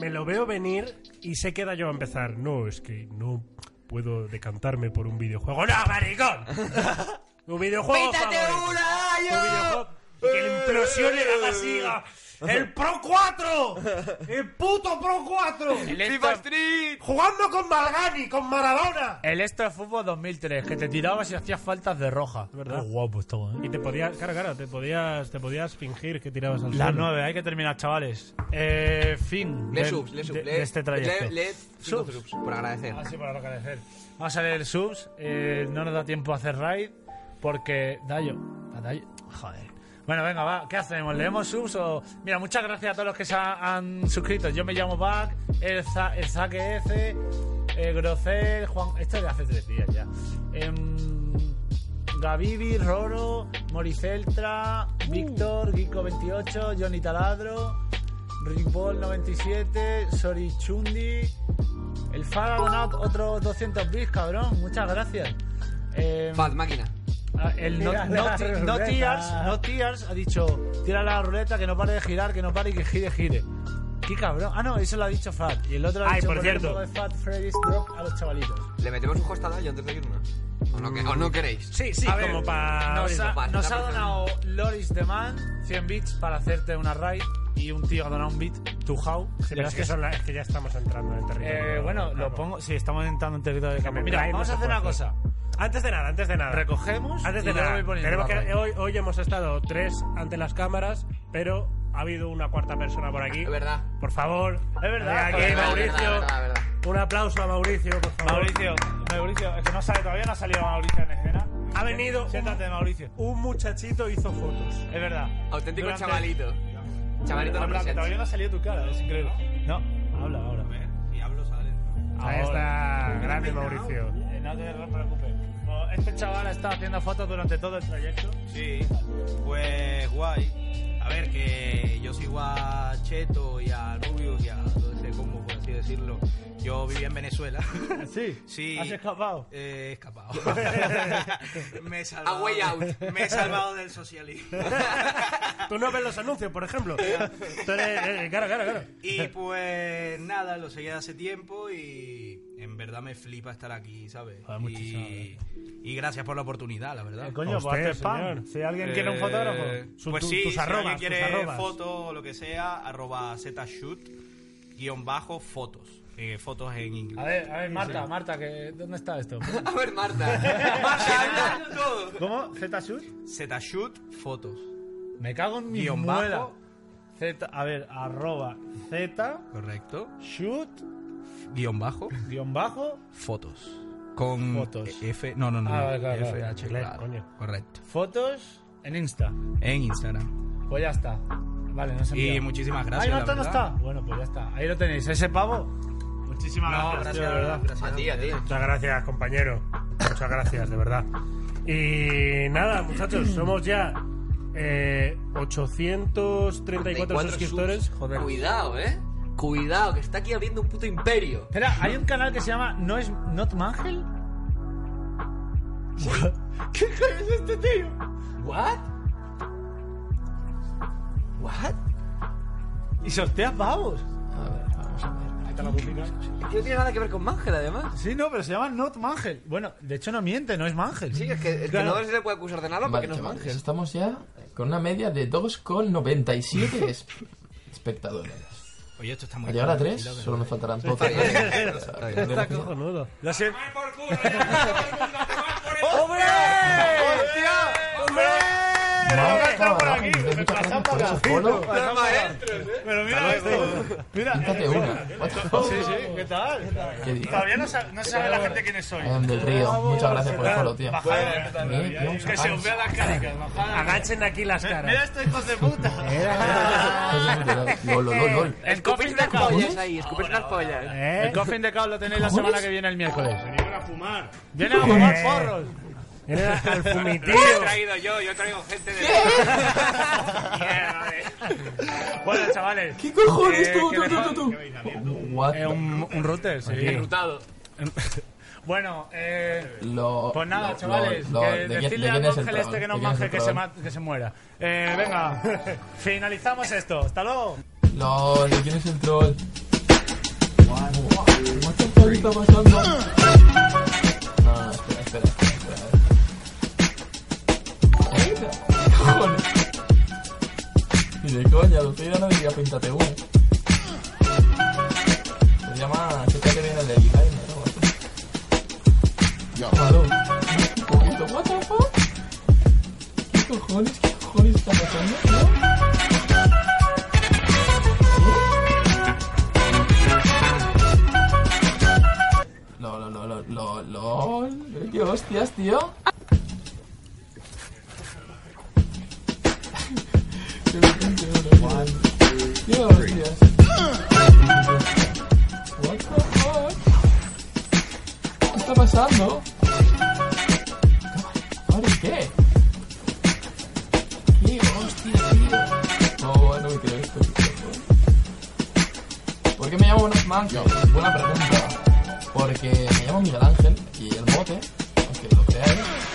S1: Me lo veo venir y sé que Dayo va a empezar. No, es que no puedo decantarme por un videojuego. ¡No, maricón! ¡Un videojuego
S8: ¡Pítate
S1: favorito!
S8: una, Dayo!
S1: ¡Un videojuego! Y que le implosione la gasiga. ¡El Pro 4! ¡El puto Pro 4!
S8: FIFA Street!
S1: ¡Jugando con Malgani, con Maradona!
S3: El Extra Fútbol 2003, que te tirabas y hacías faltas de roja.
S1: ¿Verdad?
S3: Qué guapo esto,
S1: Y
S3: ¿eh?
S1: te podías, claro, claro, te podías, te podías fingir que tirabas al
S3: Las
S1: suelo.
S3: 9, hay que terminar, chavales. Eh, fin.
S8: Le
S3: del-
S8: subs, le subs.
S3: de,
S8: le,
S3: de este trayecto.
S8: Le, le cinco subs. por agradecer.
S3: Ah, sí, por agradecer. Vamos a leer subs. eh, no nos da tiempo a hacer raid porque Dayo, a Dayo- Joder. Bueno, venga, va. ¿Qué hacemos? ¿Leemos subs o...? Mira, muchas gracias a todos los que se ha- han suscrito. Yo me llamo Back, el, Za- el Zaque F, el Grocel, Juan... Esto es de hace tres días ya. Em, Gavivi, Roro, Moriceltra, Víctor, Gico28, Johnny Taladro, Rickball97, Sorichundi, el Fara Donat, otros 200 bits, cabrón. Muchas gracias. Eh,
S8: Fat máquina.
S3: ah, el no,
S8: Tira
S3: no
S8: la
S3: ti-
S8: ruleta.
S3: no Tears, no Tears ha dicho: tira la ruleta, que no pare de girar, que no pare y que gire, gire. Qué cabrón. Ah, no, eso lo ha dicho Fat. Y el otro lo ha
S1: Ay,
S3: dicho:
S1: por
S3: "Ponle un
S1: cierto.
S3: poco de Fat Freddy's Drop a los chavalitos.
S8: ¿Le metemos un host a Dayo antes de irnos? ¿O no, que- o no queréis?
S1: Sí, sí,
S3: A ver,
S1: como para...
S3: Nos ha,
S8: pa-
S3: nos
S8: está
S3: ha
S8: pensando.
S3: donado Loris de Man 100 bits para hacerte una raid y un tío ha donado un bit, tu how.
S1: Pero es que, son las- es que ya estamos entrando en el territorio.
S3: Eh, bueno, lo
S1: Vamos.
S3: pongo. Sí, estamos entrando en territorio de campo.
S1: me
S3: Mira,
S1: trae,
S3: vamos a
S1: no se
S3: hacer una
S1: puede hacer.
S3: cosa.
S1: Antes de nada, antes de nada.
S3: Recogemos
S1: Antes
S3: y
S1: de
S3: yo
S1: nada.
S3: voy poniendo
S1: tenemos
S3: la
S1: que-
S3: raya.
S1: hoy, hoy hemos estado tres ante las cámaras, pero ha habido una cuarta persona por aquí.
S8: Es verdad.
S1: Por favor.
S3: Es verdad,
S1: Aquí,
S3: joder, es verdad,
S1: Mauricio.
S8: es verdad, es verdad.
S1: Un aplauso a Mauricio, por favor.
S3: Mauricio, Mauricio, es que no sale todavía, no ha salido Mauricio en escena.
S1: Ha venido
S3: Siéntate, Mauricio.
S1: Un muchachito hizo fotos.
S3: Es verdad.
S8: Auténtico
S3: Durante-
S8: chavalito. Chavalito
S3: Habla, que
S8: represent.
S3: todavía no ha salido tu cara, es increíble. No, habla ahora.
S2: Si hablo, sale.
S1: Ahí está, grande Mauricio.
S3: Eh, No te preocupes. Bueno, Este chaval ha estado haciendo fotos durante todo el trayecto.
S2: Sí, pues guay. A ver, que yo sigo a Cheto y a Rubius y a todo ese combo, por así decirlo. Yo vivía en Venezuela.
S3: *laughs* Sí.
S2: Sí.
S3: ¿Has escapado?
S2: Eh,
S3: *laughs*
S2: he escapado. *laughs* me he salvado.
S8: A way out.
S2: Me he salvado del
S8: *laughs*
S2: socialismo.
S1: Tú no ves los anuncios, por ejemplo. Tú eres- eh, claro, claro, claro.
S2: Y pues nada, lo seguí hace tiempo y en verdad me flipa estar aquí, ¿sabes?
S3: Joder, muchísimo,
S2: y, y gracias por la oportunidad, la verdad.
S3: Eh, coño,
S1: Usted,
S3: pues hazte spam.
S1: señor.
S3: Si alguien quiere un fotógrafo,
S1: Su-
S2: Eh, pues
S1: tu-
S2: sí,
S1: tus
S2: si
S1: arrobas,
S2: alguien quiere
S1: tus arrobas.
S2: foto o lo que sea, arroba zshoot, guión bajo, fotos. Eh, fotos en inglés.
S3: A ver, a ver, Marta, Marta, que, ¿dónde está *laughs* esto?
S8: A ver,
S2: *laughs*
S8: Marta. Marta, hazlo todo.
S3: ¿Cómo? ¿Z-Sur?
S2: Zshoot, fotos.
S3: Me cago en mi
S2: Guión
S3: muela.
S2: bajo.
S3: Z, a ver, arroba Z,
S2: Correcto.
S3: shoot,
S2: Guión bajo,
S3: guión bajo,
S2: fotos. Con E,
S3: Fotos.
S2: F, no, no, no.
S3: Ah, vale, claro,
S2: FH,
S3: claro. Inglés,
S2: claro.
S3: coño.
S2: Correcto.
S3: fotos en Insta.
S2: En Instagram.
S3: Pues ya está. Vale, no se
S2: Y muchísimas gracias,
S3: Ay, Marta
S2: la
S3: no
S2: verdad.
S3: está. Bueno, pues ya está. Ahí lo tenéis. Ese pavo. Muchísimas
S2: No,
S3: gracias, tío, de
S2: gracias,
S3: verdad.
S2: gracias. eh,
S8: A ti, a ti.
S1: Muchas gracias, compañero. Muchas gracias, de verdad. Y nada, muchachos, somos ya eh, 834
S8: 34
S1: suscriptores.
S8: subs.
S1: Joder.
S8: Cuidado, eh. Cuidado, que está aquí abriendo un puto imperio.
S3: Espera, hay un canal que se llama No es Not Mangel.
S8: ¿Qué es este tío? ¿What? ¿What?
S3: Y sorteas pavos.
S8: A ver, vamos a ver. Es que no tiene nada que ver con Mangel, además.
S3: Sí, no, pero se llama Not Mangel. Bueno, de hecho no miente, no es Mangel.
S8: Sí, es que, es que
S3: Claro.
S8: no se le puede acusar de nada porque
S13: Vale,
S8: no es
S13: chavales,
S8: Mangel.
S13: estamos ya con una media de 2,97 es- *laughs* espectadores.
S2: Oye, esto está muy
S13: Al llegar a
S2: bien,
S13: 3,
S2: tranquilo, que-
S13: solo me faltarán pocos.
S8: *laughs*
S1: Está cojonudo.
S3: Lo sé.
S8: ¡Hombre! ¡Hostia! ¡Hombre!
S13: Marca,
S3: por
S13: Rafa,
S3: aquí,
S13: muchas
S3: me
S13: gracias
S3: pasan
S13: por
S3: por
S13: ese
S3: aquí,
S13: follow.
S3: me
S8: Los maestros, eh.
S3: Pero mira esto. Mira.
S13: Píntate una.
S3: Sí, sí, ¿qué tal?
S13: ¿Qué dices?
S3: Todavía no sabe, no sabe la gente quiénes soy.
S13: I am del río. Muchas gracias por el follow, tío.
S3: Bajad,
S13: Bien, bien,
S3: que se os vea las caras. Bajad.
S1: Agachen aquí las
S3: Mira
S1: caras.
S3: estos hijos de *laughs* puta.
S13: Lol, lol, lol, lol.
S3: El
S8: Escupís
S3: coffin de
S8: unas
S3: caos.
S8: pollas ahí, escupís unas pollas.
S1: ¿Eh?
S3: El coffin de caos lo tenéis la
S13: ¿Cojones?
S3: semana que viene el miércoles.
S14: Vinieron a fumar.
S3: Vienen a fumar porros.
S15: Era al fumitío.
S2: Lo he traído yo, yo traigo gente de. Mierda,
S3: Bueno, chavales.
S2: ¿Qué cojones?
S3: Eh,
S2: Tú,
S3: ¿qué
S2: tú,
S3: le
S2: tú,
S3: pasa?
S2: tú, tú.
S3: Eh, un, un router, sí.
S1: Aquí.
S2: Enrutado.
S3: *laughs* bueno, eh,
S1: Lo-
S3: pues nada,
S1: lo-
S3: chavales.
S1: lo-
S3: que
S1: ¿de quién-
S3: decirle
S1: de
S3: a
S1: quién es el
S3: Ángel este
S1: trabajo?
S3: que
S1: ¿De
S3: no
S1: quién es
S3: manje,
S1: el
S3: que se,
S1: trabajo?
S3: ma- que se muera. Eh, venga, *laughs* finalizamos esto. Hasta luego.
S1: LOL, ¿quién es el troll? What the fuck está pasando? No, no, espera, espera, espera.
S2: *laughs*
S1: Espera. Cojones. Y de coña, Lucía no diría píntate uno. Se llama... ¿Qué tal que viene el de Alzheimer o algo así? Tómalo. Un poquito. What the fuck? ¿Qué cojones? ¿Qué cojones está pasando? No, no, no, no, no, no. ¡Qué hostias, tío! ¡Qué vergüenza, bro. ¡Qué hostias! What the fuck? ¿Qué está pasando? ¿Ahora qué? ¡Qué hostia, tío! Oh, no me creo esto. ¿Por qué me llamo Buenos Mansos? Buena pregunta. Porque me llamo Miguel Ángel y el mote, aunque lo creáis,